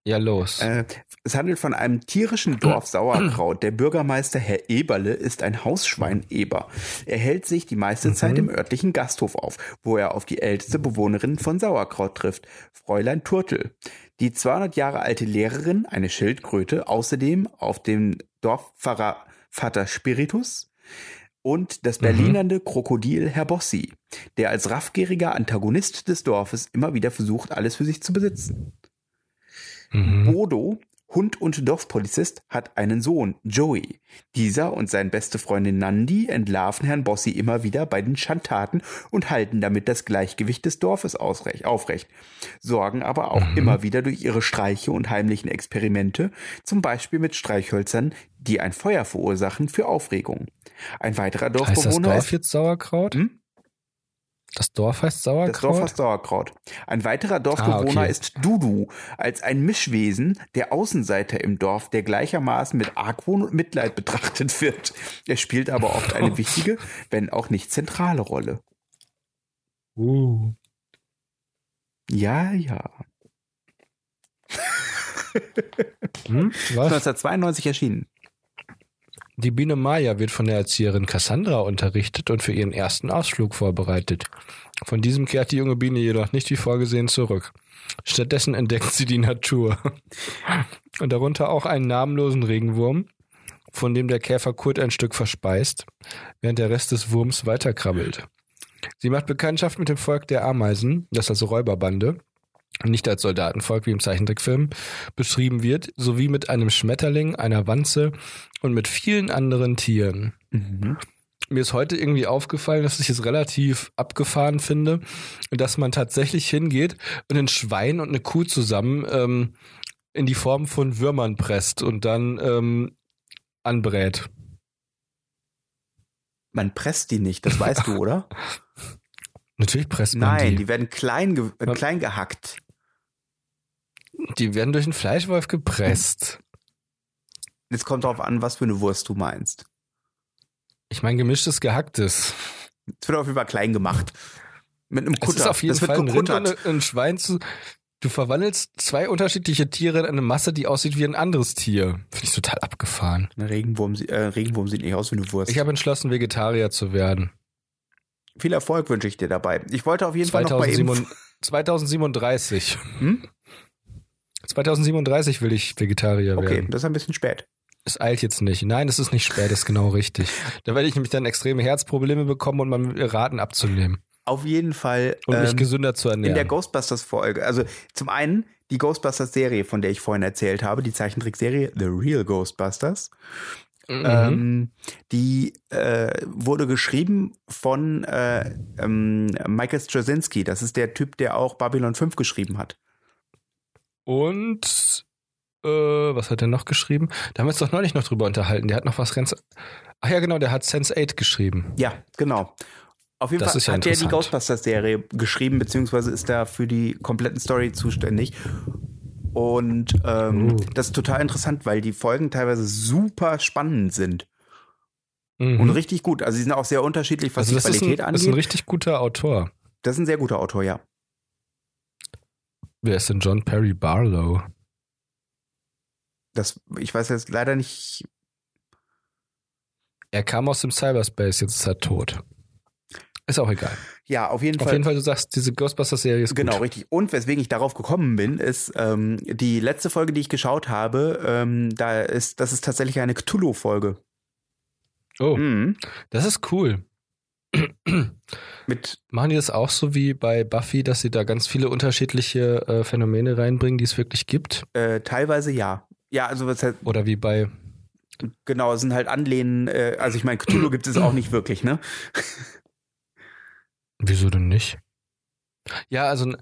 Speaker 1: ja, los.
Speaker 2: Äh, es handelt von einem tierischen Dorf Sauerkraut. Der Bürgermeister Herr Eberle ist ein Hausschweineber. Er hält sich die meiste Zeit im örtlichen Gasthof auf, wo er auf die älteste Bewohnerin von Sauerkraut trifft, Fräulein Turtel. Die 200 Jahre alte Lehrerin, eine Schildkröte, außerdem auf dem Dorfpfarrer Vater Spiritus und das berlinernde Krokodil Herr Bossi, der als raffgieriger Antagonist des Dorfes immer wieder versucht, alles für sich zu besitzen.
Speaker 1: mhm.
Speaker 2: Bodo, Hund und Dorfpolizist hat einen Sohn, Joey. Dieser und seine beste Freundin Nandi entlarven Herrn Bossi immer wieder bei den Schandtaten und halten damit das Gleichgewicht des Dorfes ausrecht, aufrecht, sorgen aber
Speaker 1: Mhm.
Speaker 2: auch immer wieder durch ihre Streiche und heimlichen Experimente, zum Beispiel mit Streichhölzern, die ein Feuer verursachen, für Aufregung. Ein weiterer
Speaker 1: Heißt das
Speaker 2: Dorfbewohner
Speaker 1: Dorf jetzt Sauerkraut?
Speaker 2: Hm?
Speaker 1: Das Dorf heißt
Speaker 2: Das Dorf
Speaker 1: Sauerkraut?
Speaker 2: heißt Sauerkraut. Ein weiterer Dorfbewohner
Speaker 1: Ah, okay.
Speaker 2: ist Dudu, als ein Mischwesen, der Außenseiter im Dorf, der gleichermaßen mit Argwohn und Mitleid betrachtet wird. Er spielt aber oft eine wichtige, wenn auch nicht zentrale Rolle.
Speaker 1: uh.
Speaker 2: Ja, ja.
Speaker 1: hm? Was?
Speaker 2: 1992 erschienen.
Speaker 1: Die Biene Maya wird von der Erzieherin Cassandra unterrichtet und für ihren ersten Ausflug vorbereitet. Von diesem kehrt die junge Biene jedoch nicht wie vorgesehen zurück. Stattdessen entdeckt sie die Natur. Und darunter auch einen namenlosen Regenwurm, von dem der Käfer Kurt ein Stück verspeist, während der Rest des Wurms weiterkrabbelt. Sie macht Bekanntschaft mit dem Volk der Ameisen, das als Räuberbande, nicht als Soldatenvolk wie im Zeichentrickfilm, beschrieben wird, sowie mit einem Schmetterling, einer Wanze und mit vielen anderen Tieren. Mhm. Mir ist heute irgendwie aufgefallen, dass ich es relativ abgefahren finde, dass man tatsächlich hingeht und ein Schwein und eine Kuh zusammen ähm, in die Form von Würmern presst und dann ähm, anbrät.
Speaker 2: Man presst die nicht, das weißt du, oder?
Speaker 1: Natürlich presst man
Speaker 2: Nein,
Speaker 1: die.
Speaker 2: die werden klein, ge äh,
Speaker 1: Man-
Speaker 2: klein gehackt.
Speaker 1: Die werden durch einen Fleischwolf gepresst.
Speaker 2: Jetzt kommt drauf an, was für eine Wurst du meinst.
Speaker 1: Ich meine, gemischtes Gehacktes.
Speaker 2: Es wird auf jeden Fall klein gemacht. Mit einem Kutter.
Speaker 1: Es ist auf jeden
Speaker 2: das
Speaker 1: Fall ein
Speaker 2: wird
Speaker 1: Rind und
Speaker 2: gekuttert.
Speaker 1: ein- ein Schwein zu. Du verwandelst zwei unterschiedliche Tiere in eine Masse, die aussieht wie ein anderes Tier. Finde ich total abgefahren.
Speaker 2: Ein Regenwurm, sie- äh, Regenwurm sieht nicht aus wie eine Wurst.
Speaker 1: Ich habe entschlossen, Vegetarier zu werden.
Speaker 2: Viel Erfolg wünsche ich dir dabei. Ich wollte auf jeden Fall noch bei ihm.
Speaker 1: 2007, 2037.
Speaker 2: Hm?
Speaker 1: 2037 will ich Vegetarier
Speaker 2: Okay,
Speaker 1: werden.
Speaker 2: das ist ein bisschen spät.
Speaker 1: Es eilt jetzt nicht. Nein, es ist nicht spät, es ist genau richtig. Da werde ich nämlich dann extreme Herzprobleme bekommen und man wird mir raten abzunehmen
Speaker 2: Auf jeden Fall
Speaker 1: und mich
Speaker 2: ähm,
Speaker 1: gesünder zu
Speaker 2: in der
Speaker 1: ernähren.
Speaker 2: Ghostbusters-Folge. Also zum einen die Ghostbusters-Serie, von der ich vorhin erzählt habe, die Zeichentrickserie The Real Ghostbusters.
Speaker 1: Mhm.
Speaker 2: Ähm, die äh, wurde geschrieben von äh, ähm, Michael Straczynski. Das ist der Typ, der auch Babylon 5 geschrieben hat.
Speaker 1: und äh, was hat er noch geschrieben? Da haben wir uns doch neulich noch drüber unterhalten. Der hat noch was ganz. Ach ja, genau, der hat Sense 8 geschrieben.
Speaker 2: Ja, genau. Auf jeden
Speaker 1: Das
Speaker 2: Fall
Speaker 1: ist ja
Speaker 2: hat er die
Speaker 1: interessant.
Speaker 2: Ghostbusters-Serie geschrieben, beziehungsweise ist da für die kompletten Story zuständig. Und ähm,
Speaker 1: Oh.
Speaker 2: das ist total interessant, weil die Folgen teilweise super spannend sind und
Speaker 1: Mhm.
Speaker 2: richtig gut. Also sie sind auch sehr unterschiedlich, was
Speaker 1: Also
Speaker 2: die
Speaker 1: das ist ein,
Speaker 2: Qualität
Speaker 1: das ist ein
Speaker 2: angeht.
Speaker 1: richtig guter Autor.
Speaker 2: das ist ein sehr guter Autor, ja.
Speaker 1: Wer ist denn John Perry Barlow?
Speaker 2: Das, ich weiß jetzt leider nicht.
Speaker 1: Er kam aus dem Cyberspace, jetzt ist er tot. Ist auch egal.
Speaker 2: Ja, auf jeden
Speaker 1: Auf
Speaker 2: Fall.
Speaker 1: jeden Fall, du sagst, diese Ghostbusters-Serie ist
Speaker 2: Genau,
Speaker 1: gut.
Speaker 2: richtig. Und weswegen ich darauf gekommen bin, ist ähm, die letzte Folge, die ich geschaut habe, ähm, da ist, das ist tatsächlich eine Cthulhu-Folge.
Speaker 1: Oh,
Speaker 2: Mhm.
Speaker 1: das ist cool.
Speaker 2: Mit
Speaker 1: Machen die das auch so wie bei Buffy, dass sie da ganz viele unterschiedliche äh, Phänomene reinbringen, die es wirklich gibt?
Speaker 2: Äh, teilweise ja. Ja, also was halt,
Speaker 1: Oder wie bei.
Speaker 2: genau, es sind halt Anlehnen, äh, also ich meine, Cthulhu gibt es auch nicht wirklich, ne?
Speaker 1: Wieso denn nicht? Ja, also. n-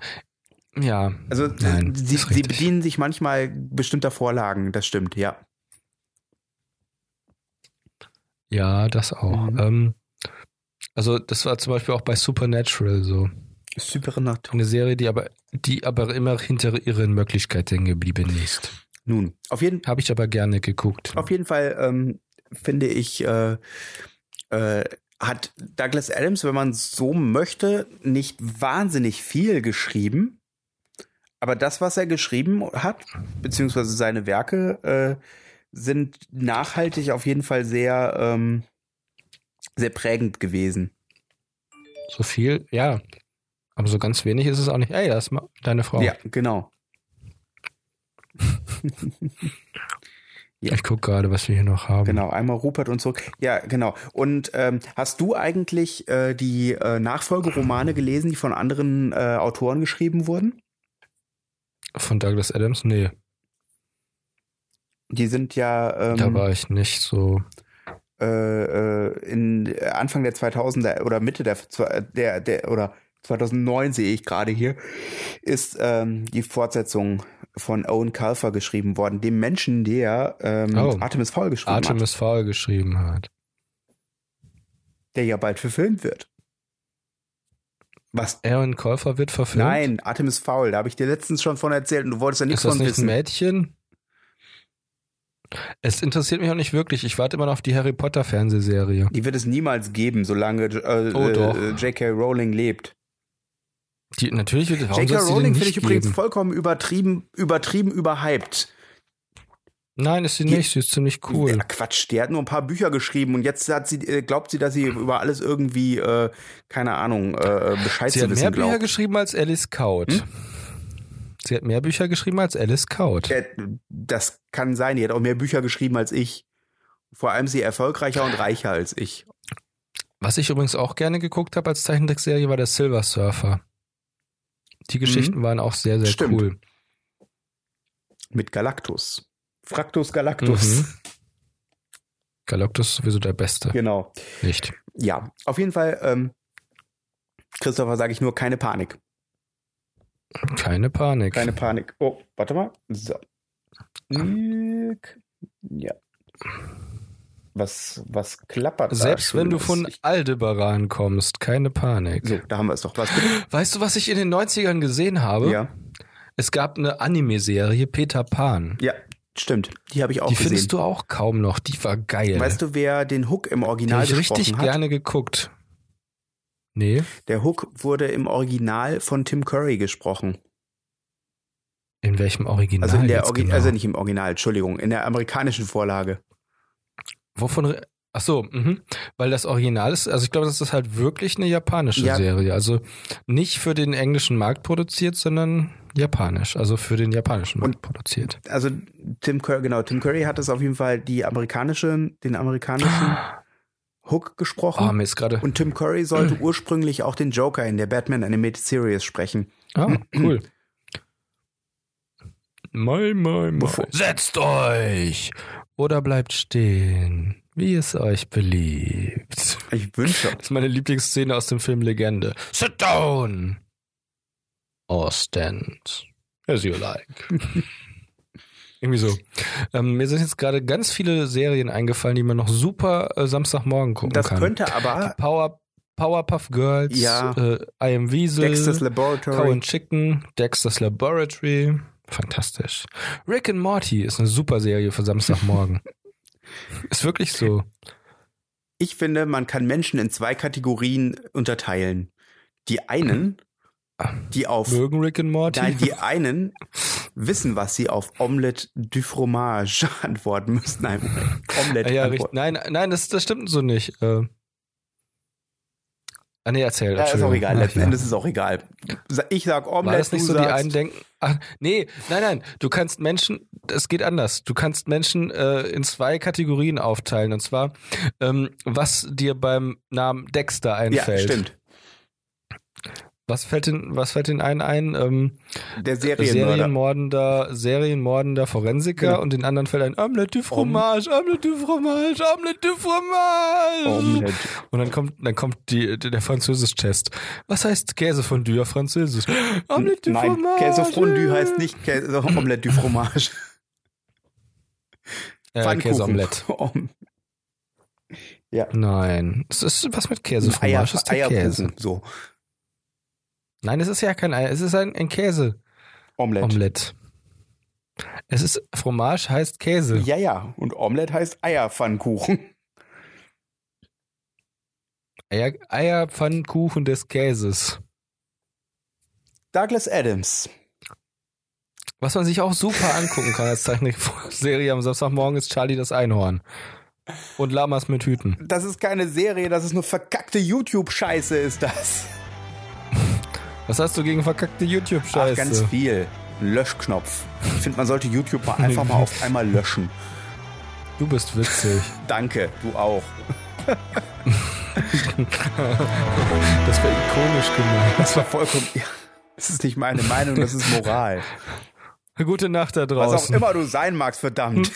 Speaker 1: Ja.
Speaker 2: Also äh,
Speaker 1: Nein,
Speaker 2: sie,
Speaker 1: ist
Speaker 2: sie
Speaker 1: richtig.
Speaker 2: bedienen sich manchmal bestimmter Vorlagen, das stimmt, ja.
Speaker 1: Ja, das auch.
Speaker 2: Mhm.
Speaker 1: Ähm, also, das war zum Beispiel auch bei Supernatural so.
Speaker 2: Super Natur.
Speaker 1: Eine Serie, die aber, die aber immer hinter ihren Möglichkeiten geblieben ist.
Speaker 2: Nun, auf jeden,
Speaker 1: Habe ich aber gerne geguckt.
Speaker 2: auf jeden Fall ähm, finde ich, äh, äh, hat Douglas Adams, wenn man so möchte, nicht wahnsinnig viel geschrieben. Aber das, was er geschrieben hat, beziehungsweise seine Werke, äh, sind nachhaltig auf jeden Fall sehr, ähm, sehr prägend gewesen.
Speaker 1: So viel, ja. Aber so ganz wenig ist es auch nicht. Ey, das ist ma- deine Frau.
Speaker 2: Ja, genau. ja.
Speaker 1: Ich gucke gerade, was wir hier noch haben.
Speaker 2: Genau, einmal Rupert und zurück. Ja, genau. Und ähm, hast du eigentlich äh, die äh, Nachfolgeromane gelesen, die von anderen äh, Autoren geschrieben wurden?
Speaker 1: Von Douglas Adams? Nee.
Speaker 2: Die sind ja
Speaker 1: da
Speaker 2: ähm,
Speaker 1: war ich nicht so.
Speaker 2: äh, äh, in Anfang der 2000er oder Mitte der, zwei- äh, der, der oder 2009 sehe ich gerade hier, ist ähm, die Fortsetzung von Owen Calfer geschrieben worden, dem Menschen, der ähm,
Speaker 1: Oh.
Speaker 2: Artemis Fowl geschrieben hat,
Speaker 1: Artemis Fowl geschrieben hat.
Speaker 2: der ja bald verfilmt wird. Was?
Speaker 1: Aaron Käufer wird verfilmt.
Speaker 2: Nein, Artemis Fowl, da habe ich dir letztens schon von erzählt und du wolltest ja nichts
Speaker 1: Ist das
Speaker 2: von
Speaker 1: nicht ein
Speaker 2: wissen.
Speaker 1: Mädchen? Es interessiert mich auch nicht wirklich. Ich warte immer noch auf die Harry Potter Fernsehserie.
Speaker 2: Die wird es niemals geben, solange äh,
Speaker 1: Oh,
Speaker 2: äh,
Speaker 1: doch.
Speaker 2: äh, J.K. Rowling lebt.
Speaker 1: Die, natürlich wird warum
Speaker 2: J.K.
Speaker 1: soll's die denn
Speaker 2: Rowling
Speaker 1: nicht
Speaker 2: finde ich übrigens
Speaker 1: geben?
Speaker 2: vollkommen übertrieben, übertrieben überhyped.
Speaker 1: Nein, ist sie
Speaker 2: Die-
Speaker 1: nicht. Sie ist ziemlich cool.
Speaker 2: Ja, Quatsch, die hat nur ein paar Bücher geschrieben und jetzt hat sie, äh, glaubt sie, dass sie über alles irgendwie, äh, keine Ahnung, äh, Bescheid
Speaker 1: Sie
Speaker 2: zu
Speaker 1: hat mehr Bücher
Speaker 2: wissen glaubt. Hm?
Speaker 1: geschrieben als Alice Kaut. Sie hat mehr Bücher geschrieben als Alice Kaut.
Speaker 2: Äh, Das kann sein, die hat auch mehr Bücher geschrieben als ich. Vor allem ist sie erfolgreicher und reicher als ich.
Speaker 1: Was ich übrigens auch gerne geguckt habe als Zeichentrickserie war der Silver Surfer. Die Geschichten waren auch sehr, sehr
Speaker 2: Mhm. Stimmt.
Speaker 1: cool.
Speaker 2: Mit Galactus. Fractus Galactus.
Speaker 1: Mhm. Galactus ist sowieso der Beste.
Speaker 2: Genau.
Speaker 1: Nicht.
Speaker 2: Ja, auf jeden Fall, ähm, Christopher, sage ich nur, keine Panik.
Speaker 1: Keine Panik.
Speaker 2: Keine Panik. Oh, warte mal. So. Nick. Ja. Was, was klappert da
Speaker 1: Selbst wenn du
Speaker 2: Schönes?
Speaker 1: von
Speaker 2: Ich-
Speaker 1: Aldebaran kommst, keine Panik.
Speaker 2: So, da haben wir es doch. Was
Speaker 1: Weißt du, was ich in den 90ern gesehen habe?
Speaker 2: ja,
Speaker 1: Es gab eine Anime-Serie, Peter Pan.
Speaker 2: ja, stimmt. Die habe ich auch
Speaker 1: die
Speaker 2: gesehen.
Speaker 1: findest du auch kaum noch. Die war geil.
Speaker 2: weißt du, wer den Hook im
Speaker 1: die
Speaker 2: Original
Speaker 1: habe ich
Speaker 2: gesprochen
Speaker 1: richtig
Speaker 2: hat?
Speaker 1: gerne geguckt. Nee,
Speaker 2: Der Hook wurde im Original von Tim Curry gesprochen.
Speaker 1: in welchem Original?
Speaker 2: Also in der
Speaker 1: jetzt
Speaker 2: Orgi
Speaker 1: genau?
Speaker 2: also nicht im Original, Entschuldigung, in der amerikanischen Vorlage.
Speaker 1: Wovon? re- Ach so, mhm. weil das Original ist, also ich glaube, das ist halt wirklich eine japanische
Speaker 2: Ja.
Speaker 1: Serie. Also nicht für den englischen Markt produziert, sondern japanisch. Also für den japanischen Markt produziert.
Speaker 2: Also Tim Curry, genau, Tim Curry hat es auf jeden Fall die amerikanische, den amerikanischen
Speaker 1: Ah.
Speaker 2: Hook gesprochen.
Speaker 1: Oh, mir ist gerade.
Speaker 2: Und Tim Curry sollte ursprünglich auch den Joker in der Batman Animated Series sprechen.
Speaker 1: Ah, cool. Moi, moi, moi.
Speaker 2: Bevor-
Speaker 1: Setzt euch! Oder bleibt stehen, wie es euch beliebt.
Speaker 2: Ich wünsche.
Speaker 1: Das ist meine Lieblingsszene aus dem Film Legende. Sit down! Or stand. As you like. Irgendwie so. Ähm, mir sind jetzt gerade ganz viele Serien eingefallen, die man noch super äh, Samstagmorgen gucken
Speaker 2: Das
Speaker 1: kann.
Speaker 2: könnte
Speaker 1: Die
Speaker 2: aber
Speaker 1: Power, Powerpuff Girls,
Speaker 2: Ja.
Speaker 1: äh, I Am Wiesel,
Speaker 2: Dexter's
Speaker 1: Cow
Speaker 2: Laboratory.
Speaker 1: and Chicken, Dexter's Laboratory. Fantastisch. Rick and Morty ist eine super Serie für Samstagmorgen. ist wirklich so.
Speaker 2: Ich finde, man kann Menschen in zwei Kategorien unterteilen. Die einen, die auf
Speaker 1: Mögen Rick and Morty?
Speaker 2: Nein, die einen wissen, was sie auf Omelette du fromage antworten müssen. Nein, Omelette
Speaker 1: Äh, ja, richtig.
Speaker 2: antworten.
Speaker 1: Nein, nein, das, das stimmt so nicht. Äh, ah, nee, erzähl.
Speaker 2: Ja, ist auch
Speaker 1: Entschuldigung.
Speaker 2: egal.
Speaker 1: Ach,
Speaker 2: Letzten
Speaker 1: ja.
Speaker 2: Endes ist es auch egal. Ich sag
Speaker 1: War
Speaker 2: Omelette,
Speaker 1: das nicht
Speaker 2: du
Speaker 1: so, die
Speaker 2: sagst,
Speaker 1: einen denken, ach, nee, nein, nein, du kannst Menschen, es geht anders, du kannst Menschen äh, in zwei Kategorien aufteilen und zwar, ähm, was dir beim Namen Dexter
Speaker 2: ja,
Speaker 1: einfällt.
Speaker 2: stimmt.
Speaker 1: Was fällt den, was fällt den einen ein? Ähm,
Speaker 2: Der Serienmörder.
Speaker 1: Serienmordender, Serienmordender Forensiker
Speaker 2: Genau.
Speaker 1: und den anderen fällt ein Omelette du Fromage, Omelette du Fromage, Omelette du Fromage.
Speaker 2: Omelette.
Speaker 1: Und dann kommt, dann kommt die, der Französisch-Test. Was heißt Käsefondue auf Französisch? Omelette du
Speaker 2: Nein,
Speaker 1: Fromage.
Speaker 2: Käse Fondue heißt nicht Käse Omelette du Fromage.
Speaker 1: äh, Käseomelette.
Speaker 2: Om-
Speaker 1: Nein, es ist was mit Käsefromage.
Speaker 2: Eier,
Speaker 1: es ist der Also Käse.
Speaker 2: Eierkuchen. So,
Speaker 1: Nein, es ist ja kein Ei, es ist ein, ein Käse-Omelette.
Speaker 2: Omelette.
Speaker 1: Es ist, Fromage heißt Käse.
Speaker 2: Ja, ja. Und Omelette heißt Eierpfannkuchen.
Speaker 1: Eier, Eierpfannkuchen des Käses.
Speaker 2: Douglas Adams.
Speaker 1: Was man sich auch super angucken kann als Zeichentrickserie am Samstagmorgen ist Charlie das Einhorn. Und Lamas mit Hüten.
Speaker 2: Das ist keine Serie, das ist nur verkackte YouTube-Scheiße, ist das.
Speaker 1: Was hast du gegen verkackte
Speaker 2: Ach, ganz
Speaker 1: YouTube-Scheiße?
Speaker 2: viel. Löschknopf. Ich finde, man sollte YouTube mal einfach mal auf einmal löschen.
Speaker 1: Du bist witzig.
Speaker 2: Danke, du auch.
Speaker 1: Das wäre ikonisch gemacht.
Speaker 2: Das war vollkommen. Ja, das ist nicht meine Meinung, das ist Moral.
Speaker 1: Gute Nacht da
Speaker 2: Was auch
Speaker 1: draußen.
Speaker 2: immer du sein magst, verdammt.